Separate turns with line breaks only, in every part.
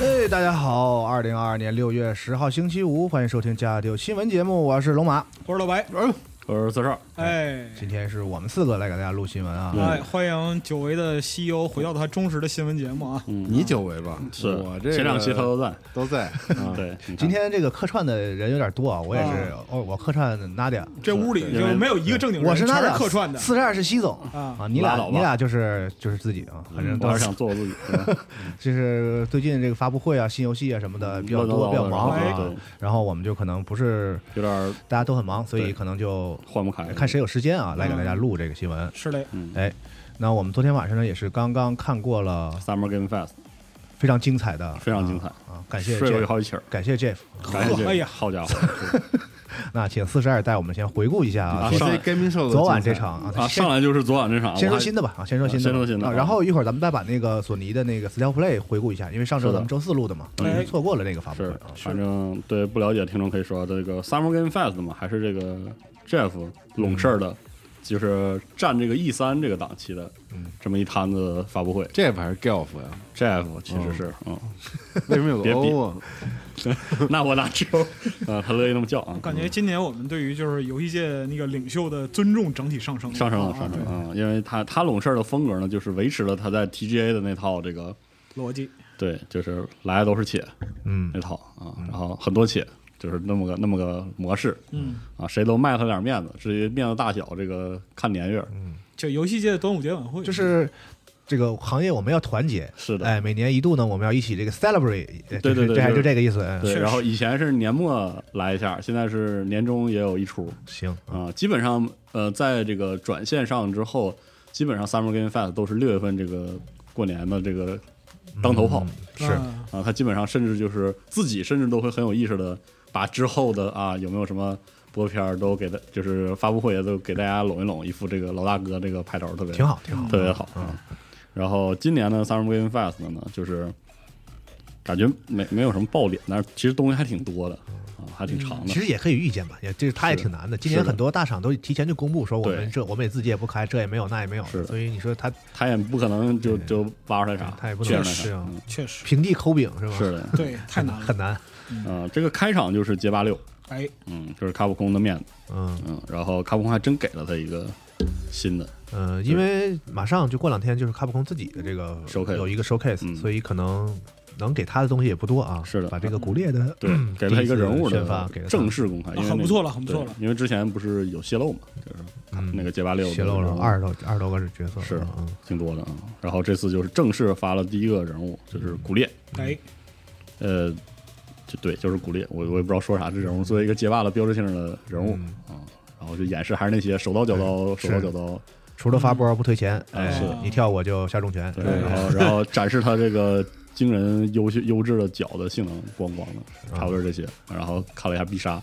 哎，大家好，二零二二年六月十号星期五，欢迎收听《加丢新闻节目》，我是龙马。
我是老白，
我是四少，
哎，
今天是我们四个来给大家录新闻啊。
哎，欢迎久违的西游回到他忠实的新闻节目啊！
你久违吧？
是
我这个嗯
前两期他都在，
都在。
啊对，你看
今天这个客串的人有点多啊，我也是，哦，我客串 Nadia，
这屋里
因
就
为
没有一个正经人，
我是
全
Nadia，
客串的。
四十二是西总
啊
啊，你俩
拉倒吧嗯
你俩就是就是自己啊，反正
我
都
还是
是
想做我自己，
嗯
对吧
就是最近这个发布会啊、新游戏啊什么的比较多，
乱
比较
糟糟的
忙
然后
啊
对，
哎
然后我们就可能不是
有点
大家都很忙，所以
对
可能就
换不开，
看谁有时间啊，来给大家录这个新闻。
是嘞，
哎，那我们昨天晚上呢，也是刚刚看过了
Summer Game Fest
非常精彩的，
非常精彩，
啊，感谢
睡过去
Jeff，
好几起儿，
感谢 Jeff。
感谢这
哎呀
好家伙，
那请四十二带我们先回顾一下啊
啊，
昨
上来
PC Gaming Show 的
昨晚
竞
这
赛
场啊，
啊，
先
上来就是昨晚这场，
先
我
说
还
新的吧，啊，先说
啊
新的吧，
先说新的
啊
啊
然后一会儿咱们再把那个索尼的那个 Style Play 回顾一下，因为上周
是的
咱们周四录的嘛，
嗯
等于错过了那个发布会
是
啊，。
反正对不了解的听众可以说，这个 Summer Game Fest 嘛，还是这个 Jeff
嗯
拢事儿的，就是占这个 E 三这个档期的
嗯
这么一摊子发布会
这还是 Golf 呀？
，Jeff 其实是嗯，
哦 为什么有
别
个
比
O 啊？
那我哪知道啊？他乐意那么叫啊，
感觉今年我们对于就是游戏界那个领袖的尊重整体上升了，
嗯上升了，
啊
上升了啊！因为他他拢事儿的风格呢，就是维持了他在 TGA 的那套这个，
逻辑。
对，就是来的都是且
嗯
那套啊，然后很多且，就是那么个那么个模式
嗯，
啊，谁都卖他点面子，至于面子大小，这个看年月。
就游戏界的端午节晚会，
就是这个行业我们要团结，
是的
哎，每年一度呢，我们要一起这个 celebrate，对
对对
这还
就
就
是
这个意思，嗯
对，
确实
然后以前是年末来一下，现在是年终也有一出
行，嗯
啊，基本上呃，在这个转线上之后，基本上 Summer Game Fest 都是六月份这个过年的这个当头炮。
是
啊
啊，他基本上甚至就是自己甚至都会很有意识的把之后的啊有没有什么播片儿都给他，就是发布会也都给大家拢一拢，一副这个老大哥这个派头儿特别
挺好，挺好，嗯
特别好啊。然后今年呢，Summer Game Fest 呢，就是感觉没没有什么爆点，但是其实东西还挺多的啊，还挺长的
其。实也可以预见吧，也这他也挺难的。今年
是的
很多大厂都提前就公布说我们
对
这我们也自己也不开，这也没有那也没有的
是的
所以你说他
他也不可能就
对
就挖出来啥，
他也不
确
能
实
是啊，
确实，
平地抠饼是吧？
嗯是的，
对，太难了
很。难。
嗯、这个开场就是街霸六，
哎，
嗯，就是卡普空的面子，
嗯
嗯，然后卡普空还真给了他一个新的，
呃，因为马上就过两天就是卡普空自己的这个
Showcase
有一个 showcase，、
嗯
所以可能能给他的东西也不多啊。
是的
把这个骨裂的
对，给了他一个人物
嗯第一次宣发
的
给了他
正式公开，因为那
很不错了很不错了
对因为之前不是有泄露嘛，就是
嗯
那个街霸六的
泄露
人
了
物
二十多二十多个角色，
是
嗯嗯
挺多的啊。然后这次就是正式发了第一个人物，就是古烈，
哎，
呃，就对，就是古烈，我我也不知道说啥，这人物作为一个街霸的标志性的人物
嗯
啊，然后就演示还是那些手刀脚刀，
是
手刀脚刀，
除了发波不推钱，
哎是
你跳我就下重拳，
对，
嗯
然后然后展示他这个惊人优秀优质的脚的性能，咣咣
啊
的，差不多是这些。然后看了一下必杀，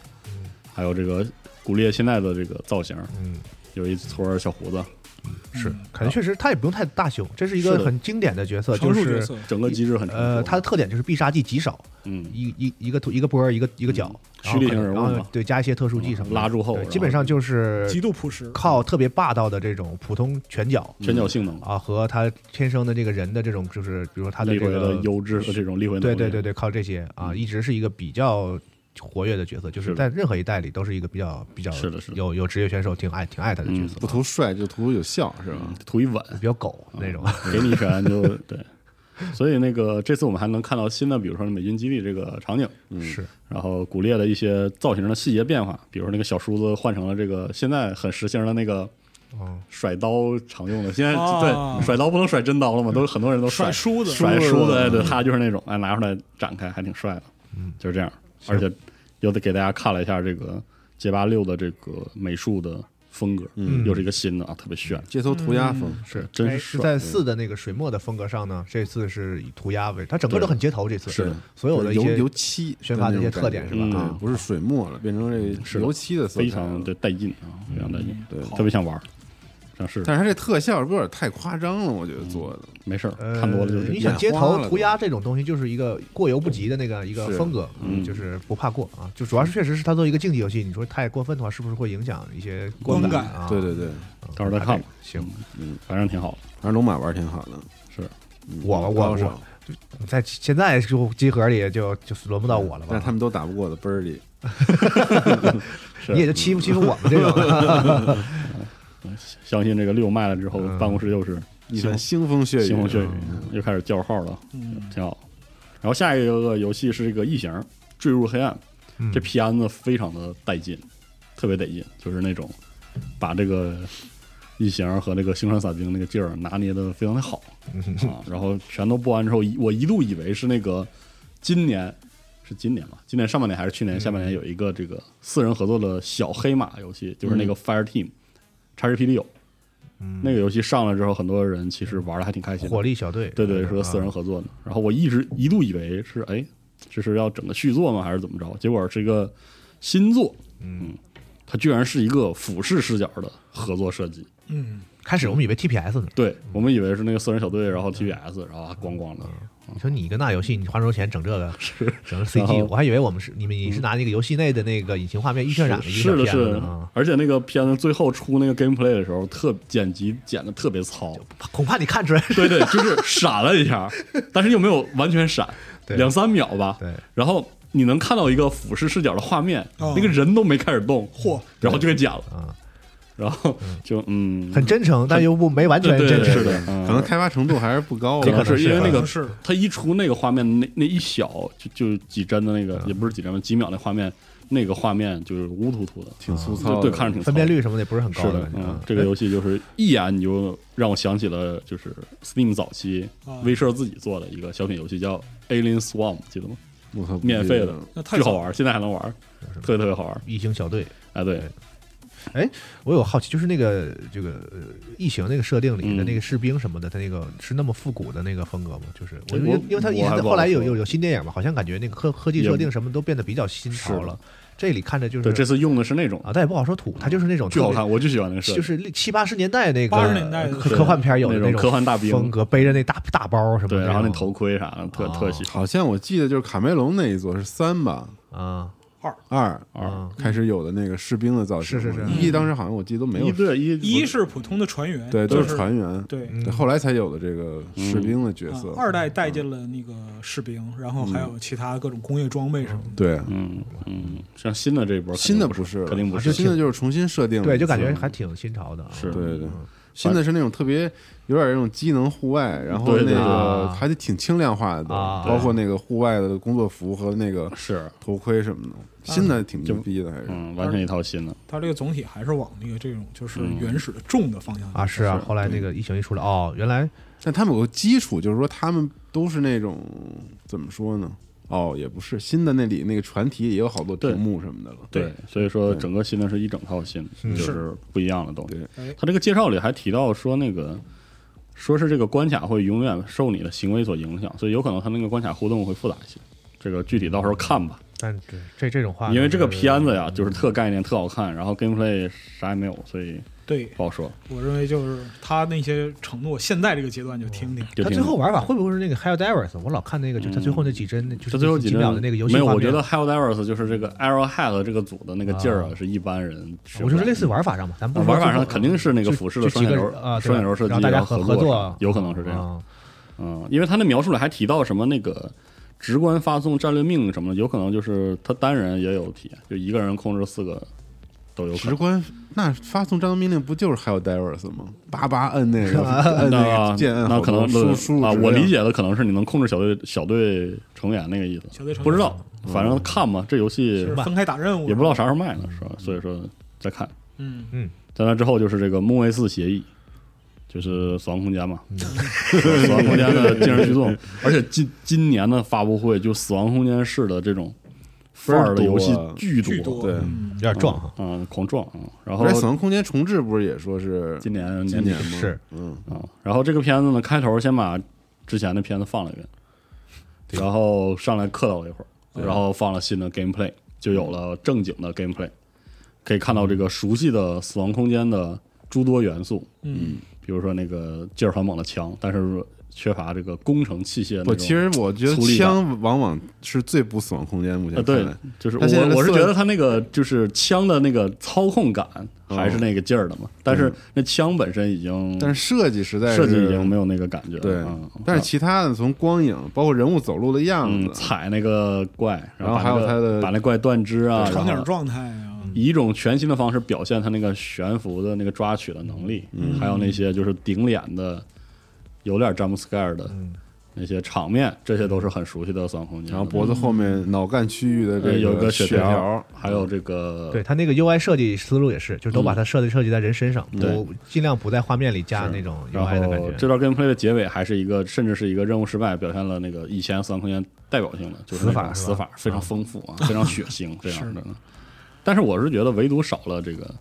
还有这个古烈现在的这个造型，
嗯，
有一撮儿小胡子，
是，可能确实他也不用太大胸，这是一
嗯是
个
的
很经典的角色，
成
呃就
熟角
是
色，
整个机制很成熟
呃，它的特点就是必杀技极少，
嗯
一一一个图一个波儿一个一个角，
嗯蓄力型人物
然后可能然
嘛
后对加一些特殊技什么的
嗯拉住后
对
然后
基本上就是
极度朴实，
呃靠特别霸道的这种普通拳脚
拳脚性能，
啊，和他天生的这个人的这种就是，比如说他的
立
这
回的
个
优质的这种立回能力，
对对对对，靠这些啊，一直是一个比较活跃的角色，就是
是
在
嗯的
任何一代里都是一个比较比较
是的是的
有有职业选手挺爱挺爱他的角色，啊
不图帅就图有笑是吧
嗯，？图一稳，
比较狗
啊
那种，
给你一拳就对。所以那个这次我们还能看到新的，比如说美军基地这个场景，
是
然后古烈的一些造型的细节变化，比如说那个小梳子换成了这个现在很时兴的那个
嗯
甩刀常用的，现在
啊
对甩刀不能甩真刀了嘛，都很多人都
甩
甩
梳子，
甩梳子，哎对，他就是那种哎拿出来展开还挺帅的，嗯，就是这样，而且又得给大家看了一下这个街霸六的这个美术的风格，嗯，又是一个新的啊，特别炫，
街头涂鸦
嗯
风
是。
真
哎
是
是
帅
在四的那个水墨的风格上呢，这次是以涂鸦为，它整个
对
都很街头。这次
是的
所有的一
油
些
油漆的
宣发的一些
那种
特点
感
是
觉
吧？
嗯
对
啊，嗯
不是水墨了，变成这
是
个
的
油漆的色彩
非常的带劲啊，非常带劲，
对
特别想玩儿，想试试，
但是它这特效是不是有点太夸张了？我觉得
嗯
做的
没事儿，
呃
看多了就是这
你想
样
眼
街
花
头
了
涂
都
鸦这种东西，就是一个过犹不及的那个一个
是
风格，
嗯
就是不怕过啊。就主要是确实是它作为一个竞技游戏，你说太过分的话，是不是会影响一些观
观
感
感
啊？
对对对，
嗯，
到时候再看吧
行，
反正挺好的。
反正龙马玩儿挺好的，嗯
我我
高
我
手
在现在就集合里就就轮不到我了
嗯
但他
吧？
们都打不过的奔儿里，
你也就
嗯
欺负欺负我们这 种，
相信这个六卖了之后，
嗯
办公室又是
一番腥风血雨，嗯
腥风血雨，又开始叫号了，
嗯，
挺好。然后下一个游戏是这个《异形：坠入黑暗》，
嗯
这片子非常的带劲，特别得劲，就是那种把这个异形和那个星川伞兵那个劲儿拿捏的非常的好
嗯
啊。然后全都播完之后，一我一度以为是那个今年是今年吧，今年上半年还是去年下
嗯
半年有一个这个四人合作的小黑马游戏，就是那个
嗯
Fire Team，叉 GP 里有。那个游戏上了之后，很多人其实玩的还挺开心的。
火力小队，
对对，
啊
是和四人合作的。然后我一直一度以为是哎，这是要整个续作吗？还是怎么着？结果是一个新作，嗯，它居然是一个俯视视角的合作设计。
开始我们以为 TPS 呢，
对我们以为是那个四人小队，然后 TBS，然后
嗯
啊咣咣的，
你说你一个那游戏，你花多少钱整这 个，整个
然后
CG，我还以为我们是你们你是拿那个游戏内的那个引擎画面预渲染的一
是
个
的
小片
是
子
的
呢啊，，
而且那个片子最后出那个 gameplay 的时候，特剪辑剪的特别糙，
恐怕你看出来
对对，就是闪了 一下，但是又没有完全闪，
对
两三秒吧。
对，
然后你能看到一个俯视视角的画面，
哦
那个人都没开始动，
嚯，
然后就给剪了，
啊，
然后就嗯，
很真诚，但又不没完全
对
真
对
实嗯
是。的，
可
可
能开发程度还是不高吧，
嗯可能是因为那
可能
个
是
他一出那个画面，那那一小就就几帧的那个，也不是几帧吧，几秒那画面，那个画面就是乌突突的，
挺粗
对
糙的，
对，看着挺糙
分辨。率什么的也不是很高
是
的
的
感，觉
嗯
啊，，
这个游戏就是一眼你就让我想起了，就是 Steam 早期
啊
威社自己做的一个小品游戏，叫 Alien Swarm，记得吗？
我操
免费的，
那太
巨好
早了，
玩，现在还能玩，特别特别好玩。
异形小队，
哎，对，
我有好奇，就是那个这个呃异形那个设定里的
嗯
那个士兵什么的，他那个是那么复古的那个风格吗？就是我
哎
因为
我
因为他一
我还
直
不好
后来有
说
有有新电影嘛，好像感觉那个科科技
也
设定什么都变得比较新潮了。这里看着就是
对，这次用的是那种
啊，但也不好说土，它就是那种
巨好
特别
看，我就喜欢那个设计，
就是七八十年代那个
80年代的
科
是
科幻片有的
那种
种
科幻大兵
风格，背着那大大包什么
对，
的，
然后那头盔啥的，特
哦
特喜欢。
好像我记得就是卡梅隆那一座是三吧，
啊，
二
嗯
开始有的那个士兵的造型，
是是是
一当时好像我记得都没有
一，对一
一是普通的船员，
对，
就
都是船嗯员，
对。
对，后来才有的这个士兵的角
啊
色，
二代带进了那个士兵，然后还有其他各种工业装备什么的。
对，
嗯嗯，像新的这波肯定
新的
不
不是了，
肯定不
啊
是
新的就是重新设定了一次，
对，就感觉还挺新潮的啊，
是
对对对。新的是那种特别有点那种机能户外，然后
对
那
对
个
对
还得挺轻量化的，
啊
包括那个户外的工作服和那个
是
头盔什么的，新的挺牛逼的，还是
嗯，完全一套新的。
它这个总体还是往那个这种就是
嗯
原始的重的方向
啊，是啊，
是
后来那个疫情一出来，哦，原来
但他们有个基础，就是说他们都是那种怎么说呢？哦，也不是新的那里那个船体也有好多屏幕什么的了。
对，所以说整个新的是一整套新的，
嗯
就是不一样的东西
对哎。
他这个介绍里还提到说那个。说是这个关卡会永远受你的行为所影响，所以有可能他那个关卡互动会复杂一些。这个具体到时候看吧，
但这这这种话，
因为这个
就是嗯
片子呀，就是特概念、特好看，然后 gameplay 啥也没有，所以
对，
不好说。
我认为就是他那些承诺，现在这个阶段就听听。
就
他
挺
最后玩法会不会是那个 Hell Divers？我老看那个，就他最后那几帧，就是
嗯这最后
几
帧
秒的那个游戏
没有，
画
我觉
面
得 Helldivers 就是这个 Arrowhead 这个组的那个劲儿啊，是一般人学不
我
来的。
就是类似玩法上嘛，咱们不说
玩法
最后
上肯定是那个俯视的
就就
双
几
眼
个
轴
人啊，对吧
双眼轴射击，
然后大家
合
合合
上
作，
有可能是这样。
啊
嗯，因为他那描述里还提到什么那个直观发送战略命令什么的，有可能就是他单人也有体验，就一个人控制四个都有可
直
能。
观那发送战斗命令不就是还有 divers 吗？叭叭摁那个摁那
那
个键，摁
那
好
可
多
能
输输入
啊，
指
我
令
理解的可能是你能控制小队小队成员那个意思，
小队成员
不知道，
嗯
反正看吧，这游戏
就是分开打任务，
也不知道啥时候卖呢，是吧？所以说再看。
嗯，
在那之后就是这个木卫四协议，就是死亡空间嘛， 死亡空间的精神驱动，而且今今年的发布会就死亡空间式的这种范儿的游戏巨
巨多，
对
嗯
有点壮哈，
嗯，狂撞啊、嗯然后
而且死亡空间重置不是也说是
今年
今
年底
年吗？
是，
嗯，
啊、然后这个片子呢，开头先把之前的片子放了一遍，然后上来客套了一会儿，然后放了新的 gameplay，就有了正经的 gameplay，可以看到这个熟悉的死亡空间的诸多元素，
嗯，
比如说那个劲儿很猛的枪，但是缺乏这个工程器械那
我
种。
其实我觉得
粗粝感
枪往往是最不死亡空间目
啊，
前看
对
来，
就是我
它现在的
我是
色
觉得他那个就是枪的那个操控感还是那个劲儿的嘛，但是那枪本身已经，
哦嗯但是设计实在
设计
是
已经没有那个感觉了。
对
嗯、，
但是其他的从光影，包括人物走路的样
嗯，
子，
踩那个怪，
然后
把那
还有
个
它的
把那怪断肢啊，
场
然
景
后
状态啊，
以一种全新的方式表现他那个悬浮的那个抓取的能力，
嗯
还有那些就是顶脸的，有点詹姆斯盖尔的那些场面，这些都是很熟悉的三空间。
然后脖子后面脑干区域的这
呃有
个
个
血
条，还有这个
对他那个 UI 设计思路也是，就是都把它设计设计在人身上，
嗯对
不尽量不在画面里加
是
那种
然
UI 的感
后
觉
这。段 gameplay 的结尾还是一个，甚至是一个任务失败，表现了那个以前死亡空间代表性的，就是
死
那
法
种
是吧嗯
死法非常丰富啊，非常血 腥这样的。但是我是觉得唯独少了这个，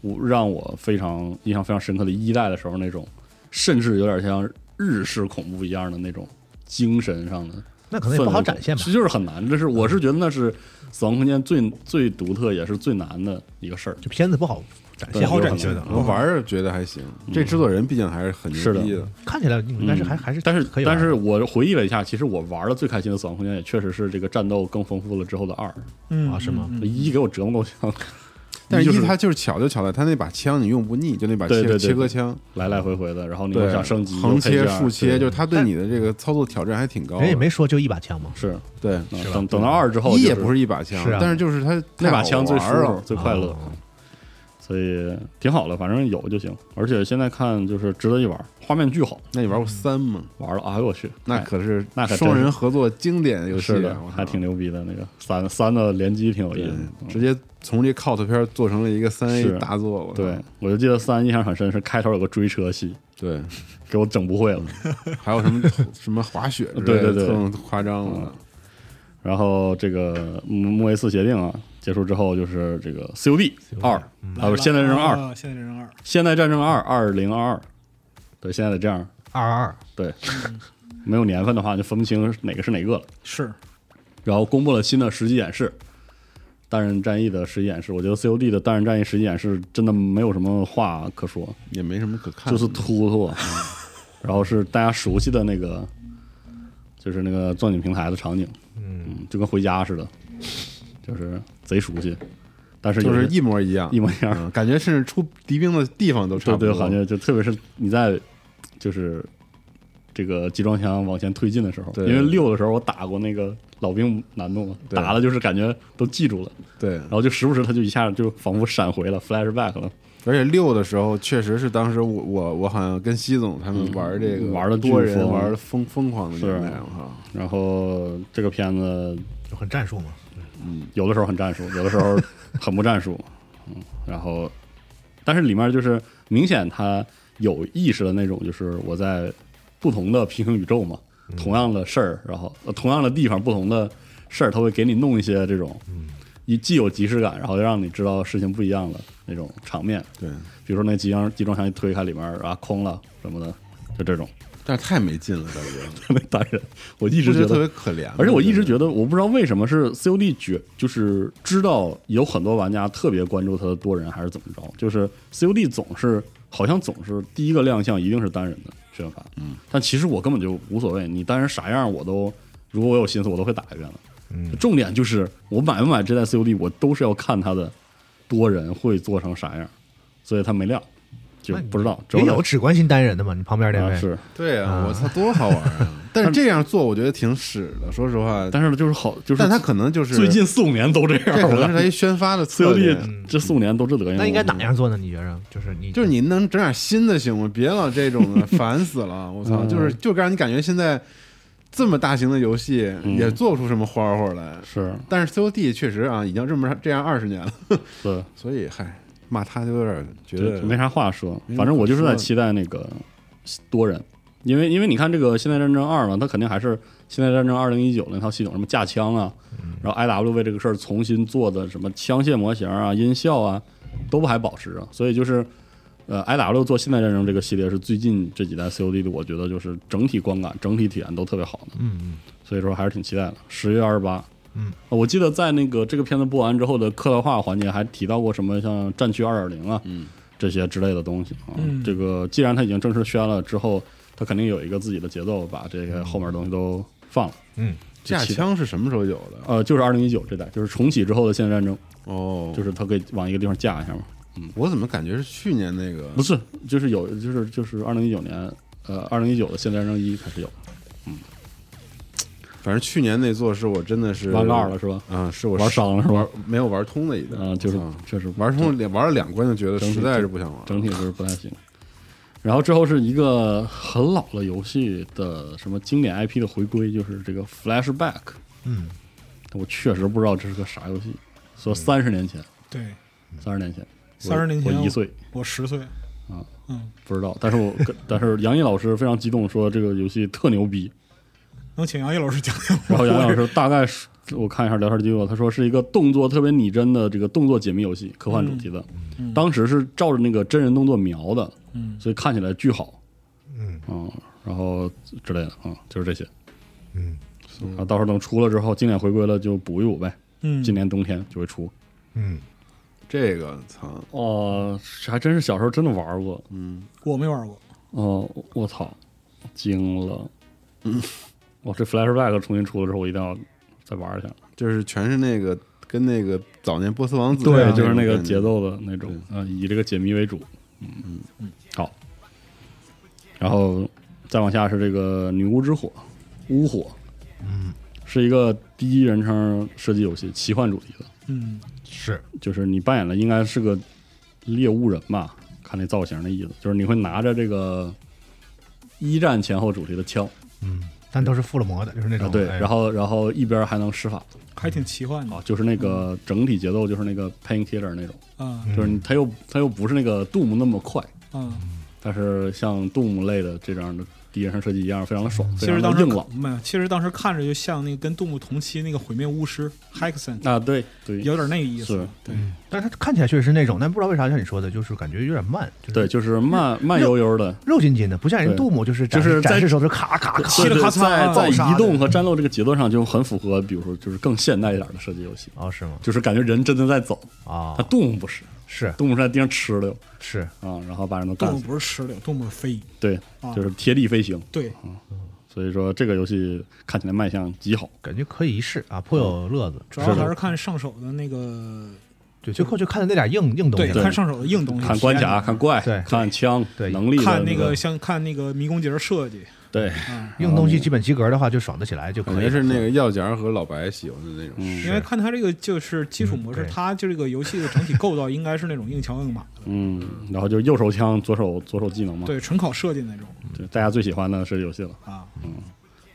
我让我非常印象非常深刻的一代的时候那种，甚至有点像日式恐怖一样的那种精神上的
那可能也
氛围感，
不好展现吧嗯
其。实就是很难。这是我是觉得那是死亡空间最最独特也是最难的一个事儿。
就片子不好展
对
现，
不好展
我觉得
现
我玩儿觉得还行，这制作人毕竟还是很
嗯
牛
是的
逼的，
嗯看起来应该是还还是
嗯但是
可以玩
但
的，
是我回忆了一下，其实我玩的最开心的《死亡空间》也确实是这个战斗更丰富了之后的二，
嗯
啊是吗
嗯
一给我折磨够呛，
但是
就
一
是
他就是巧就巧在他那把枪你用不腻，就那把
对对
切
对
切割枪，
来来回回的，然后你又
对，
想升级，
横切
又配件
竖切，
对
就是他对你的这个操作挑战还
嗯
挺高
哎
的。
人也
哦
没说就一把枪嘛，
是
对，
嗯等等到二之后，
一
就
也不是一把枪
是啊，
但是就是他
那把枪最舒
玩啊
服
了，
最快乐
哦，
所以挺好的，反正有就行。而且现在看就是值得一玩，画面巨好，
那你玩过三吗？
玩了哎呦我去，
那
哎
可是
那可真是
双人合作经典游戏
是的
啊，我，操
还挺牛逼的那个三三的联机挺有意
对
思，嗯
直接从这 cult 片做成了一个三 A
是
大作，我
嗯
操
对我就记得三印象很深是开头有个追车戏，
对，
给我整不会了。
还有什么什么滑雪之类的，
对对嗯对
更夸张了。
然后这个嗯莫维斯协定啊结束之后，就是这个 COD 二啊，不是现代战争二，
嗯啊现代战争二，
现代战争二二零二二，对，现在得这样，
二二
对，没有年份的话就分不清哪个是哪个了。
是
然后公布了新的实际演示，单人战役的实际演示，我觉得 COD 的单人战役实际演示真的没有什么话可说，
也没什么可看嗯
就
的，
是突突， 然后是大家熟悉的那个，就是那个钻井平台的场景，嗯，就跟回家似的，就是贼熟悉，但是
就
有
是
些
一模一样，
一模一样，
嗯感觉甚至出敌兵的地方都差
对
不多。
对，感觉就特别是你在就是这个集装箱往前推进的时候，
对
因为六的时候我打过那个老兵难度，
对
打的就是感觉都记住了，
对，
然后就时不时他就一下就仿佛闪回了，flashback 了，
而且六的时候确实是当时我我我好像跟西总他们玩这个、
嗯玩得巨
多人
疯
玩的疯疯狂的年代，
是
我靠，
然后这个片子
就很战术嘛。
有的时候很战术，有的时候很不战术， 嗯，然后但是里面就是明显他有意识的那种，就是我在不同的平行宇宙嘛，同样的事儿，然后、呃同样的地方，不同的事儿，他会给你弄一些这种，一既有即视感，然后又让你知道事情不一样的那种场面，
对，
比如说那集装集装箱一推开里面啊空了什么的，就这种
但是太没劲了，感觉
特别单人，我 一
一
直觉得
特别可怜。
而且我一直觉
得，
得，我不知道为什么是 COD 觉，就是知道有很多玩家特别关注它的多人，还是怎么着？就是 COD 总是好像总是第一个亮相一定是单人的宣发，嗯，但其实我根本就无所谓，你单人啥样我都，如果我有心思，我都会打一遍的。嗯，重点就是我买不买这代 COD，我都是要看它的多人会做成啥样，所以它没亮，就
那你
不知道。只
也
要
有只关心单人的嘛，你旁边那
啊
位
是，
对啊，我操，多好玩 啊！但是这样做我觉得挺屎的，说实话。
但是就是好，就是
但他可能就是
最近四五年都这样，
这可能是
我
他一宣发的策略。
COD 这四五年都这德行。
那应该
我
哪样做呢？你觉着就是你
就是你能整点新的行吗？别老这种 的，烦死了！我操，
嗯
就是就让你感觉现在这么大型的游戏
嗯
也做不出什么花活来。
是
但是 COD 确实啊，已经这么这样二十年了，
是，
所以嗨，骂他就有点觉
对，
得
就没啥话说
没。啥
反正我就是
可
在
说
期待那个多人，因为因为你看这个《现代战争二》嘛，它肯定还是《现代战争二零一九》那套系统，什么架枪啊，
嗯
然后 IW 为这个事儿重新做的什么枪械模型啊、音效啊，都不还保持着。所以就是，呃，IW 做《现代战争》这个系列是最近这几代 COD 的，我觉得就是整体观感、整体体验都特别好的。
嗯嗯，
所以说还是挺期待的。十月二十八，哦
嗯，
我记得在那个这个片子播完之后的客套话环节还提到过什么像战区二点零啊，
嗯，
这些之类的东西啊。
嗯
这个既然他已经正式宣了之后，他肯定有一个自己的节奏，把这些后面的东西都放了。
架枪是什么时候有的？
呃，就是二零一九这代，就是重启之后的现代战争，
哦，
就是他可以往一个地方架一下嘛。
我怎么感觉是去年那个
不是，就是有，就是就是二零一九年，呃，二零一九的现代战争一开始有，
反正去年那座是我真的是
玩个二了是吧？
啊，是我
玩伤了是吧？
没有玩嗯通的一代
啊，就是
我操
就是
玩通两玩了两关就觉得
整体
实在是不想玩。
整体就是不太行。然后之后是一个很老的游戏的什么经典 IP 的回归，就是这个 Flashback。
嗯，
我确实不知道这是个啥游戏。说三十年前，
对，
三十年前，我
30年前
我一岁，
我十岁
啊，
嗯，
不知道。但是我但是杨毅老师非常激动，说这个游戏特牛逼。
能请杨毅老师讲讲
然
吗？
后杨毅老师大概是我看一下聊天记录，他说是一个动作特别拟真的这个动作解密游戏，科幻主题的。
嗯
当时是照着那个真人动作描的，
嗯，
所以看起来巨好。
嗯
然后之类的，嗯，就是这些。
嗯，
然后到时候等出了之后，经典回归了就补一补呗。
嗯，
今年冬天就会出。
嗯，
这个操，
哦、还真是小时候真的玩过。
嗯，
我没玩过，
哦、我操，惊了！ 我这 flashback 重新出了之后，我一定要再玩一下。
就是全是那个跟那个早年波斯王子
对，
一样
就是那
啊那种
个
感觉
节。奏的那种，呃，以这个解谜为主。嗯嗯，好。然后再往下是这个《女巫之火》，巫火，嗯，是一个第一人称射击游戏，奇幻主题的，
嗯
是
就是你扮演的应该是个猎物人吧？看那造型的意思，就是你会拿着这个一战前后主题的枪
嗯，但都是附了魔的，就是那
啊，
种
对，
哎
然后然后一边还能施法
还挺奇幻的
啊，就是那个整体节奏就是那个 Painkiller 那种，
啊
就是你嗯它又它又不是那个 Doom 那么快，
啊
但是像动物类的这样的敌人上射击一样，非常的爽，
嗯其
非
实
常
当
的
时
啊硬朗
没有，其实当时看着就像那个跟动物同期那个毁灭巫师 Hexen，
啊，对对
有点那个意思
是。
对，
但是它看起来确实是那种，但不知道为啥像你说的，就是感觉有点慢，就是
对，就是慢慢悠悠的，
肉筋筋的，不像人
对
杜牧，就是展
就是在
展示手指咔咔咔
对
嘁哩
对
咔嚓
在在
爆杀的
移动和战斗这个节奏上就很符合，比如说就是更现代一点的射击游戏，
哦，是吗？
就是感觉人真的在走，
啊
哦
它，动物不是，
是
动物是在地上吃溜
是，
啊，然后把人都
动
干
物
死，
不是吃的，动物是飞。
对，
啊
就是贴地飞行，
对，
所以说这个游戏看起来卖相极好，
感觉可以一试啊，颇有乐
嗯
子。
主要还是看上手的那个，
对，最后就看的那点硬硬东
对，
西
对
了，
看上手的硬东西，
看关
体验
卡、看怪
对、
看枪、
对
能力的
看那
这个
个像看那个迷宫节设计，
对，
硬东西
嗯
基本及格的话就爽得起来就
感
可以
觉
了。
是那个药夹和老白喜欢的那
嗯
种。
因为看它这个就是基础模式，
对
它就这个游戏的整体构造应该是那种硬桥硬马的，
嗯，然后就右手枪，左手左手技能嘛，
对，纯靠设计那种
对，大家最喜欢的射击游戏了。
啊。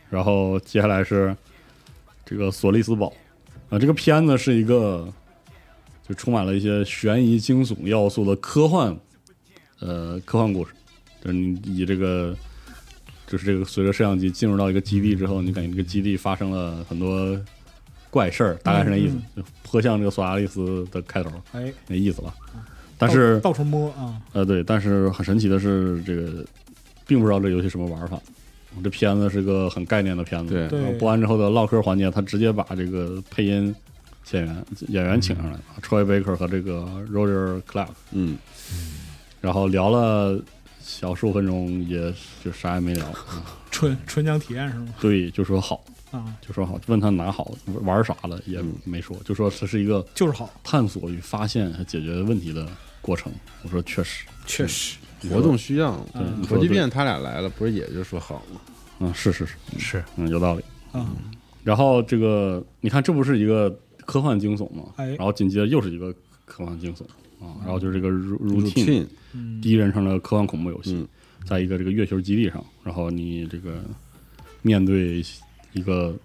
然后接下来是这个《索利斯堡》啊，这个片子是一个就充满了一些悬疑惊悚要素的科幻，呃，科幻故事，就是你以这个就是这个随着摄像机进入到一个基地之后，你感觉这个基地发生了很多怪事儿，大概是那意思，就颇像这个《索阿利斯》的开头
哎，
那意思吧。但是
到到处摸啊，
呃，对，但是很神奇的是，这个并不知道这游戏什么玩法。这片子是个很概念的片子，
对
对
然后播完之后的唠嗑环节，他直接把这个配音演员演员请上来了、t r o y Baker 和这个 Roger Clark，
嗯，
然后聊了小数分钟，也就啥也没 聊。
纯纯讲体验是吗？
对，就说好，
啊，
就说好，问他哪好玩啥了也
嗯
没说，就说这是一个
就是好，
探索与发现和解决问题的过程。我说确实，
确实，
活动需要。
对，
嗯
你说
核聚
对
变他俩来了，不是也就说好吗？
嗯，是是是
是，
嗯，有道理。
啊，
然后这个你看，这不是一个科幻惊悚吗？
哎
然后紧接着又是一个科幻惊悚啊，然后就是这个 Ru- routine
routine
嗯
第一人称的科幻恐怖游戏，
嗯
在一个这个月球基地上，然后你这个面对一个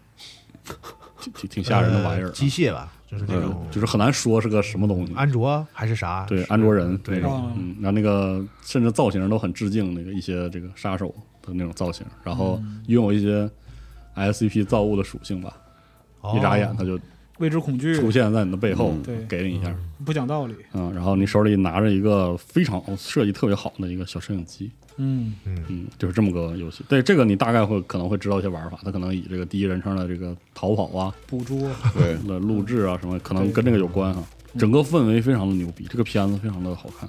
挺挺挺吓人的玩意儿啊
呃，机械吧，就是那种
嗯就是很难说是个什么东西。
安卓还是啥？
对，
是
安卓人
对
那种
哦，
嗯，然后那个甚至造型都很致敬那个一些这个杀手的那种造型，然后拥有一些 SCP 造物的属性吧，
哦
一眨眼它就
未知恐惧
出现在你的背后，
对
给你一下，
不讲道理，
嗯，然后你手里拿着一个非常设计特别好的一个小摄影机，
嗯，
嗯，就是这么个游戏。对这个你大概会可能会知道一些玩法，它可能以这个第一人称的这个逃跑啊、
捕捉
对，
的录制啊什么，可能跟这个有关哈。
嗯
整个氛围非常的牛逼，这个片子非常的好看，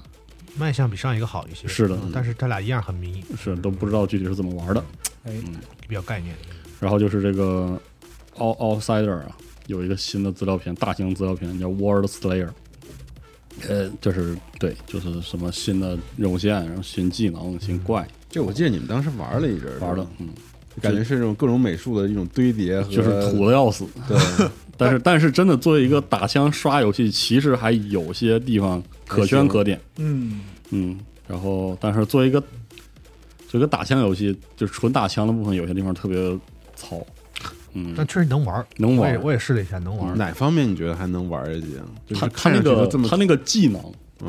卖相比上一个好一些，
是的
嗯但是它俩一样很迷，
是都不知道具体是怎么玩的。
哎，
比较概念。
然后就是这个 Out Outsider 啊，有一个新的资料片，大型资料片叫 World Slayer。呃，就是对，就是什么新的任务线，然后新技能、新怪
这我记得你们当时玩了一阵儿，
玩的，嗯，
感觉是这种各种美术的一种堆叠和，
就是土的要死。
对，
但是但是真的作为一个打枪刷游戏，其实还有些地方可圈可点，
嗯，
嗯。然后但是作为一个作为一个打枪游戏，就是纯打枪的部分，有些地方特别糙，嗯，
但确实能玩儿，
能
我
玩
也。我也试了一下，能玩儿。
哪方面你觉得还能玩儿下去啊？就是
他他
看
那
上去
个
都这么嗯
他那个技能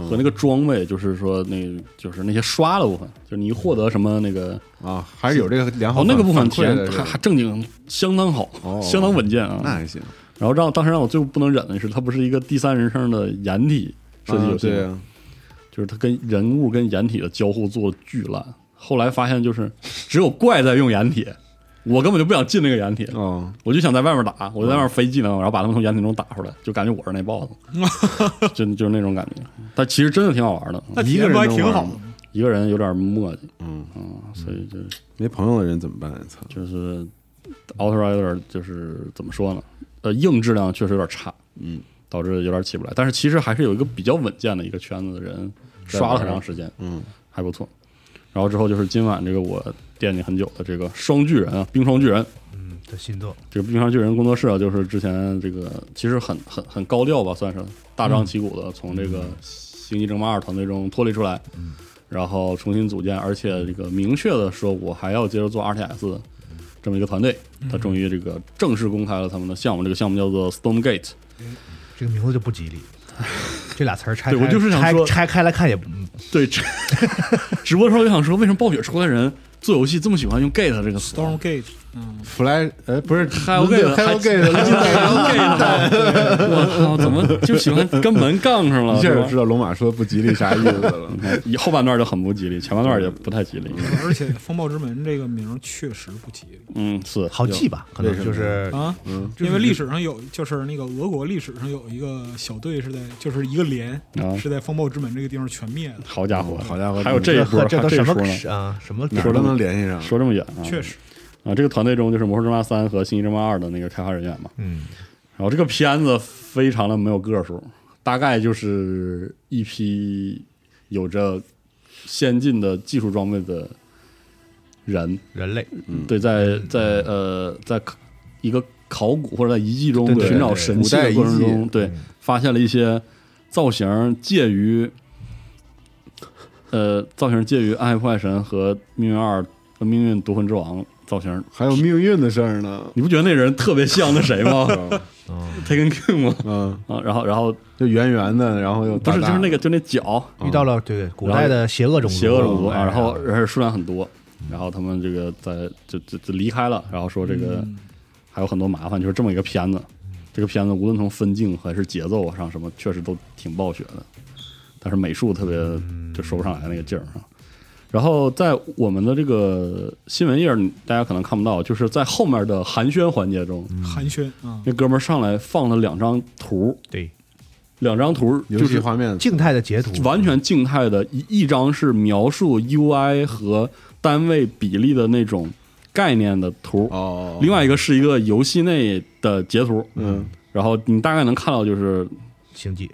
和那个装备，就是说那就是那些刷的部分，就是你获得什么那个
啊，还是有这个良好
哦那个部分
反馈
填
的
还
是吧
还正经相当好，
哦
相当稳健啊。
那还行，
然后让当时让我最不能忍的是，它不是一个第三人称的掩体射击游戏
啊
吗，
对啊，
就是它跟人物跟掩体的交互做得巨烂。后来发现就是只有怪在用掩体，我根本就不想进那个掩体，
哦，
我就想在外面打，我在外面飞技能，
嗯
然后把他们从掩体中打出来，就感觉我是那 boss，就就是那种感觉。但其实真的挺好玩的，
那体
一个
验
人
不还
能
挺
玩
好
吗
的吗？
一个人有点磨叽，
嗯，
啊，所以就
没朋友的人怎么办？操，
就是《Outrider》就是怎么说呢？呃，硬质量确实有点差，
嗯，
导致有点起不来。但是其实还是有一个比较稳健的一个圈子的人刷了很长时间，
嗯，
还不错。然后之后就是今晚这个我惦记很久的这个双巨人啊，冰霜巨人。
嗯，这新作
这个冰霜巨人工作室啊，就是之前这个其实很很很高调吧，算是大张旗鼓的从这个《星际争霸二》团队中脱离出来，
嗯
然后重新组建，而且这个明确的说，我还要接着做 RTS 这么一个团队。
嗯
他终于这个正式公开了他们的项目，这个项目叫做 Stormgate。
这个名字就不吉 利，这俩词儿拆
对我
开
就是想
拆
说
拆开来看也不嗯
对，这直播的时候就想说，为什么暴雪出来人做游戏这么喜欢用 get 这个词
Storm Gate，嗯，
Fly 呃不是
Hellgate，
Hellgate
我靠，怎么就喜欢跟门杠上了？
一下
是
就
吧
知道龙马说的不吉利啥意思 了。
以后半段就很不吉利，前半段也不太吉利。
而且《风暴之门》这个名儿确实不吉利
嗯，是
好记？吧？可能就是
嗯
啊，
就是
因为历史上有，就是那个俄国历史上有一个小队是在，就是一个连
啊
是在风暴之门这个地方全灭的，
好家伙，
嗯好家伙
还有这一波，
呵这都
还有
什么
一波呢？
啊？什么
哪儿都能联系上，
说这么远啊？
确实
啊，这个团队中就是《魔兽争霸三》和《星际争霸二》的那个开发人员嘛。
嗯，
然后这个片子非常的没有个数，大概就是一批有着先进的技术装备的人，
人类
嗯
对，在在呃，在考一个考古或者在遗迹中
对对
寻找
对
神
古
器
代
的
遗
过程
迹嗯
中，对，发现了一些造型介于呃造型介于《暗黑破坏神》和《命运二》和《命运夺魂之王》造型。
还有命运的事儿呢。
你不觉得那人特别像那谁 吗？Taken King 吗？
嗯，
啊，然后然后
就圆圆的，然后又
不
大
是就
大
是那
的
个就那脚
遇到了对对古代的邪恶种族，
嗯邪恶种族啊，
哎
然后而且数量很多，然后他们这个在就就就离开了，然后说这个
嗯
还有很多麻烦，就是这么一个片子。这个片子无论从分镜还是节奏上什么，确实都挺暴雪的，但是美术特别
嗯
就说不上来那个劲儿啊。然后在我们的这个新闻页儿，大家可能看不到，就是在后面的寒暄环节中，
嗯
寒暄啊，
那哥们儿上来放了两张图，
对
两张图
游
就
戏
是
画面，
静态的截图，
嗯
完全静态的，一一张是描述 UI 和单位比例的那种概念的图，
哦
另外一个是一个游戏内的截图，
嗯，
然后你大概能看到就是，
星际，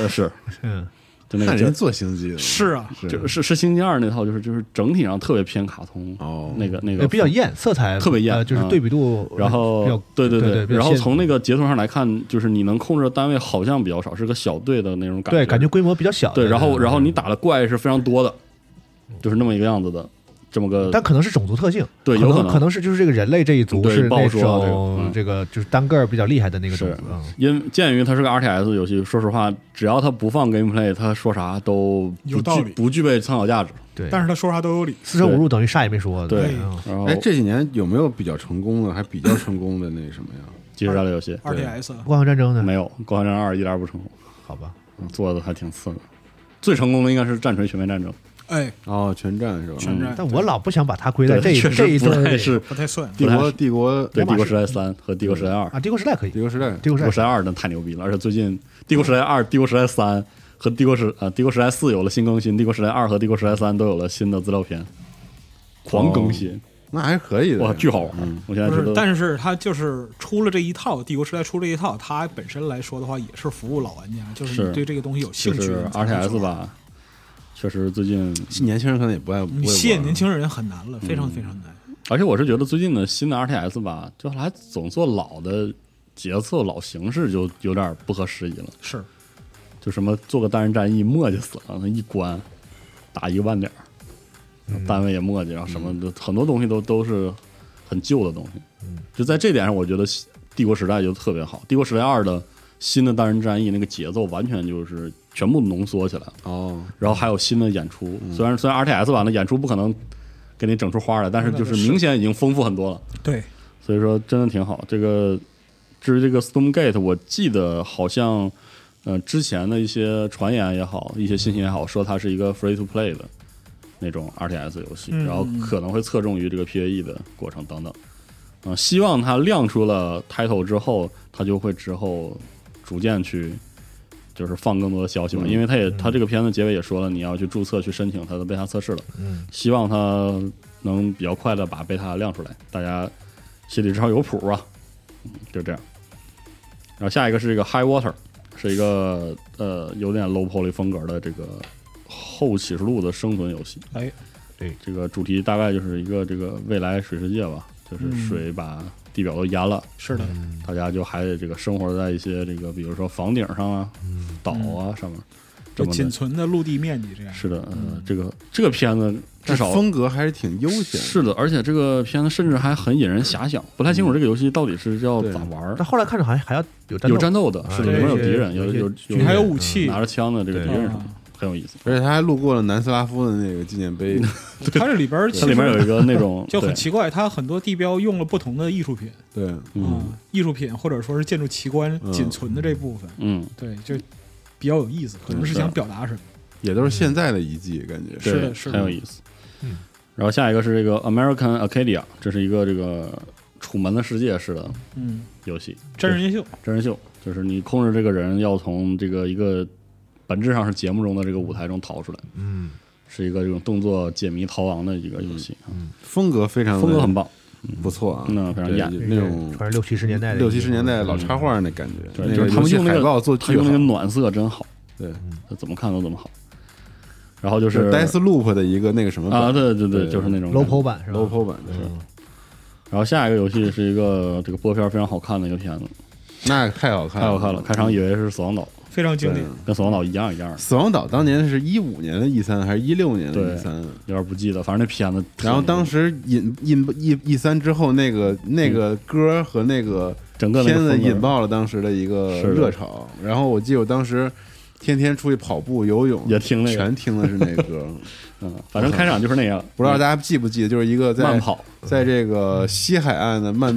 呃，是，
嗯，
就那
看
个截
人家做星际的，
是啊，
就是是是星期二那套，就是就是整体上特别偏卡通，
哦
那个那
呃
个
比较。艳，色彩
特别艳嗯
呃就是对比度，
然后
比较，
对
对
对，
比较
然后
现
从那个截图上来看，就是你能控制的单位好像比较少，是个小队的那种感
对感觉规模比较小的，
对，然
嗯
后然后你打的怪是非常多的，就是那么一个样子的，这么个。
但可能是种族特性，
对
可
有可
能
能
可能是就是这个人类这一族
对
是
不好
那
说啊这个
种
嗯
这个就是单个儿比较厉害的那个种
是
族，嗯
因鉴于它是个 RTS 游戏，说实话，只要它不放 gameplay，它说啥都不
有道
具
理
不具备参考价值。
对，
但是他说啥都有理，
四舍五入等于啥也没说，
对
嗯
然后
哎，这几年有没有比较成功的，还比较成功的那什么呀？
即时战略游戏
二 TS
光环战争呢？
没有《光环战二》一点儿不成功，
好吧，
做的还挺次的。最成功的应该是《战锤全面战争》，
哎，
哦，全战是吧？
嗯
全战，
但我老不想把它归在这一
确
这
实
一
不
段
太
里
是
不太算，
嗯帝国帝国
对《帝
帝
国时代三》和《帝国时代二》。
啊，帝国时代可以，
国时
帝国
代
《
时
帝国
代
时代二》那太牛逼了，而且最近《帝国时代二》《帝国时代三》和《帝国时》啊，《帝国时代四》有了新更新，《帝国时代二》和《帝国时代三》都有了新的资料片，狂更新，
那还是可以的，
哇，巨好玩！
嗯
我现在
不
觉
是
得，，
但是他就是出了这一套《帝国时代》出了这一套，他本身来说的话，也是服务老玩家，就是
是
你对这个东西有兴
就
趣
是
你才能去
RTS
玩，
吧，确实最近，
年轻人可能也不爱，
你吸引年轻人很难了，非常非
嗯
常难。
而且我是觉得最近的新的 RTS 吧，就还总做老的决策、老形式，就有点不合时宜了。
是，
就什么做个单人战役磨叽死了，那一关打一个半点儿，然
嗯
后单位也磨叽，然后什么的、很多东西都都是很旧的东西。
嗯
就在这点上，我觉得《帝国时代》就特别好，《帝国时代二》的新的单人战役那个节奏完全就是全部浓缩起来了，
哦，
然后还有新的演出。虽然虽然 RTS 吧，那演出不可能给你整出花来，但是就是明显已经丰富很多了。
对，
所以说真的挺好。这个至于这个 Stormgate，我记得好像呃之前的一些传言也好，一些信息也好，说它是一个 free to play 的那种 RTS 游戏，
嗯
然后可能会侧重于这个 PVE 的过程等等。嗯、希望它亮出了 title 之后，它就会之后逐渐去。就是放更多的消息嘛，因为它也它这个片子结尾也说了，你要去注册去申请它的贝塔测试了。
嗯，
希望它能比较快的把贝塔亮出来，大家心里至少有谱啊。嗯就这样。然后下一个是这个 High Water，是一个呃有点 low poly 风格的这个后启示录的生存游戏。
哎，
对，
这个主题大概就是一个这个未来水世界吧，就是
嗯
水把地表都淹了，
是的，
大家就还得这个生活在一些这个比如说房顶上啊、
嗯
岛啊上面，这
就
么
仅
的。
存的陆地面积这样。
是的，呃，
嗯
这个这个片子至少
风格还是挺悠闲，
是的，而且这个片子甚至还很引人遐
嗯
想，不太清楚这个游戏到底是要
对
咋玩儿
但。后来看着好像还要有
有
战
战斗的，
啊
是
有
里面有
一
敌
些
人，
有
有
一些
有
军
有
你还有武器嗯啊
拿着枪的这个敌
对
人什么的，很有意思。
而且他还路过了南斯拉夫的那个纪念碑，
它这里边儿其
它里面有
实
一个那种
就很
对
奇怪，它很多地标用了不同的艺术品，
对，
嗯
啊，艺术品或者说是建筑奇观
嗯
仅存的这部分，
嗯，
对，就比较有意思，可能是
是
想表达什么。
也都是现在的遗迹，感觉
是的
嗯对
是的嗯
很有意思。然后下一个是这个 American Acadia，这是一个这个楚门的世界式的
嗯，
游戏
真人秀，
真人秀，就是你控制这个人要从这个一个本质上是节目中的这个舞台中逃出来，
嗯，
是一个这种动作解谜逃亡的一个游戏，啊
风格非常的
风格很棒。
不错啊，
嗯非常
对
艳
那种
反正六七十年代的
六七十年代的
嗯
老插画那感觉，
对，
那
就
个
是他
游
们
戏
用那
海
个
报做
他
巨
用那
好
个，暖色真好，
对，嗯
他怎么看都怎么好。然后就
就是 Death Loop 的一个那个什么
啊，对对对，嗯
对
就是那种
low 版是吧
low 版的，
然后下一个游戏是一个这个播片非常好看的一个片子，
那太好看，嗯
太好看了，开场以为是《死亡岛》，
非常经典。
跟《死亡岛》一样一样的，
死亡岛当年是一五年的 E 三还是一六年的
对
E 三？
有点不记得，反正那片子。
然后当时引引 E E 三之后，那个那个歌和那个
整个那个
片子
风格
引爆了当时的一个
是的
热潮。然后我记得我当时天天出去跑步、游泳，
也听那个
全听的是那 歌。
嗯，反正开场就是那样，
不知道大家记不记得，就是一个在
慢跑，
在这个西海岸的曼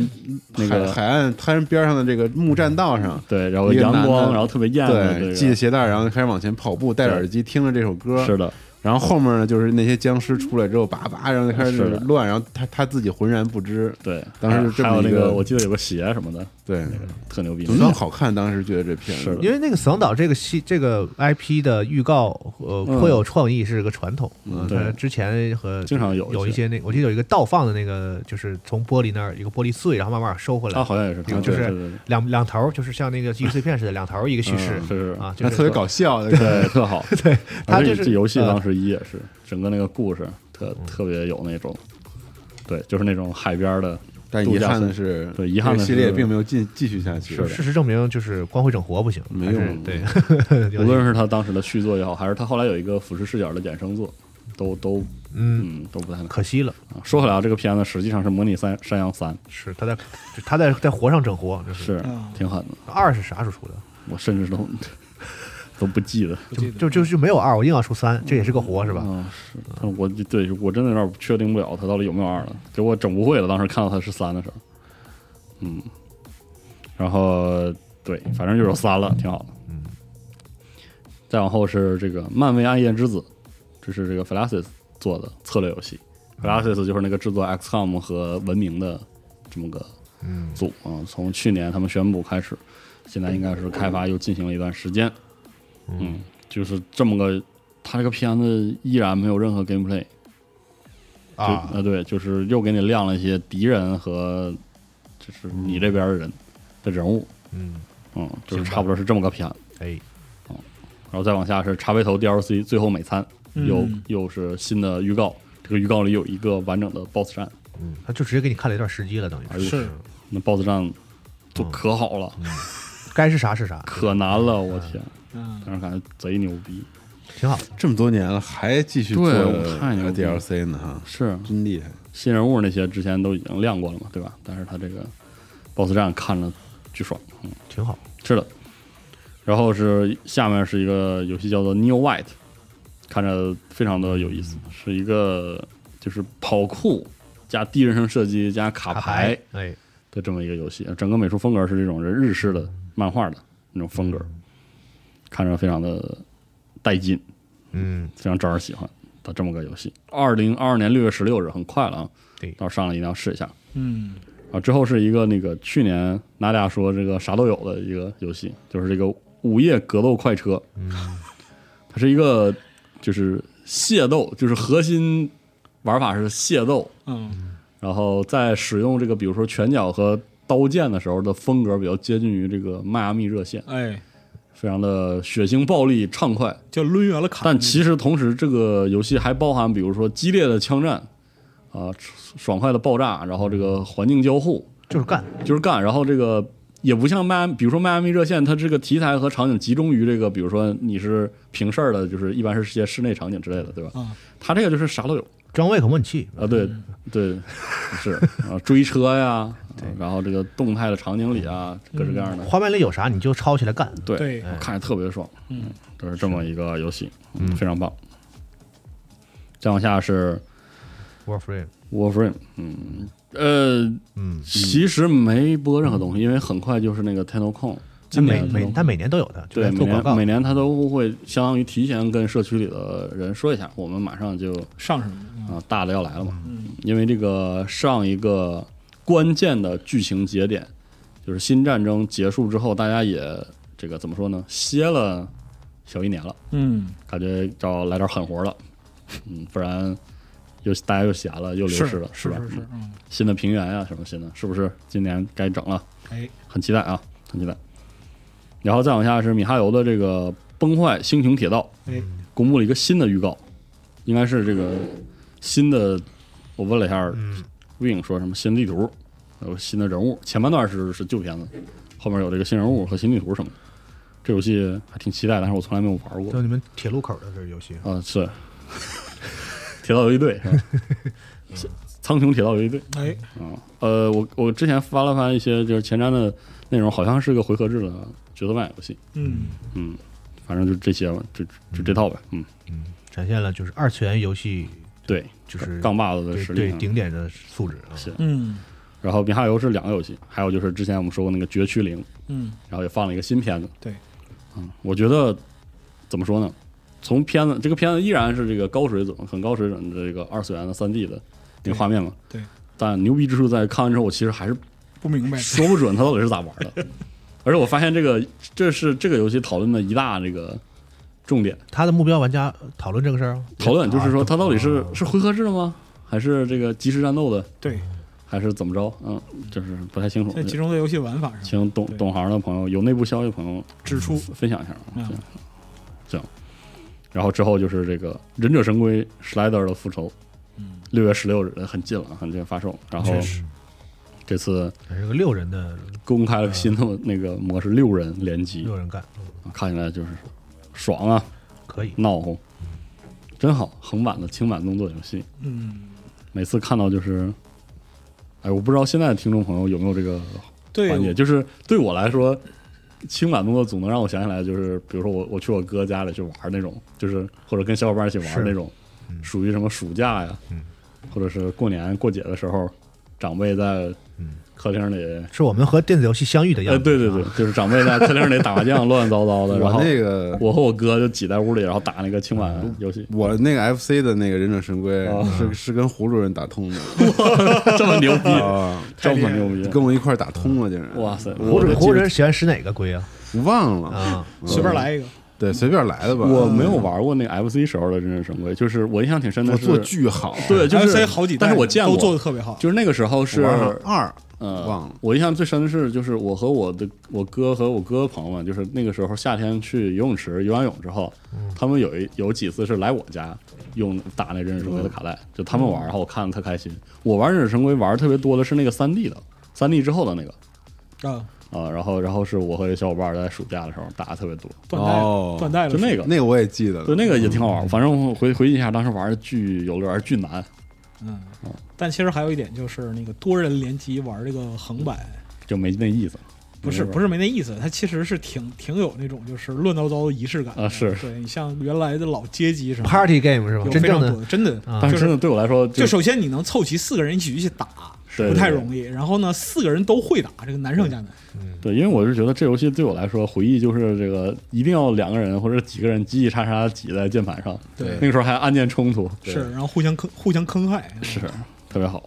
那个嗯
海海岸滩边上的这个木栈道上，
对，然后
一个
阳
男的
光，然后特别艳的
对，系
这
着
个，
鞋带，然后开始往前跑步，戴着耳机听着这首歌，
是的，
然后后面呢，就是那些僵尸出来之后，叭叭，然后就开始
是的
乱，然后他他自己浑然不知。
对。
当时是这
还有
么一
那
个
个，我记得有个鞋啊什么的，
对，
特牛逼。
怎么那么好看？当时觉得这片
嗯是
子
的
因为那个《死亡岛》这个戏，这个 IP 的预告，呃，
嗯
颇有创意，是个传统。
嗯
对
呃，之前和
经常有
有
一
一些
些
那，我记得有一个倒放的那个，就是从玻璃那儿一个玻璃碎，然后慢慢收回来，
啊，好像也是，
有就
对
是
对对
两两头儿，就是像那个记忆碎片似的，两头儿一个叙事
嗯是是
啊，就
还
是
特别
说
搞笑 的。
对， 特好。对，
它就是
这游戏
呃
当时一也是整个那个故事特特别有那种，对，就是那种海边的，
但遗憾的是，
对遗憾的
这
是
个系列并没有继继续下去。
事实证明，就是光会整活不行，
没
还是
用
对，
无论是他当时的续作也好，还是他后来有一个俯视视角的衍生作，都都
嗯，
嗯都不太能看。
可惜了，
啊说回来啊，这个片子实际上是模拟三山羊三，
是他在就他在在活上整活，这
是
啊
挺狠的，
二是啥时候出的？
我甚至都 都不记得。
不记得
就就就没有二，我硬要出三，这也是个活是吧？
嗯，是，但我就对我真的有点确定不了他到底有没有二了，给我整不会了。当时看到他是三的时候，嗯，然后对，反正就是有三了，挺好的。嗯，再往后是这个漫威暗夜之子，这是这个 Flasis 做的策略游戏。Flasis 就是那个制作 XCOM 和文明的这么个组啊、从去年他们宣布开始，现在应该是开发又进行了一段时间。嗯，就是这么个他这个片子依然没有任何 gameplay 就
啊，
呃对，就是又给你亮了一些敌人和就是你这边的人的人物，
嗯，
嗯，就是
行吧
差不多是这么个片子。
哎，
然后再往下是茶杯头 DLC 最后美餐，又、
嗯
又是新的预告，这个预告里有一个完整的 BOSS 战，
嗯，他就直接给你看了一段时机了，等
哎
于是
是
那 BOSS 战做
嗯
可好了，
该是啥是啥，
可难了，我天，
嗯，
当时感觉贼牛逼，
挺好。
这么多年了，还继续做
对我太牛逼了
DLC 呢，哈，
是
真厉害。
新人物那些之前都已经亮过了嘛，对吧？但是他这个 BOSS 战看了巨爽，嗯。
挺好。
是的。然后是下面是一个游戏叫做 New White，看着非常的有意
嗯
思，是一个就是跑酷加第一人称射击加卡
卡
牌
牌，哎，
的这么一个游戏。整个美术风格是这种日式的漫画的那种风格，看着非常的带劲，
嗯，
非常招人喜欢的这么个游戏。二零二二年六月十六日，很快了啊，
对
到时候上来一定要试一下。
嗯，
啊，之后是一个那个去年拿俩说这个啥都有的一个游戏，就是这个《午夜格斗快车》，它是一个就是械斗，就是核心玩法是械斗，
嗯，
然后在使用这个比如说拳脚和刀剑的时候的风格比较接近于这个迈阿密热线，
哎，
非常的血腥、暴力、畅快。
就抡圆了砍。
但其实同时，这个游戏还包含比如说激烈的枪战，啊、爽快的爆炸，然后这个环境交互。
就是干，
就是干。然后这个也不像迈阿，比如说迈阿密热线，它这个题材和场景集中于这个，比如说你是平事儿的，就是一般是些室内场景之类的，对吧？
嗯
它这个就是啥都有，
装胃口模拟器，
啊，对对是 啊，追车呀，对，然后这个动态的场景里啊，各式各样的，
画面里有啥你就抄起来干。
对，
嗯对
我看着特别爽，
嗯，
这是这么一个游戏，非常棒。再往下是
Warframe，
Warframe，嗯呃，
嗯，
其实没播任何东西，因为很快就是那个 t e n o c o n
它
今
每
年
每它每年都有的，就
对
在
每
做广告
年每。年他都会相当于提前跟社区里的人说一下，我们马上就
上什么？
啊、大的要来了嘛，
嗯
因为这个上一个关键的剧情节点就是新战争结束之后，大家也这个怎么说呢，歇了小一年了。
嗯，
感觉要来点狠活了，嗯，不然又大家又闲了，又流
是
失了，
是
吧？
是是
嗯，
嗯，
新的平原呀、什么新的，是不是今年该整了？
哎，
很期待啊，很期待。然后再往下是米哈游的这个《崩坏：星穹铁道》，
哎，
公布了一个新的预告，应该是这个新的。我问了一下
嗯
Wing，说什么新地图，有新的人物。前半段是是旧片子，后面有这个新人物和新地图什么的。这游戏还挺期待，但是我从来没有玩过。
就你们铁路口的这游戏，
啊，是 铁道游 击队是吧？苍穹铁道游击队
哎，
啊，呃，我我之前翻了翻一些就是前瞻的内容，好像是个回合制的角色扮演游戏，
嗯，
嗯，反正就这些吧，就就就这套呗，嗯，
展现了就是二次元游戏
对，
嗯就是
杠把子的
对
实力
对
啊。
顶点的素质啊。
是
嗯，
然后米哈游是两个游戏，还有就是之前我们说过那个《绝区零》，
嗯，
然后也放了一个新片子，
对，
嗯，我觉得怎么说呢？从片子这个片子依然是这个高水准、很高水准的这个二次元的三 D 的那个画面嘛，
对对
但牛逼之处在于看完之后，我其实还是
不明白，
说不准他到底是咋玩的。而且我发现这个这是这个游戏讨论的一大这个重点，
他的目标玩家讨论这个事儿吗，
讨论就是说它到底是
啊
是回合制的吗？还是这个即时战斗的？
对，
还是怎么着？嗯，就是不太清楚
现在。集中在游戏玩法上
请懂
对
懂行的朋友，有内部消息的朋友
指出，
分享一下啊。
嗯
行，行。然后之后就是这个《忍者神龟》史莱德尔的复仇，
嗯，
六月十六日很近了，很近发售。然后
嗯确实
这次
还是个六人的
公开了新
嗯
的那个模式，六人联机
六，人干，嗯
看起来就是爽啊，
可以。
闹哄，真好。横版的轻版动作游戏，
嗯，
每次看到就是，哎，我不知道现在的听众朋友有没有这个
对，
环节，就是对我来说，轻版动作总能让我想起来，就是比如说我我去我哥家里去玩那种，就是或者跟小伙伴一起玩那种，属于什么暑假呀，或者是过年过节的时候，长辈在客厅里，
是我们和电子游戏相遇的样
呃，
子。
对对对，就是长辈在客厅里打麻将，乱糟糟的，然后
我那个
我和我哥就挤在屋里，然后打那个轻版游戏，
我那个 FC 的那个忍者神龟是是跟葫芦人打通的
这么牛逼，
啊，
这么牛逼，
跟我一块儿打通了，竟然
嗯哇塞！
胡
我
主
的
胡主人喜欢使哪个龟啊？
忘了，
啊，
随便来一个，
对，随便来的吧。嗯
我没有玩过那个 FC 时候的真人神龟，就是我印象挺深的
我
是，
做巨好，
对，就是
FC 好几代，
但是我见过，
都做的特别好，
就是那个时候是
我玩上二
呃，
忘了
我印象最深的是，就是我和我的我哥和我哥朋友们，就是那个时候夏天去游泳池游完泳之后，他们有一有几次是来我家用打那忍者神龟的卡带，就他们玩，然后我看的特开心。我玩忍者神龟玩的特别多的是那个三 D 的，三 D 之后的那个
啊，
啊、然后然后是我和一个小伙伴在暑假的时候打的特别多，
断代
哦
了，断代了，
就那个
那个我也记得
嗯
对，
了，
那个也挺好玩儿。反正我回回忆一下，当时玩的巨有乐儿，巨难。
嗯，但其实还有一点就是那个多人联机玩这个横版。
就没那意思。
不是
嗯没
不
味儿
是没那意思，它其实是挺挺有那种就是乱糟糟的仪式感的
啊是
对你像原来的老街机什么的
Party game 是吧？
有
真
非
正
常
的
多真的
啊
但
就是
真的对我来说就，
就首先你能凑齐四个人一起去打，
对
不太容易。然后呢，四个人都会打，这个难上加难。
对，因为我是觉得这游戏对我来说，回忆就是这个一定要两个人或者几个人叽叽喳喳挤在键盘上，
对
那个时候还按键冲突，
是，然后互相坑，互相坑害。啊
是特别好。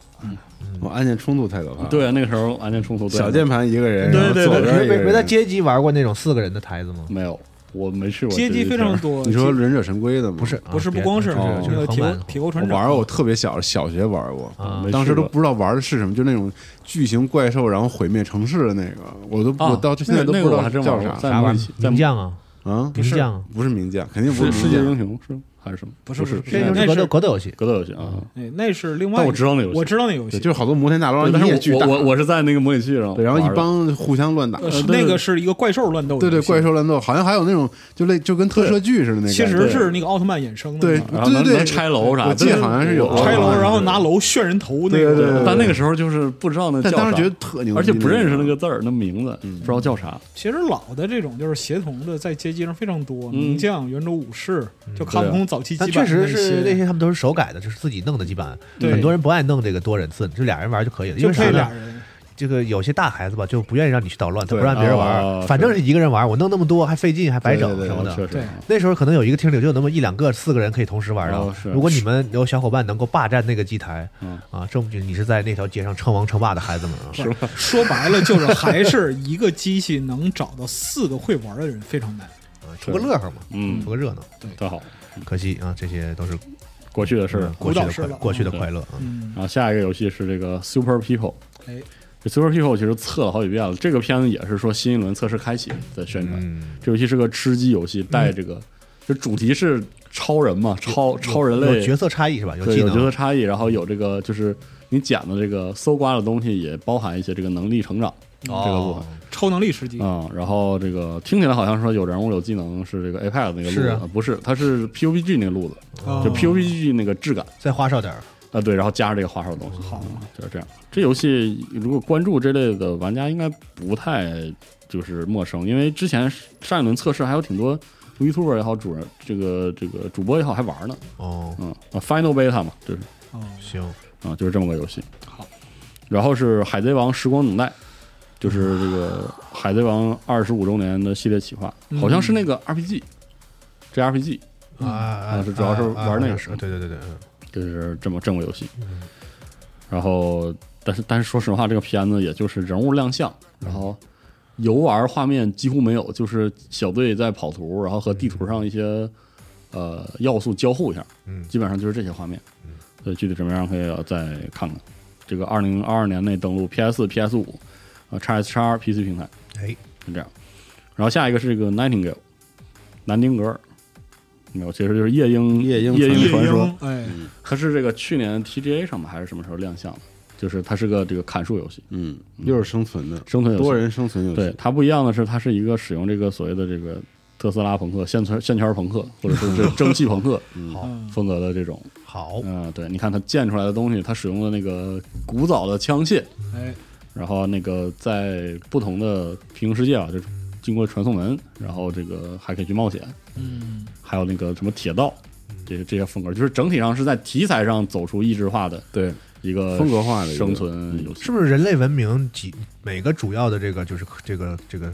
我按键冲突太可怕了。
对，啊那个时候按键冲突，对啊
小键盘一个人，
对
然后
对对
左
对
边
没
一个
没没在
人。
街机玩过那种四个人的台子吗？
没有，我没去过
街机
机
非常多，
你说
街
忍者神龟的吗？
不是，，啊
不是不
别
光是呃
就
哦
就是
那个
横
铁
版
钩铁钩
我
船长
玩儿我特别小，小学玩过，
啊
啊没
当时
试
都
过
不知道玩的是什么，就那种巨型怪兽，然后毁灭城市的那个，我都
啊，
我到现在都
那
不
个那个我
知道
还真
叫
玩过
啥
在
啥玩
模拟
意
器
儿？名将啊，
啊，
名将
不是名将，肯定不
世
是
世
名
界英
将，
雄是吗？还是什么？
不是
不
不是
那
不
这就是格斗
那是
格斗游戏，
格斗游戏啊。
哎，那是另外一
但我
个，
知道那游戏，
我知道那游
对，
戏，
就是好多摩天大楼，
对但
你也
是
巨
我
大，
我我是在那个模拟器上玩的，
对，然后一帮互相乱打，
呃
呃对
那个是一个怪兽乱斗，
对对，怪。兽乱斗，好像还有那种就类就跟特摄剧似的那个，
其实是那个奥特曼衍生的，
对
是吧
嗯然后能
对对
能拆楼啥的，
我记得好像是有
对
拆楼
哦
然后拿楼炫人头那
对对
个。
对
但那个时候就是不知道那叫
但
啥，
当时觉得特牛逼，嗯
而且不认识那个字儿、那名字，不知道叫啥。
其实老的这种就是协同的，在街机上非常
嗯
多，名将、圆桌武士，就卡
啊
普空早期
但
基
确
本
实是那
些，
些他们都是手改的，就是自己弄的基本。
对
很多人不爱弄这个多人次，就俩人玩就可以了。因
就
为啥
配俩
呢？
人，
这个有些大孩子吧，就不愿意让你去捣乱，他不
对
让别人玩
哦
儿，反正是一个人玩儿，我弄那么多还费劲，还白整
对对
什么
确
的。
实
对
啊
那时候可能有一个厅里就有那么一两个、四个人可以同时玩到
哦。是
如果你们有小伙伴能够霸占那个机台
嗯，
啊，证明你是在那条街上称王称霸的孩子们啊。是
说白了就是还是一个机器能找到四个会玩的人非常难。
图个乐呵嘛，
嗯
图个热闹。
特好，
可惜啊，这些都是
过去的事儿。
嗯过去的
古早式
快
了啊
过去的快乐啊。
嗯，
然后下一个游戏是这个 Super People，
哎，
这 Super People 其实测了好几遍了，这个片子也是说新一轮测试开启在宣传。
嗯，
这游戏是个吃鸡游戏，
嗯
带这个就主题是超人嘛，超超人
有
类
角色差异是吧？有
对
技
有角色
能，
差异，然后有这个就是你捡的这个搜刮的东西也包含一些这个能力成长这
哦
个部分。
超能力时机，
啊、然后这个听起来好像说有人物有技能是这个 Apex 那个路
是
子，
啊
呃不是，它是 PUBG 那个路子，
哦
就 PUBG 那个质感啊、呃
再花哨点儿。
对，然后加上这个花哨的东西，好、就是这样。这游戏如果关注这类的玩家，应该不太就是陌生，因为之前上一轮测试还有挺多 YouTuber 也好，主人这个这个主播也好还玩呢，
哦，
嗯啊，Final Beta 嘛，就是
哦，
行，
啊，就是这么个游戏。
好，
然后是《海贼王：时光等待》，就是这个《海贼王》二十五周年的系列企划，
嗯
好像是那个 RPG，这 RPG
啊啊
啊是主要是
啊
玩那个
啊是对对对对，嗯
就是这么这么个游戏。然后，但是但是说实话，这个片子也就是人物亮相，然后游玩画面几乎没有，就是小队在跑图，然后和地图上一些呃要素交互一下，
嗯
基本上就是这些画面。所以具体什么样可以再看看。这个二零二二年内登陆 PS、PS 五、呃 x S x PC 平台，
哎，
是这样。然后下一个是这个 Nightingale，南丁格尔，没有，其实就是夜莺
夜莺
夜
传
莺
夜
传说，嗯
莺，哎，
它是这个去年 TGA 上吧，还是什么时候亮相的？就是它是个这个砍树游戏，
嗯，又是生存的，
生存游戏。
多人生存游戏，
对，它不一样的是，它是一个使用这个所谓的这个特斯拉朋克、线圈线圈朋克，或者是这蒸汽朋 克
嗯
风格的这种。
好，
嗯、对，你看它建出来的东西，它使用的那个古早的枪械，
哎，
然后那个在不同的平行世界啊，就是经过传送门，然后这个还可以去冒险，
嗯，
还有那个什么铁道，
嗯
这些这些风格，就是整体上是在题材上走出异质化的
对，
一个
风格化的一个嗯
生存游戏。
是不是人类文明几每个主要的这个就是这个这个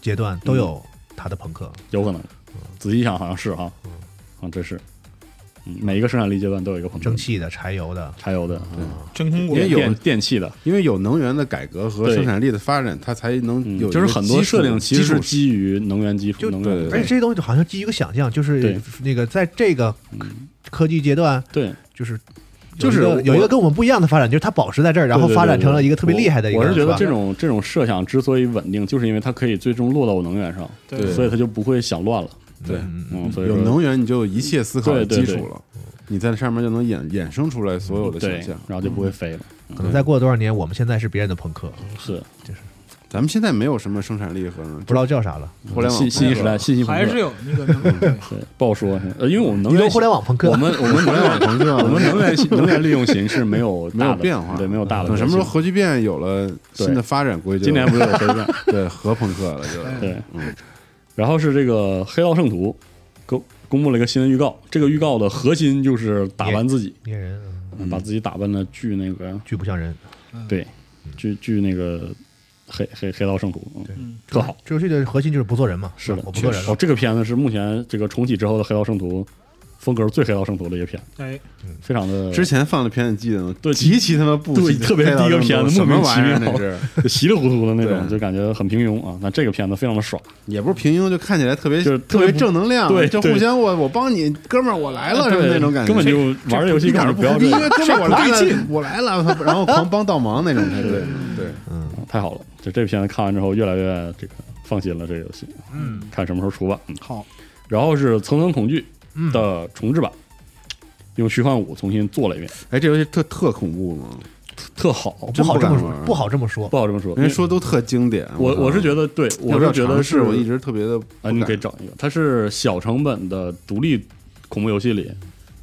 阶段
嗯
都有它的朋克？
有可能，仔细想好像是哈，
嗯
啊，这是，嗯，每一个生产力阶段都有一个朋克
蒸，汽的、柴油的，
柴油的，
真空果
也
也
有
有
电电器的，
因为有能源的改革和
对
生产力的发展，它才能
嗯
有一个
就是很多
基础
设定其实
基础
是基于能源基础，
就
能
对
源
而且这些东西好像基于一个想象，就是
对
那个在这个科技阶段，
对，
就是有
就是
一个有一
我
个跟我们不一样的发展，就是它保持在这 儿，然后
对对
发
对
展成
对
了一个特别
我
厉害的一个。
我是觉得
吧
这种这种设想之所以稳定，就是因为它可以最终落到能源上，
对
所以它就不会想乱了。
对，
嗯，所以
有
说
能源你就有一切思考的
对对
基
对嗯
础了，你在上面就能衍衍生出来所有的
对
想，象。
然后就不会飞了。
可能再过多少年，我们现在是别人的朋克，
是
咱们现在没有什么生产力和
不知道叫啥了。
互联网
信信息时代，信息朋克
还是有那个能力。
对不好说，
嗯
呃，因为我们能
移
源
动互联网朋克
我们我们 能源
朋克
我们能 源能源利用型是没有
啊没
大
有
的
变化，
对，没有大的
等
变
什
化。
么时候核聚变有了新
对
的发展，估计就
今年不就有核变？
对核朋克了，就
对，
嗯，
然后是这个《黑道圣徒》公公布了一个新的预告，这个预告的核心就是打扮自己，
捏人嗯
把自己打扮的巨那个，
巨不像人，
对，
嗯
巨巨那个黑黑黑道圣徒，嗯，特好。
这游戏的核心就是不做人嘛，
是的，
我不做人
哦
了，，
这个片子是目前这个重启之后的《黑道圣徒》风格最黑道圣徒的一个片，
哎，
非常的
之前放的片子记得吗？
对
极其他妈不
对
记得
特别是第一个片子
什么
莫名其
玩意儿
妙
那是，
就 稀里糊涂的那种，
对
就感觉很平庸啊。但这个片子非常的爽，
也不是平庸，就看起来特别
就是特
特
别
别
不
正能量，
对
就
对
互相我我帮你，哥们儿我来了什
哎
么
对
哎那种感觉，
根本就玩儿游戏
一
根
点
本就
都不
不要这
逼
个，
哥们儿我来了，我来了，然后狂帮倒忙那种才对，对，
太好了！就这片子看完之后，越来越这个放心了。这个游戏，嗯，看什么时候出吧。嗯，
好，
然后是《层层恐惧》，
嗯
的重置版，用虚幻五重新做了一遍，
哎，这游戏特特恐怖吗？
特好，
真
不好这么
敢玩
说，不好这么说
不。好这么说。因
人
为
家说都特经典，
我我是觉
得，
得，对
要
我
不要
是觉得
尝
是
试我一直特别的
啊，你可以找一个，它是小成本的独立恐怖游戏里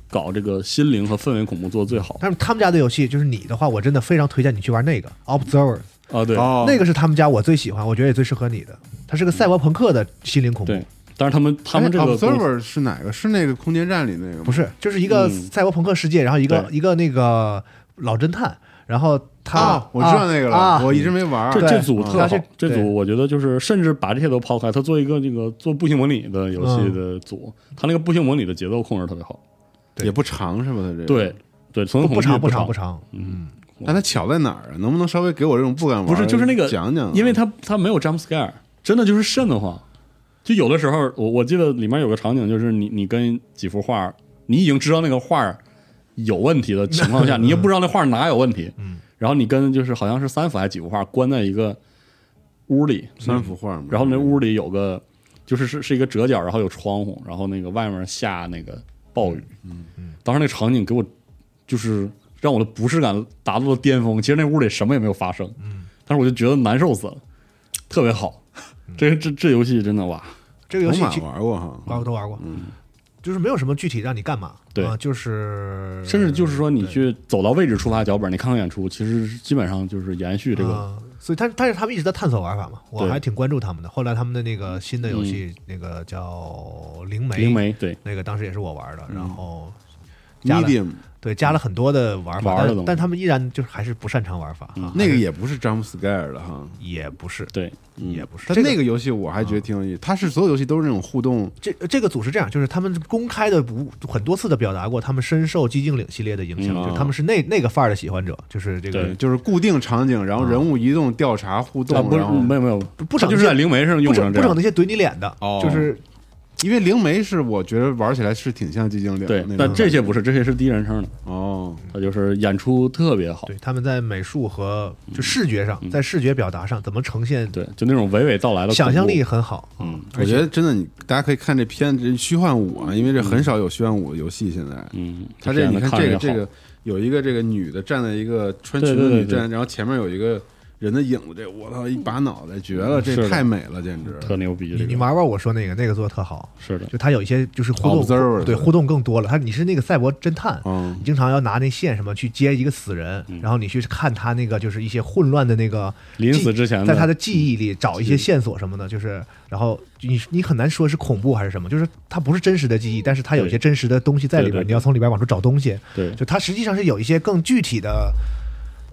搞这个心灵和氛围恐怖做的最好
但是他们家的游戏，就是你的话，我真的非常推荐你去玩那个 Observer，
啊。对
哦，
那个是他们家我最喜欢，我觉得也最适合你的。它是个赛博朋克的心灵恐怖
对，，但是他们他们这
哎
个公司
observer 是哪个？是那个空间站里那个吗？啊
不，是，就是一个
嗯
赛博朋克世界，然后一个
对
一个那个老侦探，然后他、
啊，我知道那个了，
啊
我一直没玩儿。
这
对
这组特
啊
好
这，
这
对
组我觉得就是甚至把这些都抛开，他做一个这个做步行模拟的游
嗯
戏的组，他那个步行模拟的节奏控制特别好，
对
也不长是吧？它这个，
对对，从
不
恐
不
惧
长
不
长不
长，
长，
嗯，
但它巧在哪儿啊？能不能稍微给我这种不敢玩
不
儿？
是就是那个
讲讲啊，
因为他他没有 jump scare，真的就是瘆得慌。就有的时候，我我记得里面有个场景，就是你你跟几幅画，你已经知道那个画有问题的情 况下，你又不知道那画哪有问题，嗯，然后你跟就是好像是三幅还是几幅画关在一个屋里，
三幅画嘛。
然后那屋里有个，就是是是一个折角，然后有窗户，然后那个外面下那个暴雨。嗯嗯，当时那个场景给我就是让我的不适感达到了巅峰。其实那屋里什么也没有发生，嗯，但是我就觉得难受死了，特别好。这这这游戏真的哇，
这个游戏
我
其
玩过哈，
玩过都玩过，就是没有什么具体让你干嘛，
嗯对
啊，就是
甚至就是说你去走到位置触发脚本，你看看演出，其实基本上就是延续这个。
啊所以但是但是他们一直在探索玩法嘛，我
对嗯
还挺关注他们的。后来他们的那个新的游戏，那个叫灵媒，
灵媒嗯对，
那个当时也是我玩的，然后加了
Medium
啊
对加了很多的玩法，
玩的
但
东西嗯
但他们依然就是还是不擅长玩法啊，
那个也不是 jump scare 的哈，
也不是
对，
也不是
它
这
嗯那个游戏我还
嗯
觉得挺有意思。它是所有游戏都是那种互动，
这这个组是这样，就是他们公开的不很多次的表达过，他们深受寂静岭系列的影响，
嗯啊
就是他们是那那个范儿的喜欢者，就是这个
对嗯
就是固定场景，然后人物移动、调查、互
啊
动，
不是
然后
没有没有，
不
它
整
就是在灵媒上
不
用
整
上
不
这
整
样
那。些怼你脸的，
哦
就是
因为灵媒是我觉得玩起来是挺像寂静岭
对
的那，种感觉。啊
但这些不是，这些是第一人称的，
哦，
它就是演出特别好。
对他们在美术和就视觉上，在视觉表达上怎么呈现，
嗯对，就那种娓娓道来的恐
想象力
怖，
很好，
嗯，
我觉得真的你大家可以看这片这虚幻五啊，因为这很少有虚幻五游戏现在。
嗯，
他
这
这
样
你
的
看
着
这
也
个
好
这个有一个这个女的站在一个穿
对
裙子
对
女
对对
站，然后前面有一个人的影子，这我操一拔脑袋绝了，
嗯是
这
的
太美了，简直。
特牛逼，
你
这
你
个
玩玩我说那个那个做的特好，
是的，
就他有一些就是互
Observer
动对互动更多了，他你是那个赛博侦探，
哦
嗯
你经常要拿那线什么去接一个死人，
嗯
然后你去看他那个就是一些混乱的那个
临死
记
之前的
在他的记忆
嗯
里找一些线索什么的，就是然后你你很难说是恐怖还是什么，就是它不是真实的记忆，但是它有一些真实的东西在里
对对
边，
对
你要从里边往出找东西，
对
就它实际上是有一些更具体的。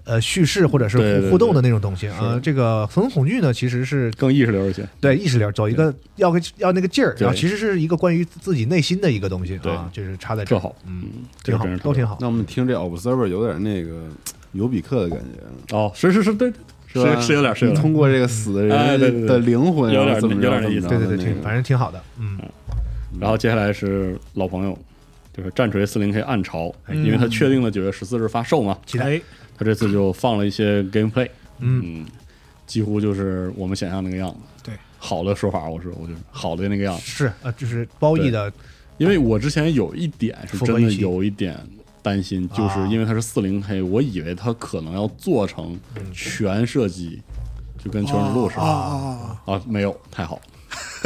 呃，叙事或者是
对对对
互动的那种东西啊、
是
这个《很恐惧》呢，其实是
更意识流一些。
对意识流，走一个要个要那个劲儿，
对
然后其实是一个关于自己内心的一个东西
对
啊，就是插在这
特
儿，
好，
嗯，
这个
挺好
真是，特
都
别
挺好。
那我们听这 Observer 有点那个尤比克的感觉，
哦，是是是，对，
是吧
是是有点是有
你
点，
通过这个死的
哎对对对
人的灵魂，
有点
然后怎么着
有点那意思
怎
对
么着
对对，
的那
挺
个
反正挺好的，嗯，
然后接下来是老朋友，就是战锤四零 K 暗潮，
嗯
因为他确定了九月十四日发售嘛，
期待，
哎，
他这次就放了一些 gameplay，嗯，几乎就是我们想象那个样子。
对，
好的说法，我说我就是好的那个样子。
是呃，就是褒义的，
因为我之前有一点是
复合
真的
一体
有一点担心，
啊
就是因为它是四零 K，我以为它可能要做成全射击，就跟《求生之路》似
啊啊啊啊！
的啊，没有，太好，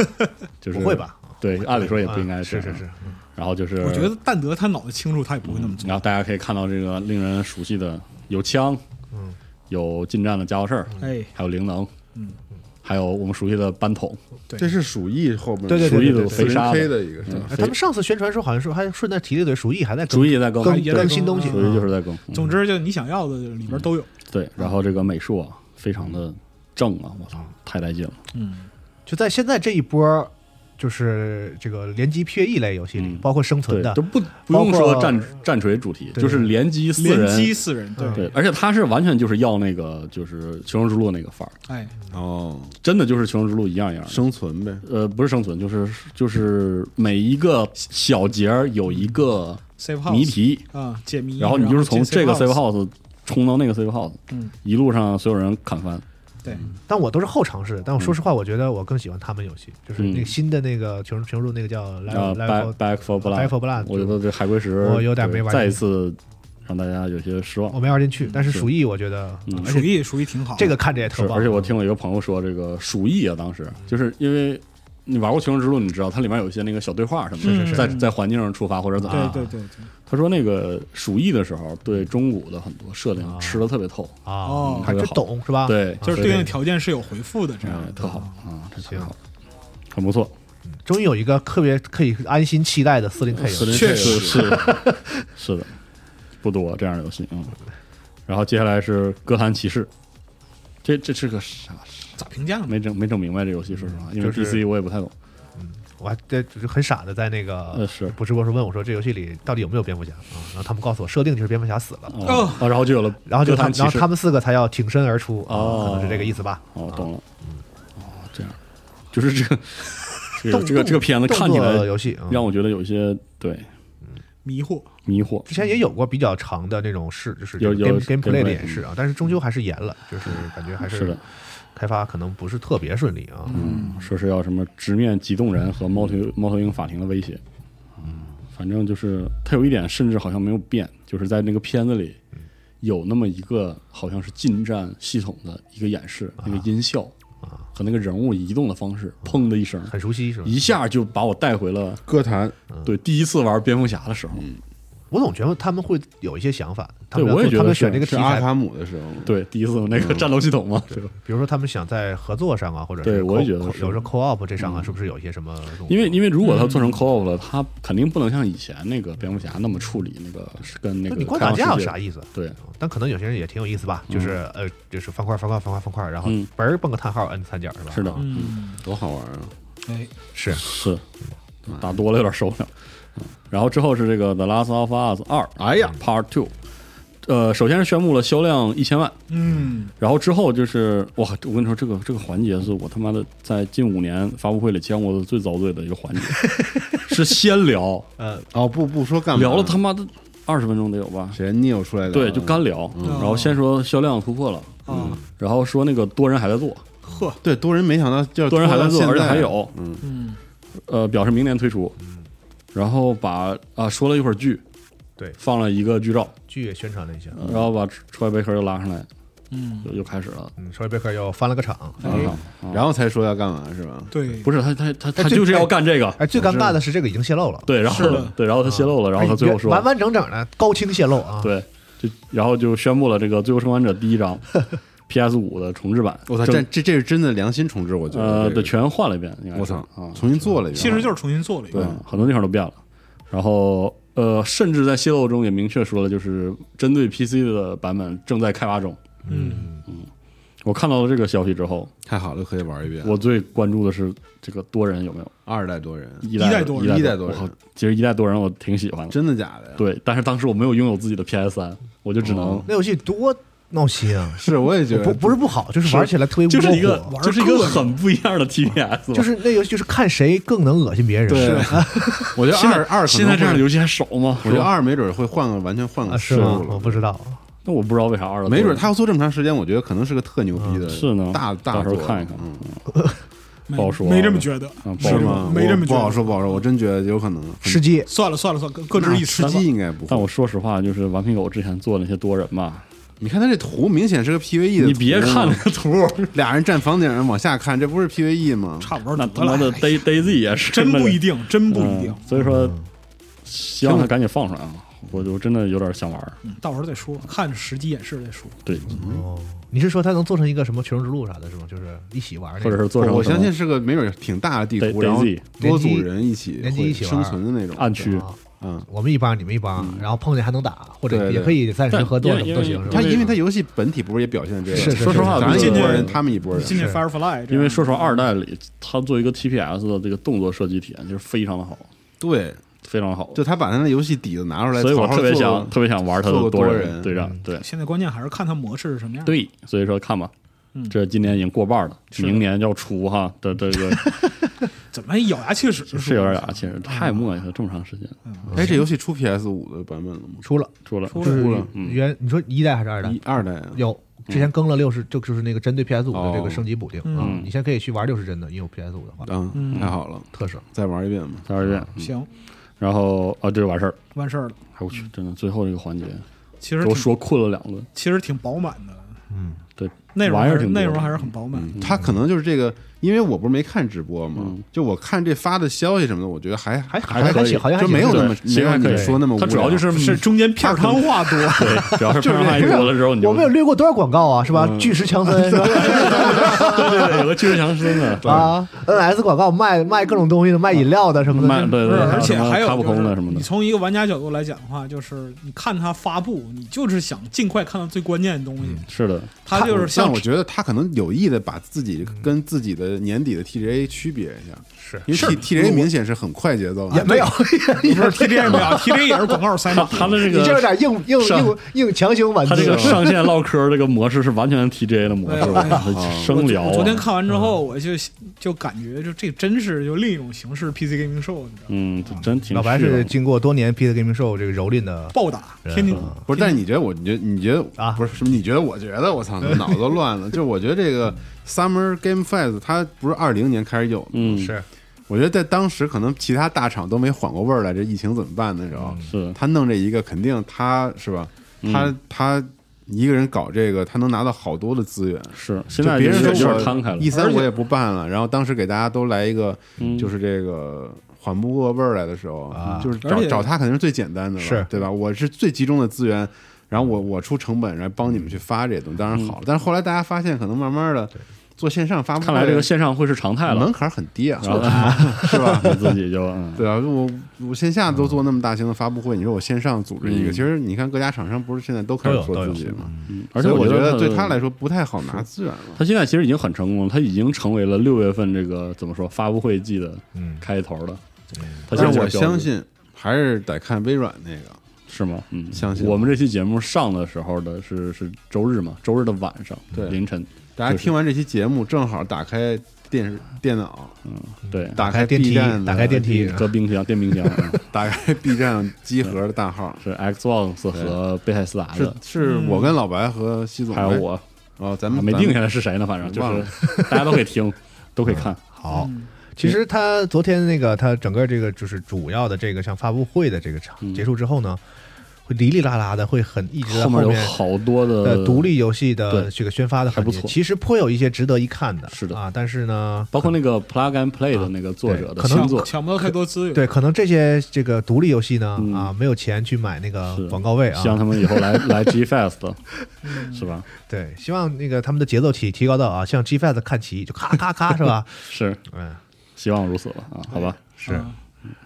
就是
不会吧？
对，按理说也不应该
啊
这
是
样
是是，。
然后就是
我觉得但德他脑子清楚，他也不会那么做。
然后大家可以看到这个令人熟悉的有枪，
嗯，
有近战的家伙事儿，
哎，
还有灵能，
嗯，
还有我们熟悉的扳桶，
对
这是鼠疫后面
对对
鼠
对
疫
对对
的肥沙
K
的，
的一个是吧
哎他们上次宣传说好像说还顺带提了一嘴，鼠疫还在更
主意也在更，
更
对
也在
更新东西，
鼠疫就是在更，嗯
总之就你想要的里边都有。
嗯
对，然后这个美术啊，非常的正啊，我操，太带劲了。
嗯，
就在现在这一波，就是这个联机 PVE 类游戏里，
嗯
包括生
对
存，的
都，不不
包
用说
括
战战锤主题，
对
就是联机四
联机
人，嗯
四人，对，
对，而且他是完全就是要那个就是求生之路那个范儿，
哎，
嗯
哦，
真的就是求生之路一样一样的。
生存呗。
呃，不是生存，就是就是每一个小节儿有一个
safe house
谜题，
啊，解
嗯
谜，
然后你就是从
进
这个
safe
safe house 冲到那个 safe house，
嗯
一路上所有人砍翻，
对，
但我都是后尝试的。但我说实话，我觉得我更喜欢他们游戏，就是那个新的那个《求生求生录》那个叫《来
嗯啊
来
，Back Back for
Back for Blood，
我觉得这海龟石
我有点没玩进
再一
去
次让大家有些失望
我。没玩进去，但是鼠疫我觉得呃
嗯
鼠疫鼠疫挺好。
这个看着也特
是，
棒。嗯
而且我听我一个朋友说，这个鼠疫啊，当时就是因为你玩过《求生之路》，你知道它里面有一些那个小对话什么的，
是是
在在环境上触发或者怎么
对
样。
对对对，
他说那个鼠疫的时候，对中古的很多设定吃的特别透，
啊
哦，
还真懂是吧？，
对，
就是
所以
对应的条件是有回复的，这
哎
样
特好啊，这特
啊行
好，很不错。
终于有一个特别可以安心期待的四
嗯
零 K 游戏。
确实是 的是的，不多这样的游戏嗯。然后接下来是《哥谭骑士》，这这是个啥？
咋评价呢？
没整没整明白这游戏，说实话，因为
就是
DC 我也不太懂。
我还这就是很傻的在那
呃
个
是
不直播时候问我说这游戏里到底有没有蝙蝠侠啊？然后他们告诉我设定就是蝙蝠侠死了，
哦，啊然后就有了，
然后就他
谭
们
骑
然后
士
他们四个才要挺身而出
哦
啊，可能是这个意思吧。
哦，懂了，
嗯
哦，这样，就是 这个这个
动
这个这个片子
动
看起来
作游戏嗯
让我觉得有一些对
迷惑，
迷惑，
之前也有过比较长的那种试，就是
有有
game game play
gameplay
的演示啊，但是终究还是严了，就是感觉还
嗯是的
开发可能不是特别顺利啊。
嗯，说是要什么直面激动人和猫头猫头鹰法庭的威胁，嗯，反正就是它有一点甚至好像没有变，就是在那个片子里
嗯
有那么一个好像是近战系统的一个演示，
啊
那个音效和那个人物移动的方式，砰的一声，
很熟嗯悉是吧？
一下就把我带回了
歌坛
对第一次玩蝙蝠侠的
嗯
时候，
我总觉得他们会有一些想法，他们
对我也
要做
觉得
他们
是啊
选这个题
是阿
材，
卡姆的时候，
对第一次那
嗯
个战斗系统嘛，对吧？
比如说他们想在合作上啊，或者是
对我也
co-
觉得
co-
是嗯
有时候 co op 这上啊，是不是有一些什么东西？
因为因为如果他做
嗯
成 co-op 了，他肯定不能像以前那个蝙蝠侠那么处理那个是跟那
那
个
你光打架有啥
意
意思？啊
对，
但可能有些人也挺有意思吧，就是呃，就是方块方块方块方块，然后
嗯
嘣儿蹦个叹号，摁三角是吧？
是的，
嗯，
多好玩啊！
哎，
是
是打多了有点受不了。嗯然后之后是这个《The Last of Us 二》，哎
嗯
呀，Part Two，呃，首先是宣布了销量一千万，
嗯，
然后之后就是哇，我跟你说，这个这个环节是我他妈的在近五年发布会里见过的最遭罪的一 个环节，是先聊
嗯
哦，不不说干嘛
聊了他妈的二十分钟得有吧？
谁扭出来的？
对，就干聊，嗯
嗯
然后先嗯说销量突破了，
啊，
然后说那个多人还在做，
呵，
对多人没想到就是
多人还在做，
拖到
而
现
且
在
还有，
嗯，
呃，表示明年推出。然后把啊说了一会儿剧，
对
放了一个剧照，
剧也宣传了一下，
然后把troy Baker 又拉上来，
嗯，
又又开始了。啊
嗯，稍微贝克又翻了个场，
哎，
然后才说要干嘛是吧？
对，
不是他他他他
这
就是要干这个，
哎，最啊尴尬的是这个已经泄露了，哎
对，然后
是的
对，然后他泄露了，然后他最后说
完完整整的高清泄露啊，
对，就然后就宣布了这个《最后生还者》第一章 PS 五的重置版，
我操，
正
这这这是真的良心重置，我觉得。
呃
这
对
个
全换了一遍，应该是
我操
啊，，
重新做了一遍。
其实就是重新做了一
对
个，，
嗯很多地方都变了。然后呃，甚至在泄露中也明确说了，就是针对 PC 的版本正在开发中。
嗯，
我看到了这个消息之后，
太好了，可以玩一遍。
我最关注的是这个多人有没有
二代多人，
一
一代多
多人
人
一
一代多人哦
我靠其实一代多人我挺喜欢的，
真的假的呀？哦
对，但是当时我没有拥有自己的 PS 三，我就只能
那游戏多闹心啊！
是我也觉得
不不是不好，就是玩起来特别
就是一个
窝火
就是一个很不一样的 TPS，吧
就是那游戏就是看谁更能恶心别人，
对， 我觉得
现在
二二可
现
能
在这样的
会
游戏还少吗？
我觉
是
得
吧
二没准会换个完全换
啊
个
是
思路
吗？
了
我不知道，
那我不知道为啥二的
没准他要做这么长时间，我觉得可能嗯是个特牛逼的，
是呢
大大
到时候
作
看一看
嗯
没
不好说啊
没这么觉得，
嗯不
是
好
是
说
吗
吗？？没这么觉
我不
得，
好说，不好说，我真觉得有可能嗯哦
吃鸡
算了算了算了，各各
那
执一词
吃
吧。
鸡应该不
但
会。
我说实话，就是顽皮狗之前做那些多人嘛，
你看他这图明显是个 PVE 的，
你别看那，个图，
俩人站房顶上往下看，这不是 PVE 吗？
差不多
那
得
他妈的
了哎
Day Daisy 也是
真不一
定，
定，真不一定
嗯，所以说希望他赶紧放出来啊！我就真的有点想玩儿，
嗯到时候再说，看实际演示再说。
对，
嗯
哦，你是说它能做成一个什么《求生之路》啥的，是吗？就是一起玩那
或
种，
者是做成
我
什么
相信是个没准挺大的地图，
Day-
然后
Daisy
多组人一起
联机
会
一起玩
生存的那种
暗区
啊
嗯，
我们一帮你们一帮，
嗯
然后碰见还能打，或者
对
也
对
可以暂时
但
合作
因为
什么都
因
行，
为
是
他
吧？
因为他游戏本体不是也表现这个？
是是
说实话
咱们
是
一拨
是
人，他们一拨人，
进去 Firefly，
因为说
说
实话，二代里他做一个 TPS 的这个动作设计体验就是非常的好，
对，
非常好，
就他把他那游戏底子拿出来，
所以我
好好
特别
做
想特别想玩他
做
的
个
多
多
人
人嗯
对战，对
现在关键还是看它模式是什么样。，
对，所以说看吧。
嗯
这今年已经过半了，
的
明年要出哈的这 个
怎么咬牙切齿地说？
是有点牙切，太磨叽了，这么长时间
哎，这游戏出 PS 五的版本了吗？
出了，
出了，嗯
就
出了
是
出了
原你说一代还是二代
一？二代啊，
有之前更了六十，就就是那个针对 PS 五的这
哦
个升级补丁啊，
嗯
你现在可以去玩六十帧的，你有 PS 五的话，
嗯，太好了，
特色。
再玩一遍吧。
第二遍，
行，
然后啊，这就完事儿。
完事儿了。
哎我去，真的最后这个环节
其实
给我
挺
说困了两轮，
其实挺饱满的，
对，
内容
玩意
还
儿
是
挺多
内
的嗯
容还是很饱满。
他可能就是这个，因为我不是没看直播嘛，就我看这发的消息什么的，我觉得还还
还还
可以
行，好像还
就
行
没有
对
那么
其实还
没
可
有
以
你说那么无
它
聊
主要就是
啊是中间片儿汤话多，
对，主要是嗯片儿太
这个
多了之后，你就
啊我们有略过多少广告啊，是吧？巨石强森是吧？
对对对，有个巨石强森的，
啊，NS 广告卖卖各种东西的，卖饮料的什么的，
卖
真
对
不
对，
是， 而且还有
卡普
就
空的
是
什么
你
的，
从一个玩家角度来讲的话，就是你看它发布，你就是想尽快看到最关键的东西。
是的，
它就是
像
像
我觉得他可能有意的把自己跟自己的年底的 TGA 区别一下，是因为 T TGA 明显是很快节奏的，
也没有，
不是 T J 没有，T J 也是广告塞满。
他的这
你这有
个
点硬硬
上
硬硬强行挽
他这
救
个。上线唠嗑这个模式是完全 TJ 的模式，
对
生聊啊
我昨天看完之后，我就就感觉就这真是就另一种形式 PC gaming show，你知道吗？
嗯，这真挺
老白
虚荣
是
的
经过多年 P 的 Gaming Show 这个蹂躏的，
暴打
啊
天津，
嗯
不是，但是你觉得我，你觉得你觉得
啊
不是什么？你觉得我觉得我操，脑子都乱了。就是我觉得这个 Summer Game Fest 它不是二零年开始有的，
嗯
是啊
我觉得在当时可能其他大厂都没缓过味儿来，这疫情怎么办的时候，
是
他弄这一个肯定他是吧？他、他一个人搞这个，他能拿到好多的资源。
是，现
就
在
别人
有
说
点
我
摊开了，
一三
而且
我也不办了，然后当时给大家都来一个，
嗯
就是这个缓不过味儿来的时候，就是
而
找
且
找他肯定是最简单的了，
是
对吧？我是最集中的资源，然后我我出成本，然后帮你们去发这些东西，当然好了。但是后来大家发现，可能慢慢的做线上发布会，
看来这个线上会是常态了
门，槛很低啊，
然后
是吧？
你自己就 嗯
对啊，我我线下都做那么大型的发布会，你说我线上组织一个，其实你看各家厂商不是现在都开始
都
做
有
自己嘛，
而且
所以我
觉
得对
他
他来说不太好拿资源了。
他现在其实已经很成功了，他已经成为了六月份这个怎么说发布会季的
嗯
开头了。他现
但
在
是
就
我
是标
相
志
信还是得看微软那个，
是吗？嗯，
相信
我们这期节目上的时候的是是周日嘛，周日的晚上，
对
凌晨，
大家听完这期节目，正好打开电视、电脑，
嗯
对，
打
开电
B
梯
站，的
打开电，梯，
搁冰箱电 冰箱嗯
打开 B 站集合的大 号。
是 Xbox 和贝塞斯达
是
的，
是我跟老白和西总，
还有我，
哦，咱
还
们
没
咱们
定下来是谁呢，反正就
忘了
是 大家都可 以听，都可以看，
好，
嗯
其实他昨天那个他整个这个就是主要的这个像发布会的这个场结束之后呢，会哩哩啦啦的，会很一直在
嗯后面有
面。
好多
呃，
的
独，立游戏的
对
这个宣发的
还
环
不
节，
错
其实颇有一些值得一看的，
是的
啊。但是呢，
包括那个 Plug and Play 的那个作者
啊对可
的
能
新
抢
作，
抢不到太多资源。
对，可能这些这个独立游戏呢，
嗯
啊，没有钱去买那个
是
广告位啊
希，望他们以后 来来 G Fest，是吧？
对，希望那个他们的节奏提提高到啊，像 G Fast 看齐就咔咔咔是 吧？
是，
嗯，
希望如此吧啊，好吧。
是
嗯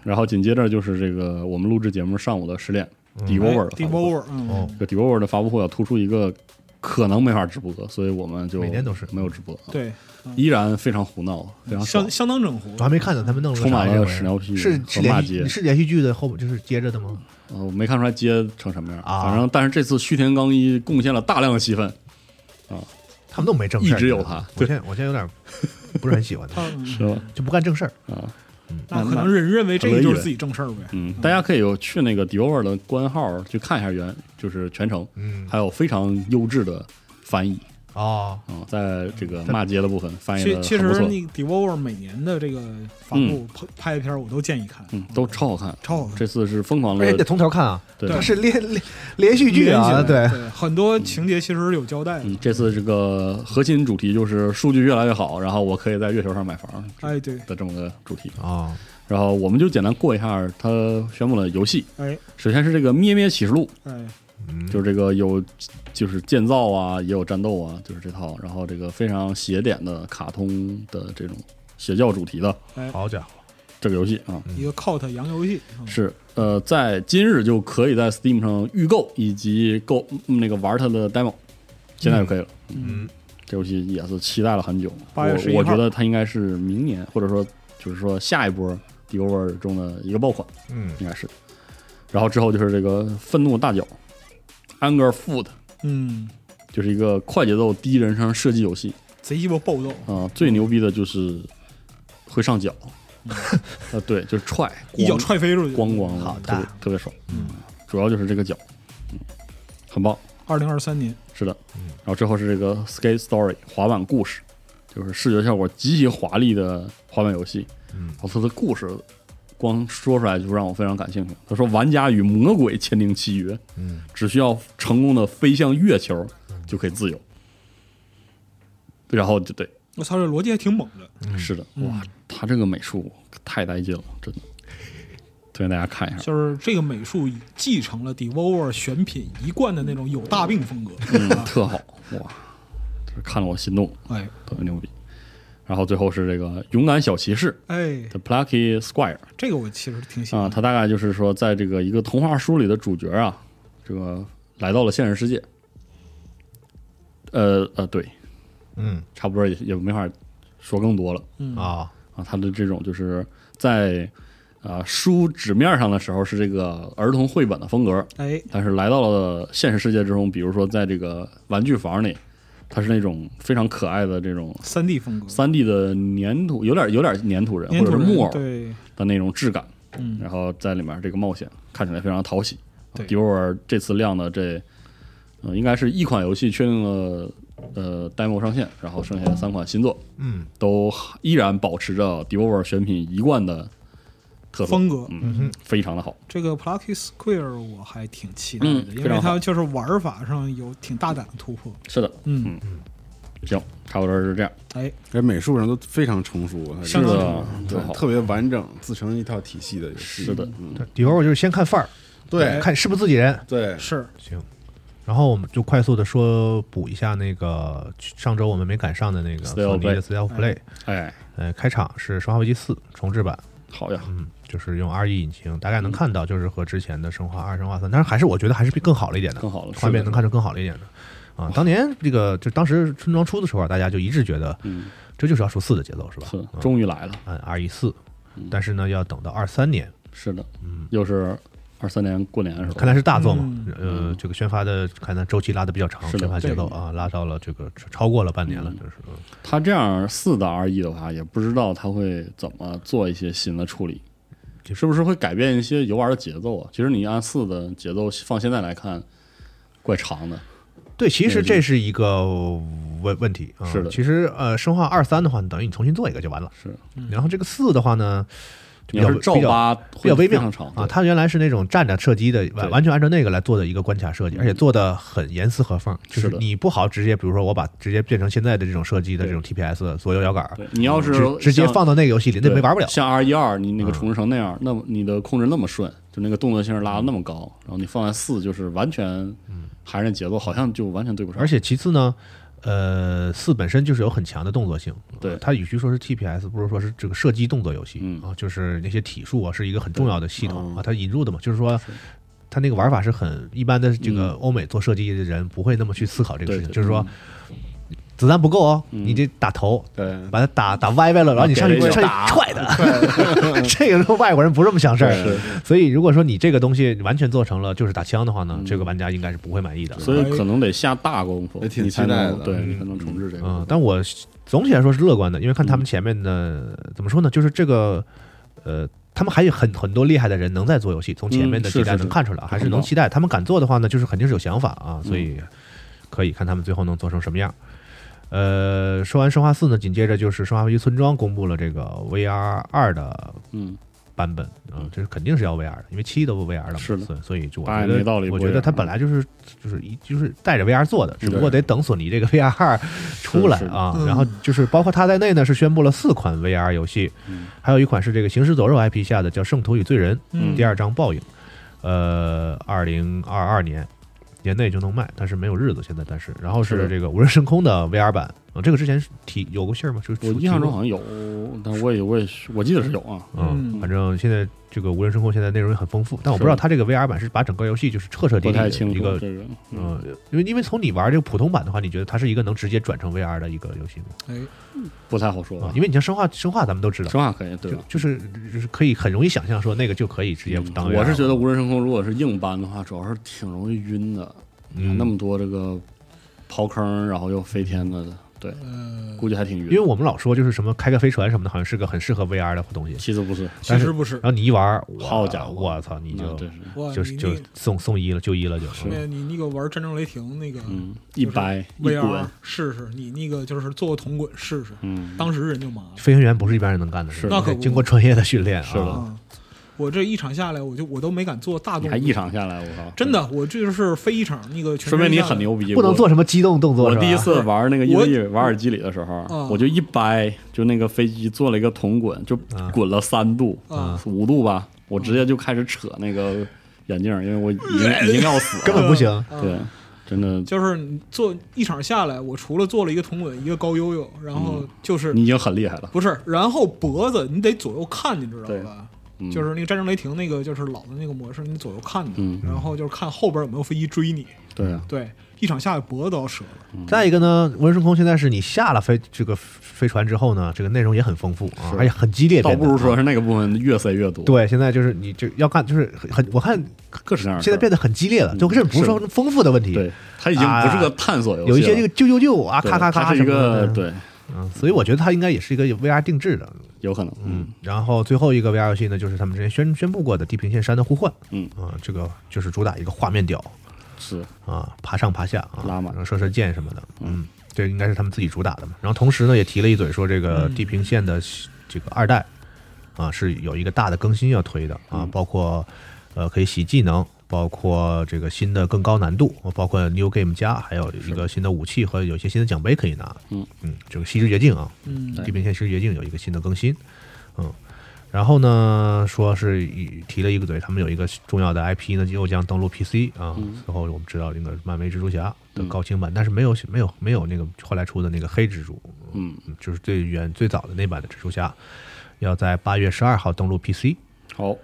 然后紧接着就是这个我们录制节目上午的十点
嗯
d e v o v e r 的发
Deep
布会
Over，嗯，
哦，
这 d e v o v e r 的发布会要突出一个可能没法直播，所以我们就
每年都是
没有直播，，啊
对，
依然非常胡闹，非常爽
相相当整活
我。还没看呢，他们弄了
充满
啥
了
这玩
屎
意
尿屁
儿是
和
是
骂
连
街
续，是连续剧的后就是接着的吗？
呃，我没看出来接成什么样，
啊
反正但是这次须田刚一贡献了大量的戏份，
他们都没正事儿，
一直有他
我现在我现在有点不是很喜欢
他
他，
嗯
是吧？
就不干正事儿。
那可能人认为这
很
个
乐
就
意
是
呗
自己正事儿呗。
嗯，大家可以有去那个 d e v o v e r 的官号去看一下原，就是全程，
嗯，
还有非常优质的翻译
哦，
啊、在这个骂街的部分翻译
其
的
其
很
实
不错，
那个 Devolver 每年的这个发布拍拍的片儿，我都建议看，
嗯，都超好看，
超好看。
这次是疯狂
而且你得
的，
从头看啊，
呃哎对
它是连连连续剧啊，
连起来
对，
对，很多情节其实是有交代的
嗯。，这次这个核心主题就是数据越来越好，然后我可以在月球上买房
哎，对，
的这么个主题。
哦，
然后我们就简单过一下它宣布了游戏，
哎
首先是这个《咩咩启示录》，
哎，
嗯
就是这个有就是建造啊，也有战斗啊，就是这套，然后这个非常邪典的卡通的这种邪教主题的
好家伙，
这个游戏啊，
一个 cult 洋游戏，嗯
是呃，在今日就可以在 Steam 上预购以及购嗯那个玩它的 demo，现在就可以了。嗯，这游戏也是期待了很久。
8月11
我我
号
觉得它应该是明年，或者说就是说下一波 d e o v e r 中的一个爆款，
嗯，
应该是。然后之后就是这个愤怒大脚，Anger Food，
嗯，
就是一个快节奏第一人称射击游戏
贼鸡巴暴揍，
啊、最牛逼的就是会上脚，呃，对，就是踹，
嗯 一脚
咣
踹飞出去。
咣咣的，
好
特别
大
特别爽。嗯，主要就是这个脚，嗯，很棒。
二零二三年，
是的，然后最后是这个 Skate Story 滑板故事，就是视觉效果极其华丽的滑板游戏。嗯，然后它的故事光说出来就让我非常感兴趣。他说，玩家与魔鬼签订契约，嗯，只需要成功的飞向月球就可以自由。然后就对，
我操，这逻辑还挺猛的。
是的，哇，他这个美术太带劲了，真的，推荐大家看一下。
就是这个美术继承了 Devolver 选品一贯的那种有大病风格，啊
嗯，特好哇！这看了我心动，
哎
特别牛逼。然后最后是这个勇敢小骑士
哎，
The Plucky Squire
这个我其实挺喜
啊，
欢。
他大概就是说，在这个一个童话书里的主角啊，这个来到了现实世界。呃呃，对，
嗯
差不多也也没法说更多了
啊，
啊。他的这种就是在啊、书纸面上的时候是这个儿童绘本的风格，
哎，
但是来到了现实世界之中，比如说在这个玩具房里，它是那种非常可爱的这种
三 D 风格，
三 D 的粘土，有点有点粘土人
粘
或
土
者
人
是木偶
对，
的那种质感，
嗯，
然后在里面这个冒险看起来非常讨喜。
对
迪沃尔这次亮的这，呃，应该是一款游戏确定了呃 demo 上线，然后剩下的三款新作
嗯
都依然保持着迪沃尔选品一贯的特色，
风格。
嗯，非常的好。
这个 Plucky Square 我还挺期待
嗯
的，因
非
为
常好
它就是玩法上有挺大胆的突破。
是的，
嗯，
行，差不多是这样。
哎，
在美术上都非常成熟，它
是
的
嗯
特好
对，特别完整，自成一套体系的游戏。
是的，
嗯，
底儿我就是先看范儿，
对
看是不是自己人，
对，
嗯
是
然后我们就快速的说补一下那个上周我们没赶上的那个
State
索
of
尼的 State of Play，
哎，
呃，开场是《生化危机四》重置版，
好呀，
嗯，就是用 R E 引擎，大概能看到就是和之前的《生化二》《生化三》，但是还是我觉得还是比更好了一点的，
更好了
画
是
面
的
能看出更好了一点的。啊，当年这个就当时春装出的时候啊，大家就一致觉得
嗯，
这就是要出四的节奏是吧？啊
是，嗯终于来了，
按 R E 四，但是呢要等到二三年，
是的，又是二三年过年是
嗯看
吧？
来是大作嘛，
嗯
呃，这个宣发的看来周期拉的比较长，
是的
宣发节奏啊拉到了这个超过了半年了，就是嗯
他这样四的 R E 的话，也不知道他会怎么做一些新的处理，是不是会改变一些游玩的节奏啊？其实你按四的节奏放现在来看，怪长的，
对，其实这是一个问问题啊。
是的
其实呃，生化二三的话，等于你重新做一个就完了。
是。
然后这个四的话呢，就
你
比较
要是照
比较
八
比
会
较微
非
妙
常长
啊，
对
它原来是那种站着射击的，完
对嗯
完全按照那个来做的一个关卡设计，而且做的很严丝合缝。就是
的
你不好直接，比如说我把直接变成现在的这种射击的
对
这种 TPS 左右摇杆儿，
对你要是
直直接
像
放到那个游戏里，那
对
没玩不了。嗯
像 R 一二，你那个重置成那样，那么你的控制那么顺，就那个动作性拉的那么高，然后你放在四就是完全
嗯
还是那节奏，好像就完全对不上。
而且其次呢，呃，四本身就是有很强的动作性，
对
它与其说是 TPS，不如说是这个射击动作游戏、
嗯
啊，就是那些体术啊，是一个很重要的系统啊，它引入的嘛，就是说。它那个玩法是很一般的，这个欧美做射击的人不会那么去思考这个事情，
嗯对对嗯
就是说子弹不够哦，你得打头，
对
把它打打歪歪了，然后你上去
给人
上去 踹它，这个时候外国人不这么想事儿，所以如果说你这个东西完全做成了就是打枪的话呢，这个玩家应该是不会满意的。
嗯所以可能得下大功夫，
也挺
你才能
期待的
对，你才能重置这个。
嗯，但我总体来说是乐观的，因为看
嗯
他们前面的、怎么说呢，就是这个呃，他们还有很很多厉害的人能在做游戏，从前面的
嗯是嗯
几代
是
能
是
看出来，还是能期待。他们敢做的话呢，就是肯定是有想法啊，所以可以看他们最后能做成什么样。呃，说完《生化四》呢，紧接着就是《生化危机村庄》公布了这个 VR 二的
嗯，
版本啊、这是肯定是要 VR 的，因为七都不 VR 了嘛，
是的
所以所以就我
八
觉
也
得
没道理
我
不
觉得
VR
它本来就是就是一就是带着 VR 做的，只不过
对
得等索尼这个 VR 二出来
是的
啊
是。的
然后就是包括它在内呢，是宣布了四款 VR 游戏，
嗯
还有一款是这个《行尸走肉》IP 下的叫《圣徒与罪人》
嗯
第二章报应，呃，二零二二年。年内就能卖，但是没有日子现在。但是，然后
是
是
的
这个无人升空的 VR 版啊、这个之前是提有过信儿吗？就是
我印象
像。
中好像有，但我也我也我记得是有啊。
嗯，
嗯
反正现在这个无人深空现在内容也很丰富，但我不
是
知道它这个 VR 版是把整个游戏就是彻彻底
不
底
太
的
清
一
楚
个，
这个，嗯，
嗯，因为因为从你玩这个普通版的话，你觉得它是一个能直接转成 VR 的一个游戏吗？
哎，
不太好说
啊
吧，
因。为你像生化生化咱们都知道，
生化可以，对
就
吧？
就是就是可以很容易想象说那个就可以直接当 VR 了。
嗯我是觉得无人升空如果是硬搬的话，主要是挺容易晕的。
嗯
那么多这个刨坑，然后又飞天的，对，
呃，
估计还挺晕。
因为我们老说就是什么开个飞船什么的，好像是个很适合 VR 的东西。
其实不是，
其实不是
然，后你一玩，我
好家伙
我操，你
那
就
真是，
哇，
就
你
就
那个
送送医了，就医了就。嗯
那你那个玩《战争雷霆》那个
嗯，一掰一
VR
滚，
试试，你那个就是做个铜滚试试，
嗯，
当时人就麻了。
飞行员不是一般人能干的事，
是的
那可不
经过专业的训练啊。
是的
啊，我这一场下来，我就我都没敢做大
你
动
还
作，
一场下来，我靠，
真，的，我这就是飞一场那个全身
说明你
上下
很牛逼，
不能
我
做什么激动动作。
我
是吧
第一次玩那个一
我
对一玩耳机里的时候
啊，
我就一掰，就那个飞机做了一个铜滚，就
啊
滚了三度
啊、
五度吧，我直接就开始扯那个眼镜，因为我已 经已经要死了，
根本不行。
啊
对，真的，
就是你做一场下来，我除了做了一个铜滚，一个高悠悠，然后就是、
嗯你已经很厉害了，
不是，然后脖子你得左右看，你知道
对
吧？
嗯
就是那个战争雷霆那个就是老的那个模式，你左右看的，
嗯
然后就是看后边有没有飞机追你。
对啊，
对，一场下来脖子都要折了。
嗯
再一个呢，无人升空现在是你下了飞这个飞船之后呢，这个内容也很丰富啊，而且很激烈
倒
变得啊。
不如说是那个部分越塞越多，，
对，现在就是你就要干，就是很很，我看
各式各样的事
现
儿。
在变得很激烈了，
嗯
就这不是说丰富的问题，啊
对，它已经不是个探索游戏
有
了，
一些这个救救救啊，
对
咔咔咔
它
什
是一
么的
个，对，
嗯，所以我觉得它应该也是一个 VR 定制的，
有可能，嗯，
然后最后一个 VR 游戏呢，就是他们之前宣宣布过的《地平线山的互换》，
嗯
啊、这个就是主打一个画面屌
是
啊，爬上爬下啊，
拉满
然后射射箭什么的，嗯，这应该是他们自己主打的嘛。然后同时呢，也提了一嘴说这个
嗯
《地平线》的这个二代啊，是有一个大的更新要推的啊，包括呃可以洗技能。包括这个新的更高难度，包括 New Game 加，还有一个新的武器和有一些新的奖杯可以拿。
嗯
嗯，这个《西之绝境》啊，
嗯
地平线其实绝境有一个新的更新，嗯，然后呢，说是以提了一个嘴，他们有一个重要的 IP 呢，又将登陆 PC 啊。
嗯
随后我们知道那个漫威蜘蛛侠的高清版，但是没有没有没有那个后来出的那个黑蜘蛛，
嗯，
嗯就是最原最早的那版的蜘蛛侠，要在八月十二号登陆 PC。
好，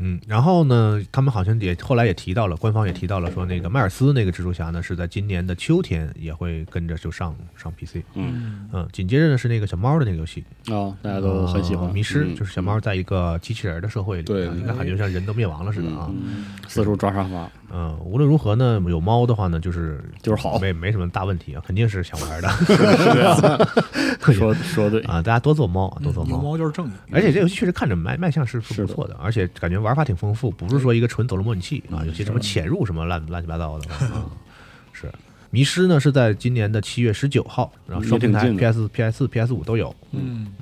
嗯，然后呢，他们好像也后来也提到了，官方也提到了说，那个迈尔斯那个蜘蛛侠呢，是在今年的秋天也会跟着就上上 PC。
嗯
嗯，紧接着呢是那个小猫的那个游戏，
啊，大家都很喜欢
呃迷失，
嗯
就是小猫在一个机器人的社会里，
对
啊应该感觉像人都灭亡了似的
嗯
啊。
四处抓沙发，
嗯，无论如何呢，有猫的话呢，就是
就是好
没没什么大问题啊，肯定是想玩的
说说对，
啊。大家多做猫，啊，多做
嗯有
猫。
猫就是 正义。
而且这游戏确实看着卖卖相是是
是
不
的
错的，而且感觉玩法挺丰富，不是说一个纯走路模拟器
嗯
啊，有些什么潜入什么乱乱七八糟 的啊。是，迷失呢是在今年的七月十九号，然后
离
双平
挺
台
近的
PS、PS、PS 五都有。
嗯，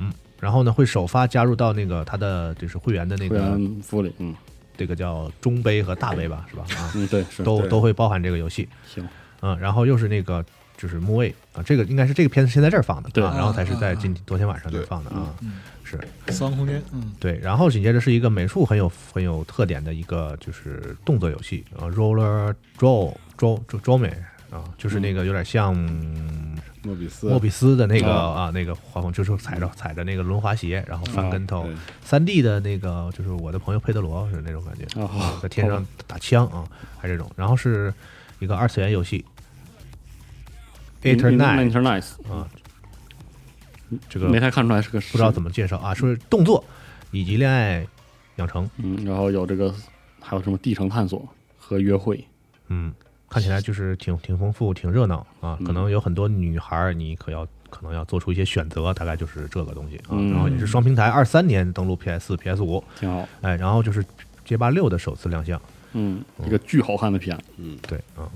然后呢，会首发加入到那个它的就是会员的那
会
个
员福利，嗯
这个叫中杯和大杯吧，是吧？ 啊，
嗯，对，是
都
对
都会包含这个游戏。
行，
嗯，然后又是那个就是木卫啊，这个应该是这个片子先在这儿放的，
对
啊，然后才是在
啊
今昨天晚上才放的啊，
嗯
是
死亡空间，嗯，
对。然后紧接着是一个美术很有很有特点的一个就是动作游戏啊，Roller Draw Draw Draw Draw 美啊，就是那个
嗯
有点像
莫比斯，
莫比斯的那个
哦
啊那个画风，就是踩着踩着那个轮滑鞋，然后
啊
翻跟头
对，
三 D 的那个就是我的朋友佩德罗是那种感觉，
啊， 好
在天上打枪啊，还这种。然后是一个二次元游戏 i n t e r n i t
Internet，
啊，这个
没太看出来是个，
不知道怎么介绍啊，说是动作以及恋爱养成，
嗯，然后有这个还有什么地城探索和约会，
嗯，看起来就是挺挺丰富、挺热闹
嗯
啊。可能有很多女孩儿，你可要可能要做出一些选择，大概就是这个东西啊。
嗯
然后也是双平台，二三年登陆 PS 4 PS 五，
挺好，
哎，然后就是街霸六的首次亮相，
嗯，一个巨好看的片，
对啊，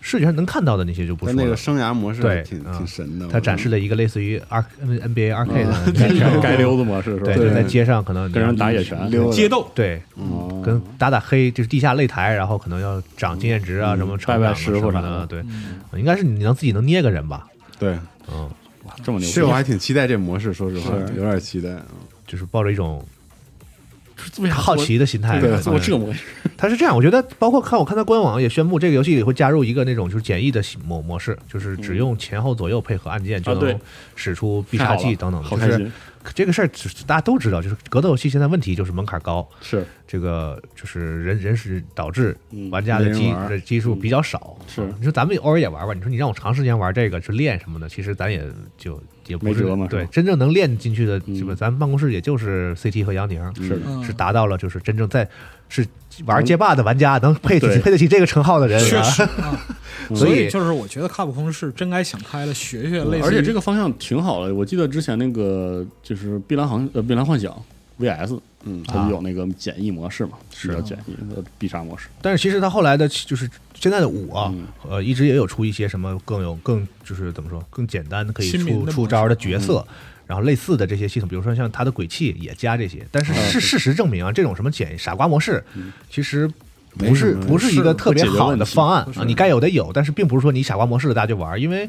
视觉上能看到的那些就不
他
说了。
那个生涯模式还
对
挺
嗯
挺神的，
它展示了一个类似于呃 R NBA Arcade 的感觉
嗯街溜子 模式是吧？
嗯对，就在街上可能
跟人打
野，
野拳，
嗯溜达
街斗，
对，
哦
跟打打黑就是地下擂台，然后可能要涨经验值啊，什么成长啊
嗯拜拜师傅
什么
啥
的，
的
对，应该是你能自己能捏个人吧，
对，
嗯，
哇这么牛逼，
这我还挺期待这模式，说实话
是
有点期待啊。
就是抱着一种
为啥
好奇的心态，
对
嗯
做这模式，
它是这样，我觉得包括看我看它官网也宣布，这个游戏里会加入一个那种就是简易的模模式，就是只用前后左右配合按键就
啊对
能使出必
太
杀
好了
技等等的，
好
就
开
是
心，
这个事儿只大家都知道，就是格斗游戏现在问题就是门槛高，
是
这个就是人人是导致
嗯
玩家的
没人
基
玩
的基数比较少。
是
啊你说咱们偶尔也玩玩，你说你让我长时间玩这个去练什么的，其实咱也就也不是
没辙嘛
对
是，吧
真正能练进去的，
嗯
这个咱们办公室也就是 CT 和杨宁，
是的
嗯
是达到了就是真正在是玩街霸的玩家，能配得起
对
配得起这个称号的人，
确 实，
啊
啊
所
所
以
以就是我觉得卡普空是真该想开了，学学 类似于，
而且这个方向挺好的。我记得之前那个就是碧蓝航呃碧蓝幻想 VS，嗯，它
啊
就有那个简易模式嘛，比较简易的必杀模式。
但是其实他后来的就是现在的五啊
嗯，
呃，一直也有出一些什么更有更就是怎么说更简单的可以
亲民的
出
模式
出招的角色，
嗯
然后类似的这些系统，比如说像他的鬼泣也加这些，但是
嗯
事事实证明啊，这种什么简傻瓜模式，其实。不是
没什么
不是一个
是
特别
不解决
好
问
的
题
方案
不是嗯
啊！你该有的有，但是并不是说你傻瓜模式的大家就玩儿，因为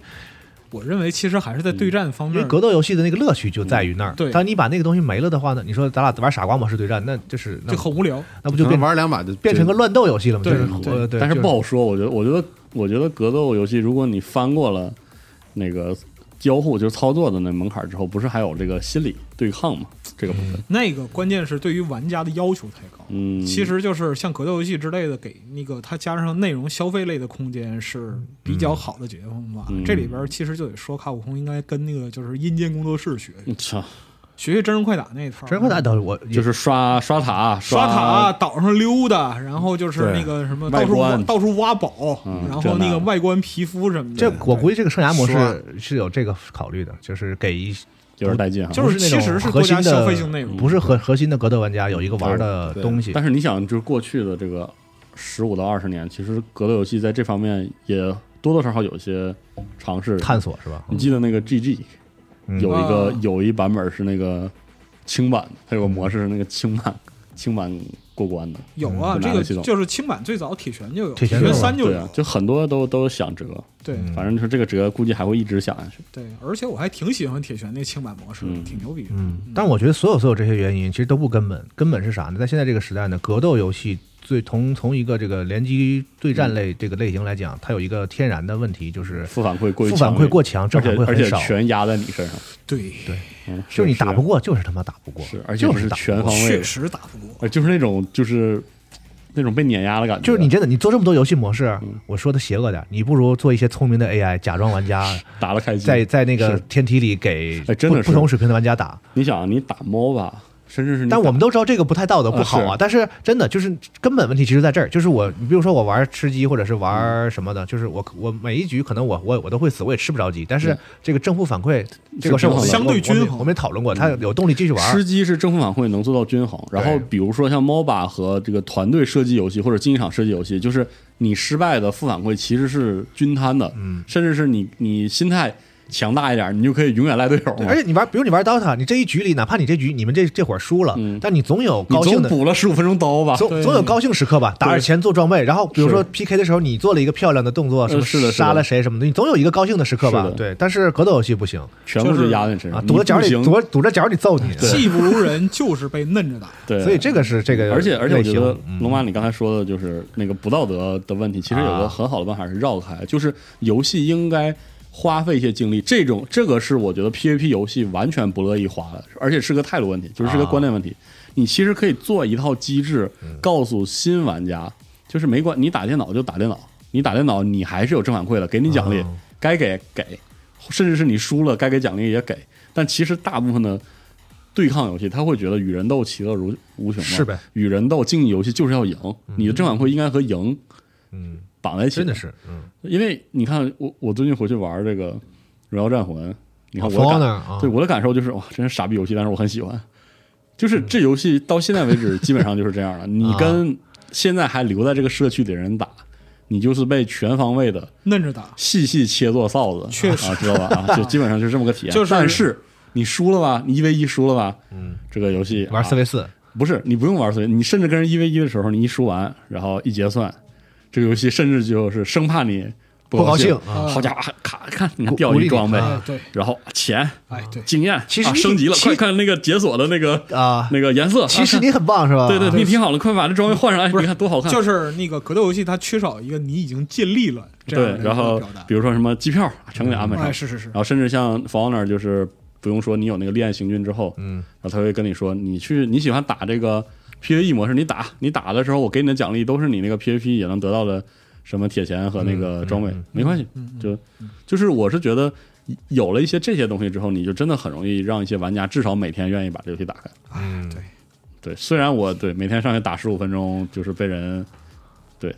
我认为其实还是在对战方
因为
面，
格斗游戏的那个乐趣就在于那儿。
嗯对
当你把那个东西没了的话呢，你说咱俩玩傻瓜模式对战，那就是那
就很无聊。
那不就
可能
变
玩两把就
变成个乱斗游戏了吗？
对
就是
嗯
呃对，
但是
就
不好说。我觉得，我觉得，我觉得格斗游戏，如果你翻过了那个交互，就是操作的那门槛之后，不是还有这个心理对抗嘛？这个部分，
那个关键是对于玩家的要求太高，
嗯，
其实就是像格斗游戏之类的，给那个它加上内容消费类的空间是比较好的解决方法。
嗯
这里边其实就得说卡普空应该跟那个就是阴间工作室学学
嗯操，
学学真人快打那一套，嗯
真人快打倒是我
就
就是
刷刷塔，
刷塔啊
塔，
岛上溜达，然后就是
对
那个什么
外
到处挖
观
到处挖宝，
嗯
然
这
后那
那
个
的
外观皮肤什么
这
的。
我估计这个生涯模
刷
式是有这个考虑的，就是给一
有点带劲啊哈。
就是
不那种
其实是
核
多
心
加
的
消费性内容
不是核核心的格斗玩家有一个玩的
对对
东西。
但是你想，就是过去的这个十五到二十年，其实格斗游戏在这方面也多多少少有一些尝试。
探索是吧？
你记得那个 GG
嗯
有一个
啊
有一版本是那个轻版，它有个模
嗯
式是那个轻版轻版过关的。
有啊，
嗯
这
哪
个
个系统
就是轻版最早铁拳就有，
铁拳
铁拳
有啊
三就
对
有
啊，，就很多都都想折，
对
嗯
反正就是这个折估计还会一直想下去。
对，而且我还挺喜欢铁拳那轻版模式，
嗯
挺牛逼的。
嗯，但我觉得所有所有这些原因其实都不根本，根本是啥呢？在现在这个时代呢，格斗游戏最从从一个这个联机对战类这个类型来讲，它有一个天然的问题就是
嗯负反馈过于
负反
烈
馈过强，正
而
反馈
且而
很
且
少，
全压在你身上，
对，
嗯，
就是你打不
过，
过，就是他妈打不过，
是而且
就是
是
打不
全
过
方位
确
的，
实打不过。
呃就是那种就是那种被碾压的嗯感觉，
就是你真的，你做这么多游戏模式，我说的邪恶点儿，你不如做一些聪明的 AI，假装玩家
打了开心，
在在那个
是
天梯里给
哎真
不
的是
不同水平的玩家打。
你想，你打 MOBA，甚至是你
但我
打
们都知道这个不太道德，不好啊。
是
但是真的就是根本问题，其实在这儿，就是我，你比如说我玩吃鸡或者是玩什么的，就是我我每一局可能我我我都会死，我也吃不着鸡。但是这个正负反馈这个事儿，我们
嗯是
相对
我们
均衡
我们也讨论过，他
嗯
有动力继续
吃
玩。
鸡是正负反馈能做到均衡，然后比如说像 MOBA 和这个团队射击游戏或者竞技场射击游戏，就是你失败的负反馈其实是均摊的，嗯，甚至是你你心态强大一点，你就可以永远赖队友嘛
而。且你玩，比如你玩 DOTA，你这一局里，哪怕你这局你们这这会儿输了，但你总有
嗯你
高兴
总
的
补了十五分钟刀吧？
总总有高兴时刻吧，打着钱做装备，然后比如说 PK 的时候，你做了一个漂亮的动作，什么
呃是的是的
杀了谁什么的，你总有一个高兴的时刻
是
吧
的？
对，但是格斗游戏不行
全部
就是
压在你身上，
啊，堵着脚
你
里
不行
堵着堵着脚里揍你，
技不如人，就是被嫩着打。
对，
所以这个是这个
而且而且我
类
觉
型，
得
嗯
龙马你刚才说的就是那个不道德的问题，其实有
啊
个很好的办法是绕开，就是游戏应该花费一些精力。这种这个是我觉得 PVP 游戏完全不乐意花的，而且是个态度问题，就是是个
啊嗯
观念问题。你其实可以做一套机制，告诉新玩家，就是没关你打电脑就打电脑，你打电脑你还是有正反馈的，给你
啊
奖励，该给给，甚至是你输了该给奖励也给。但其实大部分的对抗游戏，他会觉得与人斗，其乐如无穷嘛。
是呗？
与人斗，竞技游戏就是要赢，你的正反馈应该和赢
嗯，
绑在一起。
真的，是，嗯，
因为你看，我我最近回去玩这个《荣耀战魂》，你看
啊
我的
For
感
Honor 啊
对我的感受就是哇，真是傻逼游戏，但是我很喜欢。
嗯
就是这游戏到现在为止，基本上就是这样了。你
啊
跟现在还留在这个社区里的人打，你就是被全方位的
嫩着 打，
细细切做臊子，
确实
啊，知道吧？啊， 就基本上就这么个体验。
就是
但是你输了吧，你一 v 一输了吧，嗯，这个游戏
玩四
v
v 四，
不是你不用玩四 v，你甚至跟人一 v 一的时候，你一输完，然后一结算，这个游戏甚至就是生怕你
不高
高
兴啊
好家伙，咔看你看
鼓
掉
鼓励
一
你
装备
啊，
对
然后钱。
哎，对，
经验
其实
啊
你
升级了，
其
快看那个解锁的那个
啊
那个颜色。
其实
啊
你很棒是吧？
看对对，你挺好了，快把这装备换上，哎，
不是
你看多好看。
就是那个格斗游戏，它缺少一个你已经尽力了这
对
样，的一
然
个
后
表达
比。如啊说什么机票啊全给你安排
哎，
上，
是是是
然，后甚至像 f o n e r 就是不用说，你有那个恋爱行军之后，嗯，然后他会跟你说，你去你喜欢打这个 PVE 模式，你打你打的时候，我给你的奖励都是你那个 PVP 也能得到的什么铁钱和那个装备，没关系，就就是我是觉得。有
嗯
了一些这些东西之后，你就真的很容易让一些玩家至少每天愿意把这游戏打开。
哎，对，
对，虽然我对每天上去打十五分钟，就是被人对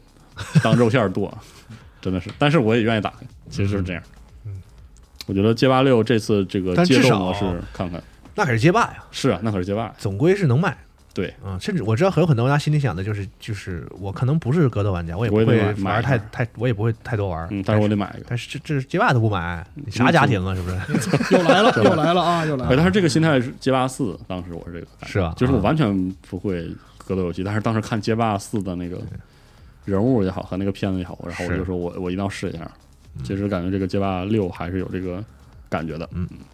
当肉馅儿剁， 真的是，但是我也愿意打，其实就是这样。我觉得街霸六这次这个
嗯但
街
至
斗
少
模式，看看
那可是街霸呀，
是啊，那可是街霸，
总归是能买。
对
啊，甚至我知道很有很多玩家心里想的就是，就是我可能不是格斗玩家，我也不
我也得
会
买
玩太
买
太，我也不会太多玩。
嗯，但是我得买一个。
但是这这街霸都不买，你啥家庭啊？是不是？
又来 了，又来了啊，又来
哎，
了。
但是这个心态是街霸四，当时我是这个感觉，
是啊吧
就是我完全不会格斗游戏，但是当时看街霸四的那个人物也好和那个片子也好，然后我
是嗯
就说我我一定要试一下。其实感觉这个街霸六还是有这个感觉的，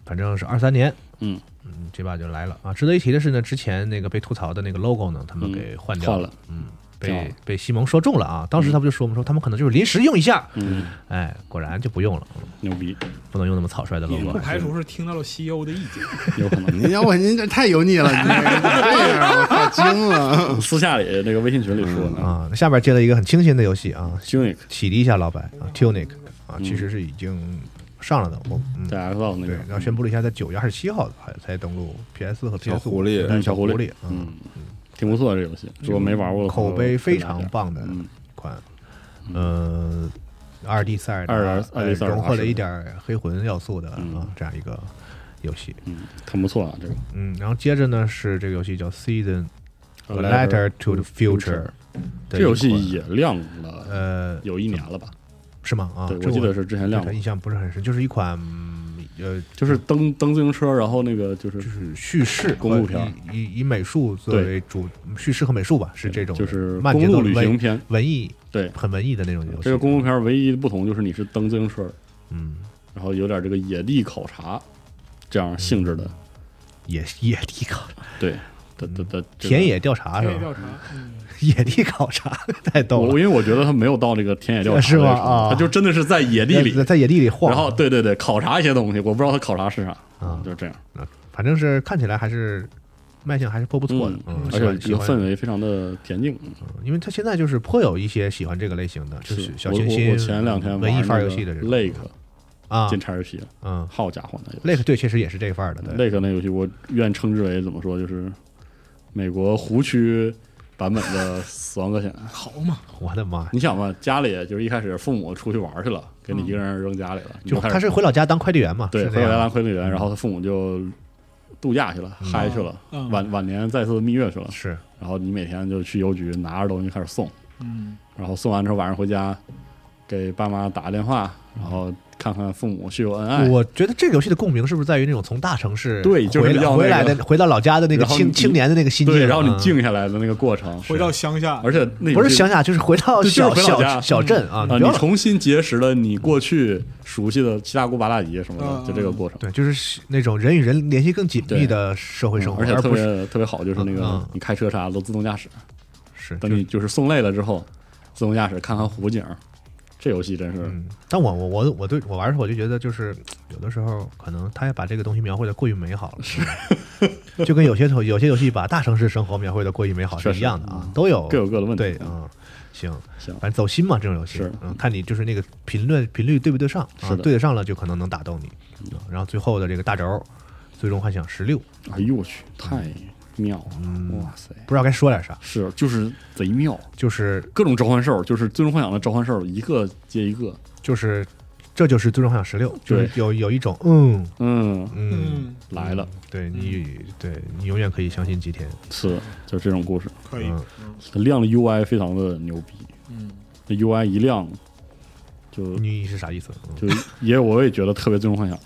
反正是二三年，
嗯
嗯，街霸就来了啊。值得一提的是呢，之前那个被吐槽的那个 logo 呢，他们
嗯
给换掉
换了，，挺
被
好
被西蒙说中了啊。当时他不就说嘛，说他们可能就是临时用一下，
嗯，
哎，果然就不用了，
牛逼，
不能用那么草率的
也
logo
不。排除是听到了西游的意见，
有可 能。
你要我您这太油腻 了，你这这样我太精了。
私下里那个微信群里说呢
啊，那下边接了一个很清新的游戏啊，
，Tunic
启迪一下老白啊，Tunic 啊，其实是已经上了的，我嗯，
在 Xbox 那
对，
边，
然后宣布了一下，在九月二十七号好像才登陆 PS 和 PS
小狐狸
嗯
小
小狐狸
狸，嗯，
嗯，挺不错的这游戏，如果没玩过的话，
口碑非常棒的
哦嗯
款，呃，二 D 赛
二
尔达呃
2D 赛尔达
融合了
是
一点黑魂要素的
嗯
啊这样一个游戏，
嗯，很不错啊，这个
嗯，然后接着呢是这个游戏叫 Season A
A
Letter
Letter
to the
to the
Future，
Future 这游戏也亮了
呃
有一年了吧？
是吗？啊，
对，我
这
记得是之前亮
对它
过，
印象不是很深，就是一款嗯呃
就是蹬蹬自行车，然后那个就是
就是叙事
公路片儿
和以以以美术作
对
为主叙事和美术吧，是这种的
哎就是
慢节
公
奏
路旅
文
行片
文艺
对
很文艺的那种游戏。
这个公路片唯一的不同就是你是蹬自行车，
嗯，
然后有点这个野地考察这样性质的，
野野地考
对的的的这个
嗯田野调
哎
查是
田野
吧
调？查，嗯，
野地考察太逗
我
了，
因为我觉得他没有到这个田野调查
啊 是吗
那个程度
啊
他就真的是在野地里
在，在野地里晃，
然后对对对，考察一些东西，我不知道他考察是啥，
啊
就是这样，
反正是看起来还是卖相还是颇不错的，嗯，喜欢
而且这个
喜欢
氛围非常的恬静，
嗯因为他现在就是颇有一些喜欢这个类型的，就是小
我
清
我
新
我前两天
文艺范儿游戏的这
的
种
Lake
啊
进，叉 r p 了，
嗯
好家伙那游戏
，Lake 对，确实也是这范儿的，对，
那个那游戏，我愿称之为怎么说，就是美国湖区版本的《死亡搁浅》。
好嘛，
我的妈呀！
你想吧，家里就是一开始父母出去玩去了，给你一个人扔家里了，
嗯
你
就
开始
他是回老家当快递员嘛，
对
是
回
这
到
样
家当快递员，然后他父母就度假去了，嗨去了，
嗯
晚晚年再次蜜月去了，
是
然后你每天就去邮局拿着东西开始送，
嗯，
然后送完之后晚上回家给爸妈打个电话，然后看看父母叙旧恩爱。
我觉得这个游戏的共鸣是不是在于那种从大城市
哎对就是
回来
要那
回来
个
的回到老家的那个
然后
青
你
青年的那个心境，
对，然后你
嗯
静下来的那个过程，
回到乡下，
而且那
不是
游戏
乡下就是回到
对就是
小
回老
小
家
小镇啊，
啊，
不
你
要
重新结识了你过去熟悉的七大姑八大姨什么
嗯
的，就这个过程。
对，就是那种人与人联系更紧密的社会生活，
嗯而且特
不是
别特别好，就是那
嗯
个
嗯
你开车啥都自动驾驶，
是
等
就是
你就是送累了之后，自动驾驶看看湖景，这游戏真是
嗯，但我我我我对我玩的时候我就觉得，就是有的时候可能他也把这个东西描绘的过于美好了，是，就跟有些头有些游戏把大城市生活描绘的过于美好是
确
一
实嗯
样的啊，都有
各有各的问题嗯
对啊，行
行
反正走心嘛这种游戏
是，
嗯，看你就是那个评论频率对不对得上啊
是，的嗯
对得上了就可能能打动你，啊然后最后的这个大轴，最终幻想十六，
哎呦我去，太妙
嗯
了，哇塞！
不知道该说点啥，
是，就是贼妙，
就是
各种召唤兽，就是最终幻想的召唤兽，一个接一个，
就是这就是最终幻想十六，就是
对
有有一种嗯
嗯，
嗯，
嗯，
来了，嗯
对你对你永远可以相信吉田，
是，就是这种故事，
可以，
嗯，
它亮的 UI 非常的牛逼，
嗯，
那 UI 一亮就
你是啥意思？嗯
就也我也觉得特别最终幻想，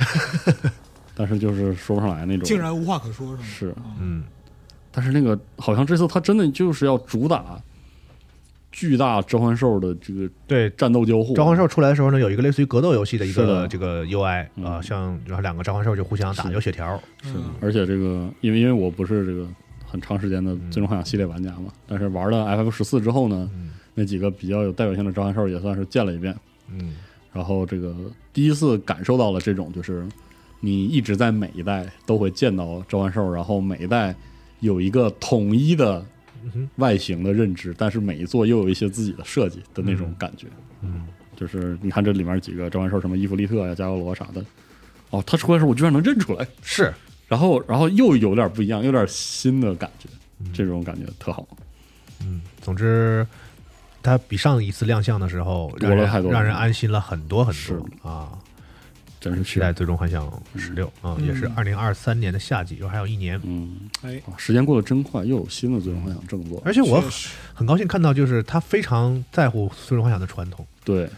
但是就是说不上来那种。
竟然无话可说，是吗？
是，
嗯，
但是那个好像这次他真的就是要主打巨大召唤兽的这个
对，
战斗交互。啊
召唤兽出来的时候呢，有一个类似于格斗游戏的一
是
个
的
这个 UI
嗯
啊，像然后两个召唤兽就互相打，
是
有血条，
嗯，
而且这个因为因为我不是这个很长时间的最终幻想系列玩家嘛，但是玩了 FF 十四之后呢，那几个比较有代表性的召唤兽也算是见了一遍，
嗯，
然后这个第一次感受到了这种就是你一直在每一代都会见到召唤兽，然后每一代有一个统一的外形的认知，但是每一座又有一些自己的设计的那种感觉。
嗯，
就是你看这里面几个召唤兽，什么伊芙利特呀、加格罗啥的，哦，他出来的时候我居然能认出来，
是，
然后然后又有点不一样，有点新的感觉。这种感觉特好。
嗯，总之，它比上一次亮相的时候
多
让
了
人
太多了
让人安心了很多很
是
多啊！
真是
期
期
待
待。
《最终幻想十六》啊，也是
嗯
二零二三年的夏季，又还有一年。
嗯，
哎，
啊时间过得真快，又有新的《最终幻想》正作。
而且我
确
很
实
很高兴看到，就是他非常在乎《最终幻想》的传统。
对，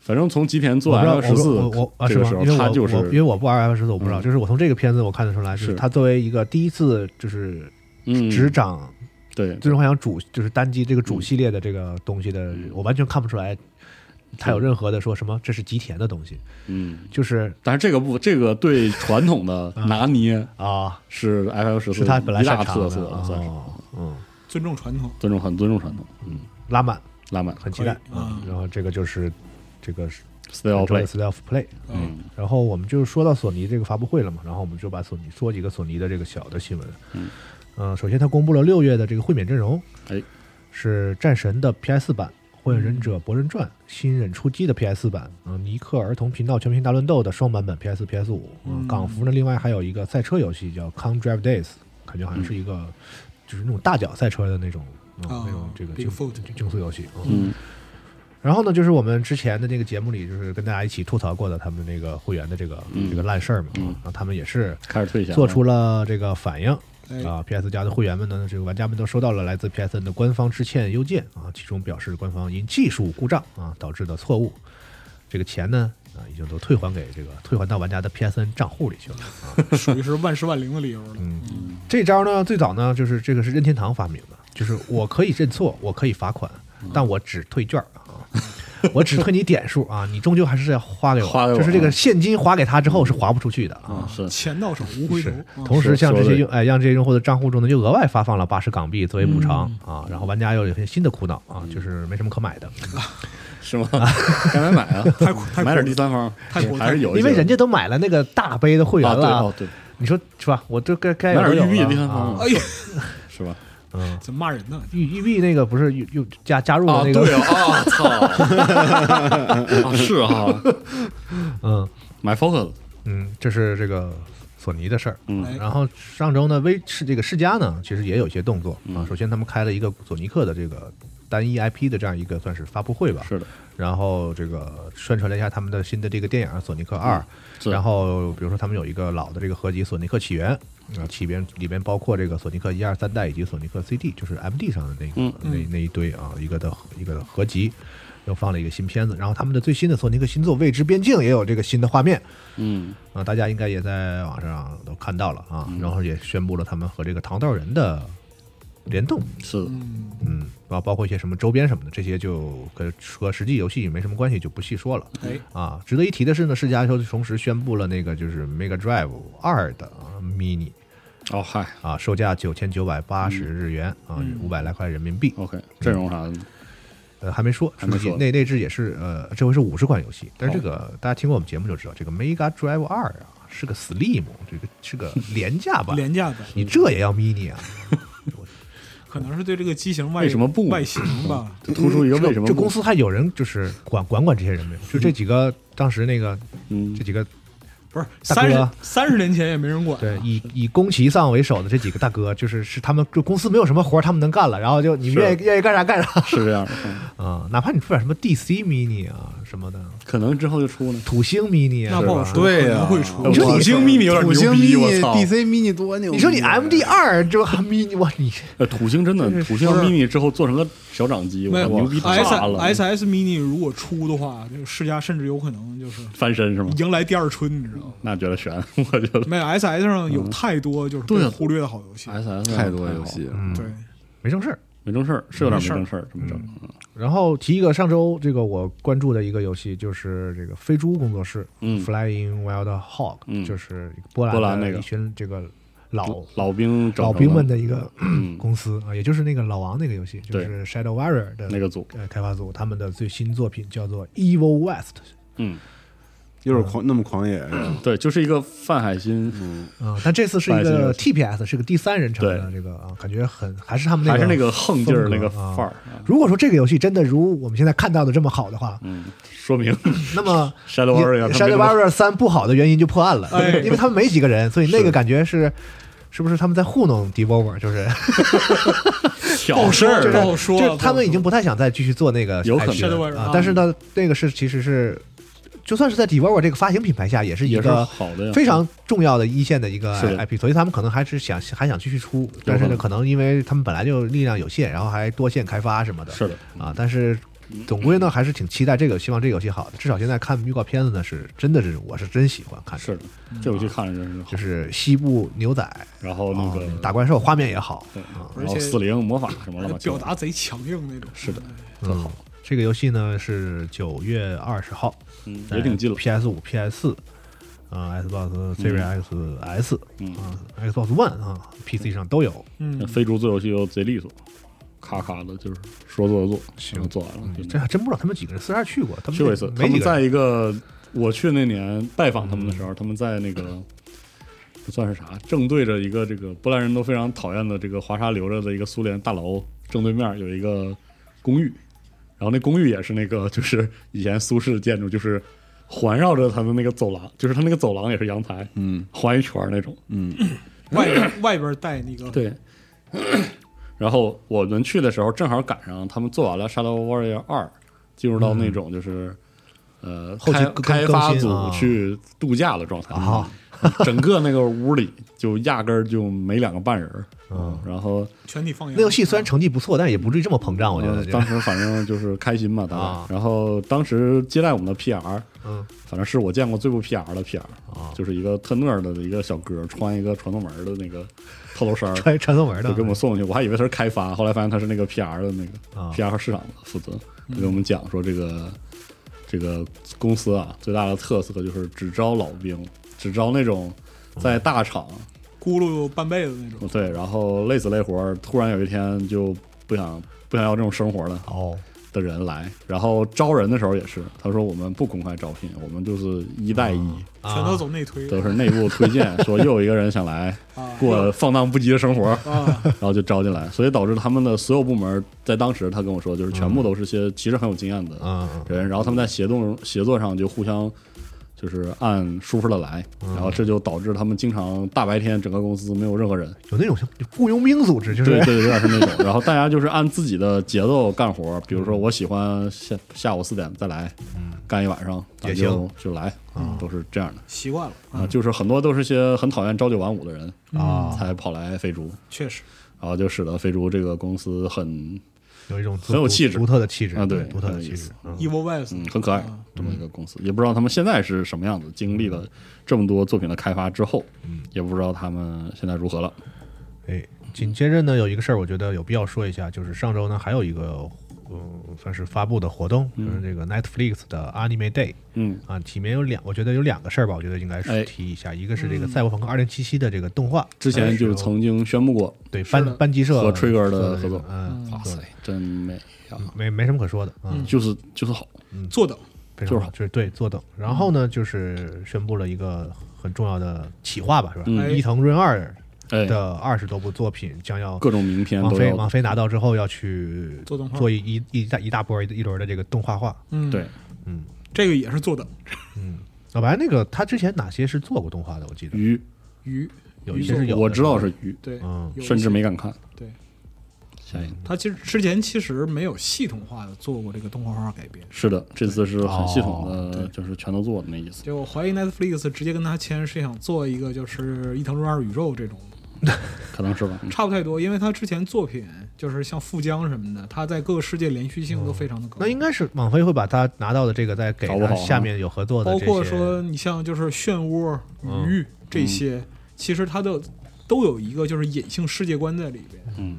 反正从吉田做
我不知道
F 十四
我我我啊
这
是
个
吗
时？
因
候，
为
他
我
就
我因为
是
我不玩 F 十四，我不知道。
嗯
就是我从这个片子我看得出来，就是
是
他作为一个第一次就是
嗯
执掌
对
《最终幻想》主就是单机这个主
嗯
系列的这个东西的，我完全看不出来他有任何的说什么这是吉田的东西，
嗯。
就是
但是这个不，这个对传统的拿捏
啊，
是 F F 十四
是他本来
一大
擅长
特色
的，
了，算是
哦嗯，
尊重传统，
尊重很尊重传统。嗯，
拉满，
拉满
很期待
可以
啊
嗯。
然后这个就是这个是
Still Play，
s t e Play，
嗯
然后我们就说到索尼这个发布会了嘛，然后我们就把索尼说几个索尼的这个小的新闻。
嗯，
呃，首先它公布了六月的这个会免阵容，
哎，嗯
是战神的 PS 版、火影忍者博人传、新忍出击的 PS 版，嗯、尼克儿童频道全屏大乱斗的双版本 PS、PS 五、嗯，
嗯
港服呢，另外还有一个赛车游戏叫 Con Drive Days，感觉好像是
嗯
一个、就是那种大脚赛车的那种。嗯
哦
那种这个
Big
竞
Foot
竞速游戏，嗯
嗯
然后呢，就是我们之前的那个节目里，就是跟大家一起吐槽过的他们那个会员的这个、
嗯
这个烂事儿嘛，
嗯
然后他们也是
开始退下了，
做出了这个反应
哎，
啊。PS 家的会员们呢，这个玩家们都收到了来自 PSN 的官方致歉邮件啊，其中表示官方因技术故障啊导致的错误，这个钱呢啊已经都退还给这个退还到玩家的 PSN 账户里去了。
属于是万事万灵的理由了。嗯，
这招呢，最早呢就是这个是任天堂发明的，就是我可以认错，我可以罚款，
嗯
但我只退券儿啊， 我只退你点数啊，你终究还是要花给我，
花给我嗯
就是这个现金划给他之后是划不出去的啊。
啊，是
钱到手无回
是，
头啊
同时向这
嗯说
些
得
用哎让这些用户的账户中呢，又额外发放了八十港币作为补偿、
嗯
啊，然后玩家又有一些新的苦恼啊，就是没什么可买的，
是吗？ 该买买啊，
太苦太苦
买点第
了，
三方，
太苦了
还是有一些，
因为人家都买了那个大杯的会员
啊，对
了，
哦对，
你说是吧？我这该该有
买
的
点玉
有
币第
了
三
啊
方，
哎呀，
是吧？
嗯，
怎么骂人呢？
玉玉币那个不是又又加加入了
啊，
那个、
对啊，啊操，啊 是哈，
嗯。
买 Focus，
嗯，这是这个索尼的事儿。
嗯
哎
然后上周呢，威是这个世嘉呢，其实也有一些动作啊。
嗯
首先，他们开了一个索尼克的这个单一 IP 的这样一个算是发布会吧。
是的，
然后这个宣传了一下他们的新的这个电影啊《索尼克二》
嗯是
然后比如说他们有一个老的这个合集《索尼克起源》
嗯
啊，起源里边包括这个索尼克一二三代以及索尼克 CD，就是 MD 上的那个、
嗯
那那一堆啊，一个的一个的合集。又放了一个新片子，然后他们的最新的索尼克新作《未知边境》也有这个新的画面，
嗯，
啊，大家应该也在网上都看到了啊，然后也宣布了他们和这个糖豆人的联动，
是的，
嗯，
嗯，然后包括一些什么周边什么的，这些就跟和实际游戏没什么关系，就不细说了。
哎，
啊，值得一提的是呢，世嘉又同时宣布了那个就是 Mega Drive 二的啊 mini
哦嗨
啊，售价九千九百八
嗯
十日元啊，五百来块人民币。
，OK，阵容啥的，
呃，还没说，
哦还没
实际
说哦
内内置也是呃，这回是五十款游戏，但是
好
这个大家听过我们节目就知道，这个 Mega Drive 二啊是个 Slim，这个是个廉价版，
廉价版，
你这也要 mini 啊？
可能是对这个机型外
为什么不
外形吧？
就突出一个为什么
这公
司，
司还有人就是管管管这些人没有？就这几个当时那个
嗯
这，几个
不是
大
三
哥
十三十年前也没人管啊，
对以以宫崎尚为首的这几个大哥，就是是他们就公司没有什么活儿他们能干了，然后就你们
是
愿意愿意干啥干啥
是这样的，嗯
啊，哪怕你出点什么 DC mini 啊什么的，
可能之后就出呢。
土星 mini 啊，
那不好
是吧
说，
对
可
呀
能会出。
你说
哎土
你
星 mini 有点
土
牛
星
逼，我
mini、
操！
DC mini 多牛逼啊！
你说你 MD 二这还 mini 我你
呃，土星真的，土星
不是
mini 之后做成个小掌机，我
没
操
有
牛逼
S
炸了，
S S mini 如果出的话，这个世嘉甚至有可能就是
翻身是吗？
迎来第二春，你知道吗？
那觉得悬， 我觉得
没有 S S 上有太多就是
对
被
啊
忽略的好游戏，
S S
太多游戏了，
嗯
对，
没正事儿。
没正事儿，是有点
没
没
事儿
正事儿，这么整。
然后提一个上周这个我关注的一个游戏，就是这个飞猪工作室，
嗯
Flying Wild Hog，、
嗯
就是波兰
波兰那
的
个
一群这个老
老兵整
老
成
兵
了
们的一个
嗯
公司啊，也就是那个老王那个游戏，就
对
是 Shadow Warrior 的
那个组，
呃开发组，他们的最新作品叫做 Evil West
嗯，
又是狂那么狂野是吧，
对，就是一个范海辛，
啊、但这次是一
发现这
个
个
TPS，是个第三人称的
对
这个啊，感觉很还是他们那个
还是那个横劲儿
风格
那个
啊
范儿，
如果说这个游戏真的如我们现在看到的这么好的话，
嗯，说明
那么
Shadow Warrior
也 Shadow Warrior 三不好的原因就破案了，
哎
因为他们没几个人，所以那个感觉是是不是他们在糊弄 Devolver？就是
挑事
不
儿，
好说
就
了
是他们已经不太想再继续做那个
有可能
IP 了
Shadow Warrior，
啊
啊。
但是呢，那个是其实是，就算是在 Devolver 这个发行品牌下，也是一
也是
个
好的呀，
非常重要的一线的一个
是的
IP，所以他们可能还是想还想继续出，但是呢，
有
可能因为他们本来就力量有限，然后还多线开发什么的，
是的，
啊，但是。总归呢，还是挺期待这个，希望这个游戏好的。至少现在看预告片子呢，是真的是我是真喜欢看，
是的，
嗯
这我去看着真是好
就，是西部牛仔，
然后那个
啊打怪兽画面也好，
对
而
然后
且
四零魔法什么
哎
乱七
表
八糟，
达贼强硬那种。
是的，
特好。嗯这个游戏呢是九月二十号，
嗯，也挺近了，
PS 五、PS 四，啊，Xbox Series X、
嗯
啊，Xbox One 啊，PC 上都有。
嗯，
飞猪做游戏又贼利索，咔咔的，就是说做就做，行，做完了，就
嗯这还真不知道他们几个人私下去过，他们
嗯去过一次，他
没几
们
个
在
人。
一个我去那年拜访他们的时候，他们在那个不算是啥，正对着一个这个波兰人都非常讨厌的这个华沙留着的一个苏联大楼正对面有一个公寓，然后那公寓也是那个就是以前苏式的建筑，就是环绕着它的那个走廊，就是它那个走廊也是阳台，
嗯
环一圈儿那种，
嗯，
外边外边带那个，
对。然后我们去的时候正好赶上他们做完了《Shadow Warrior 二》，进入到那种就是、呃
嗯后期
开
更
开
更
发
新
组
啊
去度假的状态
啊，
整个那个屋里就压根儿就没两个半人儿。
嗯
然后
全体放羊。
那游戏虽然成绩不错，但是也不至于这么膨胀，我觉
呃
得。
当时反正就是开心 嘛，当然。
啊
然后当时接待我们的 PR，
嗯
反正是我见过最不 PR 的 PR，
啊，
就是一个特那儿的一个小哥，穿一个传统门儿的那个透露衫儿，
穿传送门的
就给我们送过去。我还以为他是开发，后来发现他是那个 PR 的那个
啊
PR 市场的负责，他给我们讲说这个这个公司啊最大的特色就是只招老兵，只招那种在大厂
咕噜半辈子那种，
对，然后累死累活儿，突然有一天就不想不想要这种生活了
哦，
的人来。然后招人的时候也是，他说我们不公开招聘，我们就是一带一。
啊
全都走内推
都是内部推荐，说又有一个人想来
啊
过放荡不羁的生活，
啊，
然后就招进来，所以导致他们的所有部门在当时他跟我说，就是全部都是些其实很有经验的
嗯嗯
人，然后他们在协动协作上就互相就是按舒服的来，
啊
然后这就导致他们经常大白天整个公司没有任何人，
有那种像雇佣兵组织，就
对
是
对，有点是那 种，然后大家就是按自己的节奏干活，比如说我喜欢下下午四点再来，干一晚上
嗯
咱
也
就
行啊嗯
就来，都是这样的
习惯了
啊，就是很多都是些很讨厌朝九晚五的人
啊
才跑来飞猪，
确实
然后就使得飞猪这个公司很
有一种独
很有气质
独特的气质
啊对
独特的气
很有意
质
思。
嗯
Evil West
嗯，很可爱
啊，
这么一个公司，也不知道他们现在是什么样子。经历了这么多作品的开发之后，也不知道他们现在如何了。
哎，紧接着呢，有一个事儿，我觉得有必要说一下，就是上周呢还有一个，嗯、算是发布的活动，就是这个 Netflix 的 Anime Day
嗯
啊，里面有两，我觉得有两个事儿吧，我觉得应该
哎
是提一下，一个是这个《赛博朋克2077》的这个动画，
之前就曾经宣布过，
对班班级社
和 Trigger 的
做
合
这个
作
嗯，
哇
做
塞
的，
真美啊！
没没什么可说的啊，
就是就是好，
坐等
非
就
常
是
好，
好
就是对坐等。然后呢，就是宣布了一个很重要的企划吧，是吧？
嗯
伊藤润二
哎，
的二十多部作品将要
各种名片
王
都
菲，王
要
菲拿到之后要去
做动画
做一一一大一大波一一轮的这个动画化。
嗯，
对，
这个也是坐等
老白，那个他之前哪些是做过动画的？我记得
鱼，
鱼，
有一些是有的，
我知道是鱼，
对，
嗯
有一
甚至
些
没敢看。
对。
下一个
他其实之前其实没有系统化的做过这个动画化改编，
是的，这次是很系统
哦
的，就是全都做的那意思。
就我怀疑 Netflix 直接跟他签是想做一个就是伊藤润二宇宙这种，
可能是吧。嗯
差不太多，因为他之前作品就是像富江什么的，他在各个世界连续性都非常的高。
那应该是网飞会把他拿到的这个再给
搞不
他
好啊
下面有合作的
包
这些，
括说你像就是漩涡、
嗯
鱼这些，其实它的都有一个就是隐性世界观在里边。
嗯，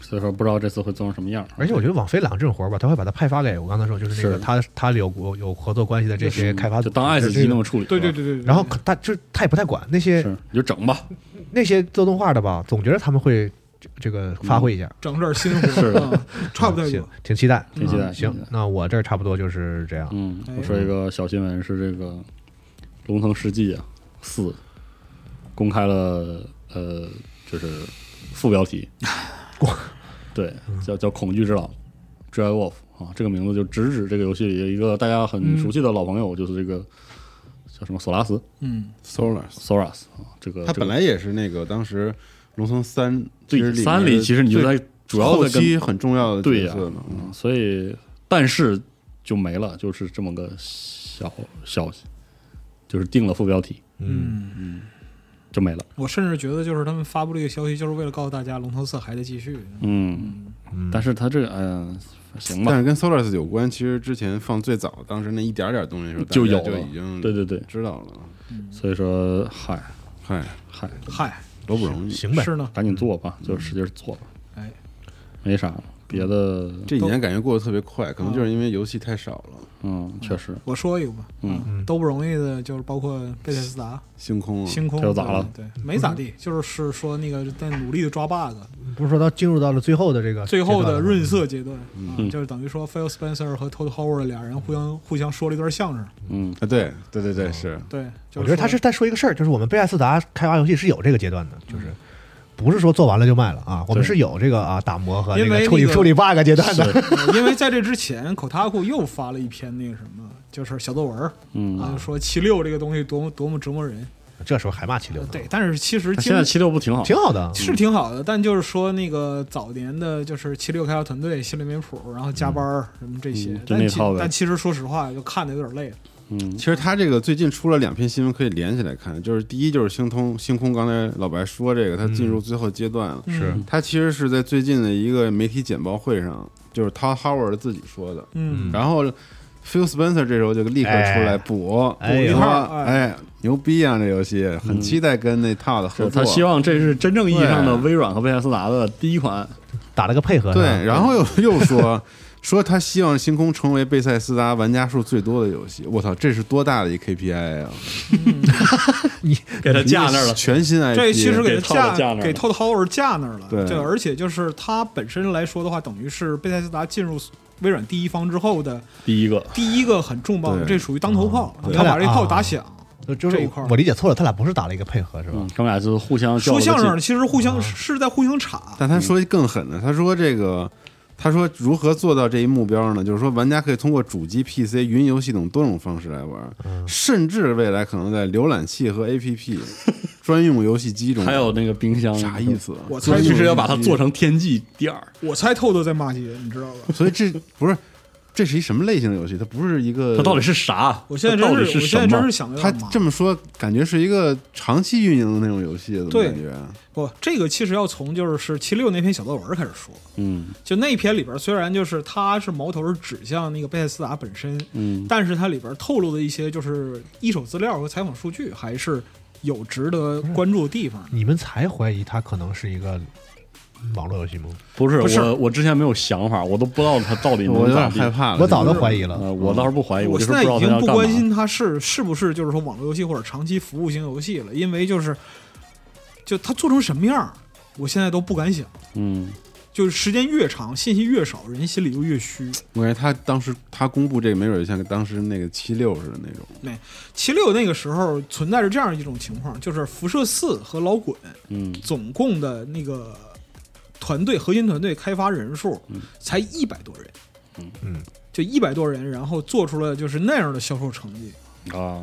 所以说不知道这次会做成什么样。
而且我觉得网飞揽这种活儿吧，他会把它派发给我刚才说，就是那个
是
他他有有有合作关系的这些开发组
就当爱死机那。么处理。
对对
是吧，
对对对。
然后可他就是他也不太管那些
是你就整吧。
那些做动画的吧，总觉得他们会这这个发挥一下，
整点新活，
是
啊差不太
行
多。，
挺期待，
挺期待
嗯行，那我这儿差不多就是这样。
嗯，
哎
我说一个小新闻是这个《龙腾世纪》啊四公开了，呃，就是副标 题，对，
嗯
叫叫恐惧之狼 （Dread Wolf） 啊，这个名字就直指这个游戏里一个大家很熟悉的老朋友，就是这个叫什么索拉斯
嗯，
Solas，
Soras 啊，这个
它
这
本
个
来也是那个当时龙腾三
对
其实
三里
面
其实你就
最
在主要
后
在跟
期很重要的
对
角
呀
色呢，嗯
所以但是就没了，就是这么个小消息，就是定了副标题
嗯
就没了。
我甚至觉得就是他们发布这个消息，就是为了告诉大家《龙腾四》还在继续。
嗯，
嗯，
但是他这个嗯、行
但
吧，
是跟 Solas 有关，其实之前放最早，当时那一点点东西的时候，
就
大家
有
就
了
已经
对对对，
知道了。
所以说嗨
嗨，
嗨，
嗨，
多不
嗯
容易！
行呗，
是呢，
赶紧做吧，就使劲做吧。
哎，
没啥了别的，
这几年感觉过得特别快，可能就是因为游戏太少了，
嗯，确实，
我说一个吧，啊
嗯
嗯
都不容易的，就是包括贝塞斯达、
星空啊，
星空，
这又咋了
对？对，没咋地，就是是说那个在努力的抓 bug，
不是说到进入到了最后的这个
最后
阶
的
段了
润色阶段，啊，就是等于说 Phil Spencer 和 Todd Howard 俩人互相互相说了一段相声，
嗯，
啊，对对对对，是
对，就
我觉得他
说
是在说一个事儿，就是我们贝艾斯达开发游戏是有这个阶段的，就是不是说做完了就卖了啊，我们
对
是有这个啊打磨和那
因为
个处理
那个
处理 bug 阶段的。
呃因为在这之前，Kotaku 又发了一篇那个什么，就是小作文儿，
嗯
啊，就说七六这个东西多么多么折磨人，
这时候还骂七六呢，
对，但是其实
他
经
现在七六不挺好？
挺好的。
是挺好的，但就是说那个早年的就是七六开发团队心里没谱，然后加班儿什么这些，
嗯就
但
那
其
套呗
但其实说实话，就看的有点累了，
嗯
其实他这个最近出了两篇新闻，可以连起来看。就是第一就是星通星空，刚才老白说这个，他进入最后阶段了。
是
嗯
他其实是在最近的一个媒体简报会上，就是 Todd Howard 自己说的。
嗯，
然后 Phil Spencer 这时候就立刻出来补
嗯
哎
补一
呦
套，
哎
哎，牛逼啊！这游戏很期待跟那 Todd 合
是
作。
他希望这是真正意义上的
对
微软和贝塞斯达的第一款，
打了个配合呢，
对，然后又又说说他希望星空成为贝塞斯达玩家数最多的游戏。我操，这是多大的一 KPI 啊！
给他架那儿了。
全新 IP，
这其实
给
给
套到
他
架那
架
儿了
给 Todd Howard 架那儿了，
对
而且就是他本身来说的话，等于是贝塞斯达进入微软第一方之后的
第一个，
第一个很重磅的，
对
这属于当
嗯
头炮，
对
他把这炮打响。
就就是
这一块儿
我理解错了，他俩不是打了一个配合是吧
嗯？，他们俩就是互相较
说
了个
相声
劲，
其实互
嗯
相是在互相插，
但他说更狠的，他说这个，他说如何做到这一目标呢？就是说，玩家可以通过主机、PC、云游系统多种方式来玩，甚至未来可能在浏览器和 APP 专用游戏机中。
还有那个冰箱，
啥意？思啊？
我
所
猜
以
就
就是是要把它做成天际第二。
我猜透透在骂街，你知道吧？
所以这不是，这是一什么类型的游戏？它不是一个，
它到底是啥？
我现在
它
真
到底
是，我
什
现在真是
么？
想
他
要骂。
这么说，感觉是一个长期运营的那种游戏，怎么
对
感觉？
不，这个其实要从就是七六那篇小作文开始说。
嗯
就那篇里边，虽然就是它是矛头是指向那个贝塞斯达本身，
嗯
但是它里边透露的一些就是一手资料和采访数据，还是有值得关注的地方。
你们才怀疑他可能是一个网络游戏吗？
不是
不是
我，我之前没有想法，我都不知道它到底
我
能
有
咋
点
地。
害怕了。
我早
现
都
在
怀疑了。
呃，我倒是不怀疑，
嗯我
就
现在
是不知道
已
它
经
要
不
干
关
嘛。
心它是是不是就是说网络游戏或者长期服务型游戏了，因为就是就它做成什么样儿，我现在都不敢想。
嗯，
就是时间越长，信息越少，人心里就越虚。
我感觉他当时他公布这个，没准就像当时那个七六似的那种。
七六那个时候存在着这样一种情况，就是辐射四和老滚
嗯
总共的那个团队核心团队开发人数才一百多人，
嗯，
就一百多人，然后做出了就是那样的销售成绩，
啊，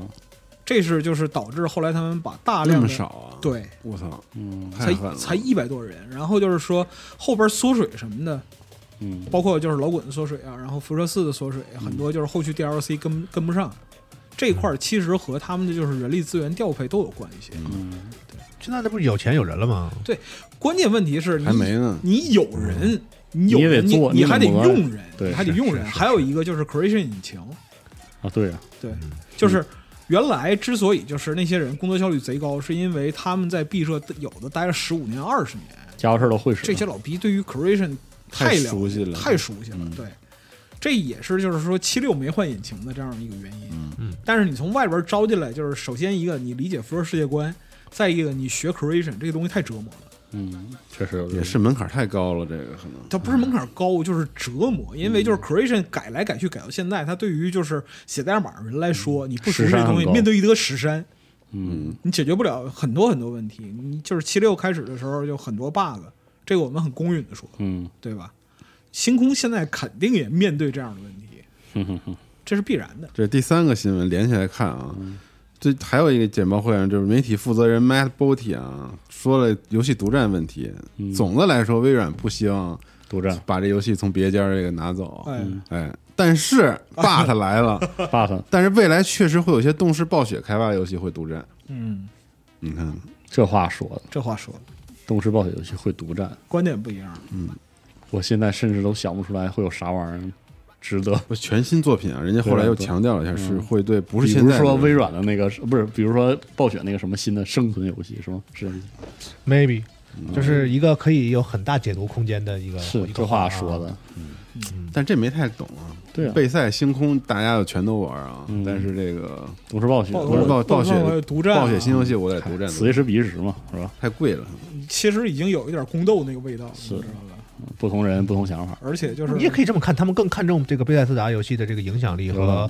这是就是导致后来他们把大
那
量
么
的
少啊！，
对
我操，
嗯
太
才
狠了！
才一百多人，然后就是说后边缩水什么的，
嗯，
包括就是老滚的缩水啊，然后辐射四的缩水，很多就是后续 DLC 跟跟不上。这块儿其实和他们的就是人力资源调配都有关系。
现在那不是有钱有人了吗？
关键问题是你
还没呢。
你有人，你有
你也得
人你
做
你
你
还
得
得
磨
用人，
对
你还得
是
用
是
人。
是
还有一个就是 creation 引擎，
啊，对呀，
对，就是原来之所以就是那些人工作效率贼高，是因为他们在毕设有的待了十五年、二十年，
家伙事儿都会使。
这些老逼对于 creation
太
了
熟悉了
太熟悉了。
嗯
对，这也是就是说七六没换引擎的这样一个原因。嗯，但是你从外边招进来，就是首先一个你理解辐射世界观，再一个你学 creation 这个东西太折磨了。
嗯，确实有这
也
个
是门槛太高了，这个可能
它不是门槛高，就是折磨，因为
嗯
就是 creation 改来改去改到现在，它对于就是写代码的人来说，你不熟悉
石
这
山很
东西，
嗯高
面对一个石山，
嗯，
你解决不了很多很多问题。你就是七六开始的时候就很多 bug，这个我们很公允的说，
嗯
对吧？星空现在肯定也面对这样的问题，
哼哼哼，
这是必然的。
这是第三个新闻连起来看啊。这还有一个简报会上，就是媒体负责人 Matt Boty 啊，说了游戏独占问题。
嗯
总的来说，微软不希望
独占
把这游戏从别家这个拿走。
哎，
嗯
哎，但是 but 来了，
，but
但是未来确实会有些动视暴雪开发的游戏会独占。
嗯，
你看，
这话说的，
这话说的
动视暴雪游戏会独占，
观点不一样，
我现在甚至都想不出来会有啥玩意儿值得。
不全新作品啊，人家后来又强调了一下，是会对不是
比
现
如
在
说
的
微软的那个，不是，比如说暴雪那个什么新的生存游戏是吗？是
maybe 就是一个可以有很大解读空间的一个
嗯是
一
这
个
话
啊
说的，
但这没太懂啊。
对啊，
备赛星空大家就全都玩啊，
嗯
但是这个
董事暴雪
暴
不是暴
暴
暴雪
暴雪独占啊
暴雪新游戏我得独占，
此一时彼一时嘛，是吧？
太贵了。
嗯
其实已经有一点宫斗那个味道了，你知道吧？
不同人不同想法，
而且就是
你也可以这么看，他们更看重这个贝塞斯达游戏的这个影响力和、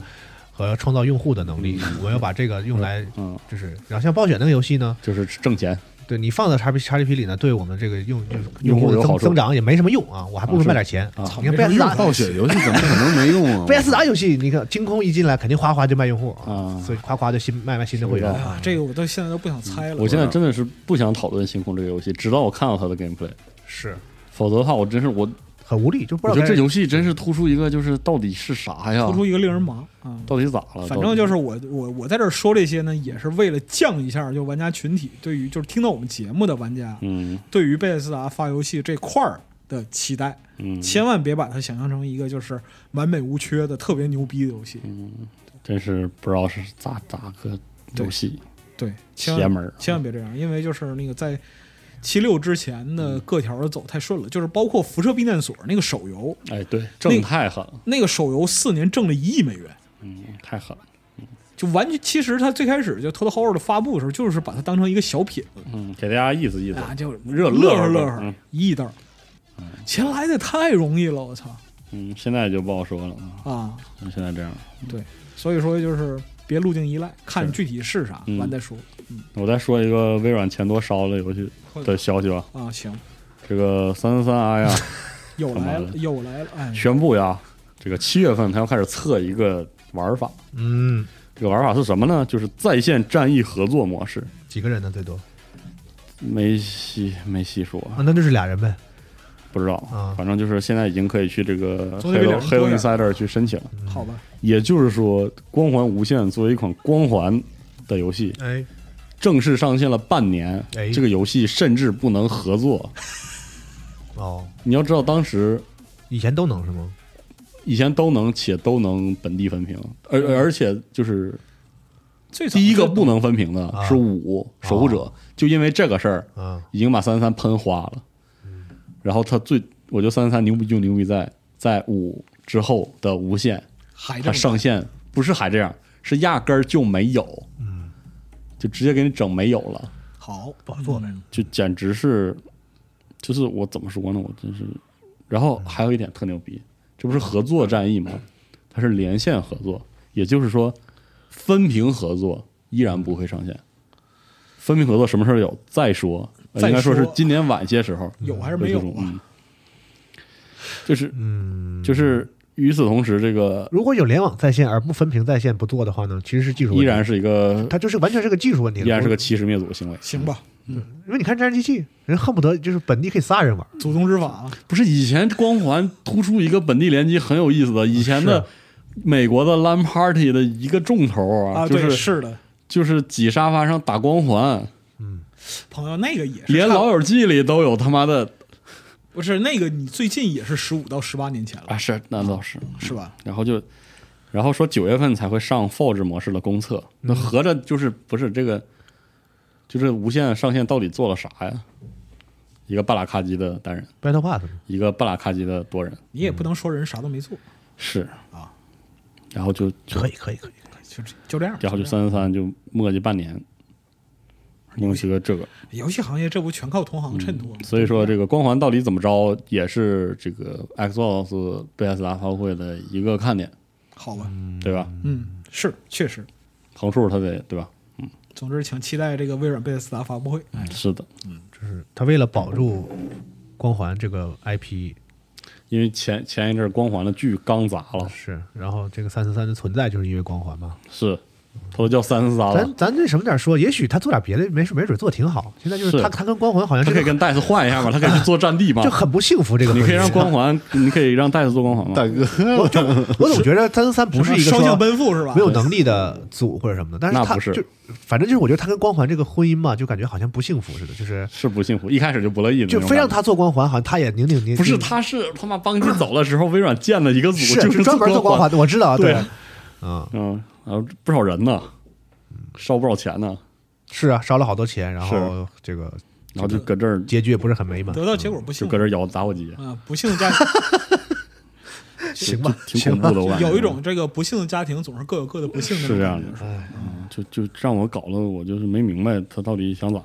和创造用户的能力。我要把这个用来，
嗯，
就是然后像暴雪那个游戏呢，
就是挣钱，
对你放在叉 P 叉 G P 里呢，对我们这个用用
用户
户的
有好
增
处
增长也没什么用啊，我还不如卖点钱
啊
你看贝塞斯达嗯
暴雪游戏怎么可能没用 啊？
贝塞斯达游戏，你看精空一进来肯定哗哗就卖用户
啊
所以哗哗就新卖卖新的会员
是
哎。呀，这个我到现在都不想猜了。
嗯我现在真的是不想讨论星空这个游戏，直到我看到它的 gameplay，
是
否则的话，我真是我，
很无力，就不
我
知
觉
道
得
该
这游戏真是突出一个就是到底是啥呀
突？出一个令人麻啊。
到底咋了？
反正
到底
就是我我我在这儿说这些呢，也是为了降一下就玩家群体对于就是听到我们节目的玩家
嗯
对于贝塞斯达发游戏这块儿的期待，
嗯，
千万别把它想象成一个就是完美无缺的特别牛逼的游戏。
嗯真是不知道是咋咋个游戏
对，千
邪
万
门儿，啊
千万别这样，因为就是那个在七六之前
嗯
的各条的走太顺了，就是包括辐射避难所那个手游，
哎，对，挣太狠了，
那个手游四年挣了一亿美元。
嗯，太狠了，
就完全，其实他最开始就《偷偷 h o r 的发布的时候，就是把它当成一个小品
嗯，给大家意思意思，
啊，就
热
乐呵
呵
乐
乐
呵
嗯，
一亿袋儿，钱来的太容易了，我操
嗯，现在就不好说了，
啊！
嗯现在这样，
所以说就是别路径依赖，看具体是啥，
嗯
完再说
我再说一个微软钱多烧了游戏的消息吧，
啊。行，
这个三三三 i 呀。
又来了
干嘛，
又来了，哎，
宣布呀，这个七月份他要开始测一个玩法。
嗯
这个玩法是什么呢？就是在线战役合作模式。
几个人呢最多
没细没细说，
啊，那就是俩人呗。
不知道
啊。
反正就是现在已经可以去这个
总得比
Halo
两人多
Halo
点
Insider 去申请。
好吧，
也就是说，《光环无限》作为一款光环的游戏，
哎，
正式上线了半年
哎，
这个游戏甚至不能合作。
哦，
你要知道，当时
以前都能是吗？
以前都能且都能本地分屏，而而且就是
最早
第一个
就
不能分屏的
啊
是五守护者，就因为这个事儿
啊，
已经把三三三喷花了。然后他最，我觉得三三三牛逼就牛逼在在五之后的无限，
还
它
这么
上线不是还这样，是压根儿就没有，嗯，就直接给你整没有了，
好，嗯不好做呗。
就简直是，就是我怎么说呢，我真是。然后还有一点特牛逼，这不是合作战役吗？它是连线合作，也就是说，分屏合作依然不会上线。分屏合作什么事儿有再说，呃
再
应该说是
说
今年晚些时候
有还是
会
没
这
有
种，
啊嗯
嗯？就是就是与此同时，这个
如果有联网在线而不分屏在线不做的话呢，其实是技术问
依
题
然是一个
它就是完全是个技术问题了，
依然是个欺师灭祖的行为。
行吧，
因为你看《战争机器》，人恨不得就是本地可以仨人玩，
祖宗之法啊，
不是以前光环突出一个本地联机很有意思的，以前的美国的 LAN Party 的一个重头啊，
啊
就
对，
是
是的，
就是挤沙发上打光环，
朋友，那个也是
连
看
老友记里都有他妈的
不是那个，你最近也是十五到十八年前了，
啊，是那倒是，
是吧？
然后就。然后说九月份才会上 Forge 模式的公测，
嗯
那合着就是不是这个，就是无限上线到底做了啥呀？一个半拉卡机的单人，
Battle Pass
一个半拉卡机的多人，
你也不能说人啥都没做，
是
啊，
然后就就
可以可以可以，
就就这样。
然后就
这样
三三三就磨叽半年，弄起个这个，
游戏行业这不全靠同行衬托吗？
嗯所以说这个光环到底怎么着，也是这个 Xbox 贝塞斯达发布会的一个看点，
好吧，
对吧？
嗯，是确实。
横竖它得对吧？
总之，请期待这个微软贝塞斯达发布会。哎，
是的，
就是嗯他为了保住光环这个 IP
因为前前一阵儿光环的剧刚砸了，
是，然后这个三四三的存在就是因为光环嘛，
是他都叫三四三了
咱，咱那什么点儿说，也许他做点别的，没事没准做挺好。现在就是
是
他他跟光环好像
他
就
可以跟戴斯换一下嘛，他可以去做战地嘛
就，很不幸福这个问
你
题。
可以让光环，你可以让戴斯做光环嘛
大。哥，
我总觉得三三不是 一个
双向
说
奔赴是吧？
没有能力的组或者什么的，但是
那
他
不是
就反正就是我觉得他跟光环这个婚姻嘛，就感觉好像不幸福似的，就是
是不幸福，一开始就不乐意的那
就
种感觉，
非让他做光环，好像他也拧拧捏。
不是
拧
他是他妈邦基走的时候，微软建了一个组，
是
就是
专门做光
光
环，的，我知道啊，
对
对
啊，
嗯，
嗯，啊，不少人呢，烧不少钱呢，
是啊，烧了好多钱，然后
是
这个
然后就搁这儿
结局也不是很美满，
得到结果不幸
就搁这儿摇打火机，
啊，不幸的家庭
行吧，
挺恐怖的，我感觉
有一种这个不幸的家庭总是各有各的不幸的哎
是
那种
这
感
样
觉，
的，嗯就就让我搞了，我就是没明白他到底想咋，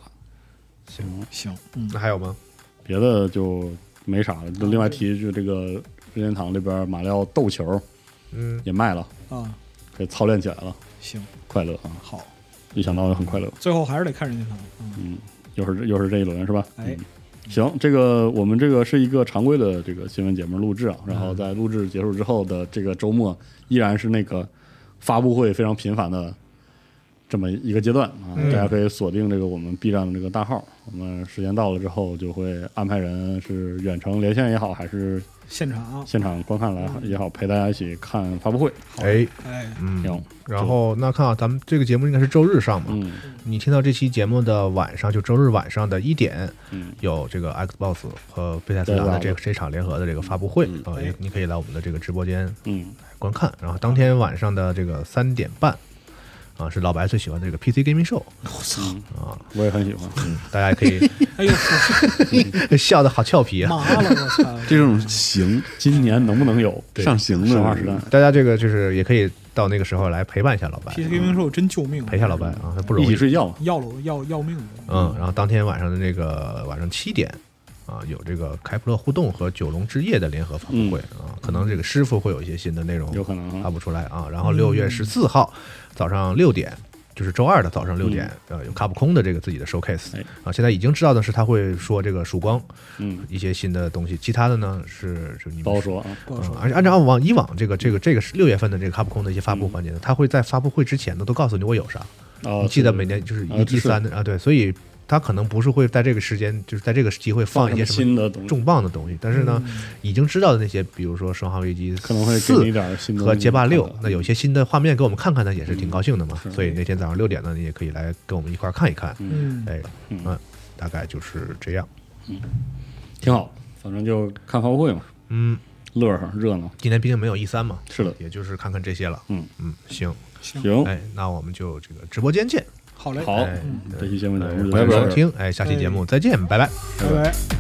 行，嗯
那还有吗？
别的就没啥了。就另外提就这个任天堂这边马里奥斗球
嗯，
也卖了，
啊，
给操练起来了，
行
快乐啊！
好，
一想到很快乐，
最后还是得看任天堂，嗯，
又是又是这一轮是吧？
哎
嗯行，这个我们这个是一个常规的这个新闻节目录制啊，然后在录制结束之后的这个周末，依然是那个发布会非常频繁的这么一个阶段啊，大家可以锁定这个我们 B 站的这个大号，我们时间到了之后就会安排人是远程连线也好，还是
现场，啊
现场观看来也好，陪大家一起看发布会。
哎，
哎，
嗯，
行，
然后那看啊，咱们这个节目应该是周日上嘛，
嗯
你听到这期节目的晚上，就周日晚上的一点，
嗯，
有这个 Xbox 和贝塞斯达的这
对
个这场联合的这个发布会啊、
哎
也你可以来我们的这个直播间
嗯，
观看。然后当天晚上的这个三点半啊，是老白最喜欢的这个 PC Gaming Show，
我也很喜欢。
大家也可以
哎呦，
笑的好俏皮 啊。
麻了，我操，
这种行
今年能不能有
上行
生化
的
时代？
大家这个就是也可以到那个时候来陪伴一下老白，
P C 零售真救命，
陪一下老白，啊，他不
一
容
起
易。
睡觉嘛？
要了要要命的，
嗯，然后当天晚上的这个晚上七点啊，有这个开普勒互动和九龙之夜的联合发布会、啊，可能这个师傅会有一些新的内容
嗯有可能嗯
发
啊。
布出来啊。然后六月十四号早上六点，就是周二的早上六点，呃，有卡普空的这个自己的 showcase
嗯哎
啊。现在已经知道的是，他会说这个曙光
嗯，
一些新的东西，其他的呢是就你们
不好。说啊。
不好
嗯，
说，
而且按照往以往这个这个这个是六月份的这个卡普空的一些发布环节呢，他会在发布会之前呢都告诉你我有啥，
啊
你记得
是
每年就是一
啊
一
是
三的啊，对，所以他可能不是会在这个时间，就是在这个机会放一些什
新
么
的东西，
重磅的东西，但是呢，已经知道的那些，比如说《生化危机》
可能会给你
四
一点新的嗯
和《街霸六》，那
那
有些新的画面给我们看看呢，也是
嗯
挺高兴的嘛。所以那天早上六点呢，你也可以来跟我们一块儿看一看。
嗯，
哎，
嗯
嗯，大概就是这样。
挺好，反正就看发布会嘛，
嗯，
乐呵热闹。
今天毕竟没有 E 三嘛，
是的
也就是看看这些了。
嗯
嗯，行，
行，
哎，那我们就这个直播间见。
好嘞，
好
哎，
这期节目咱们就
感谢
到这
收哎
儿哎
听，哎，下期节目再见，拜拜。
拜拜。
拜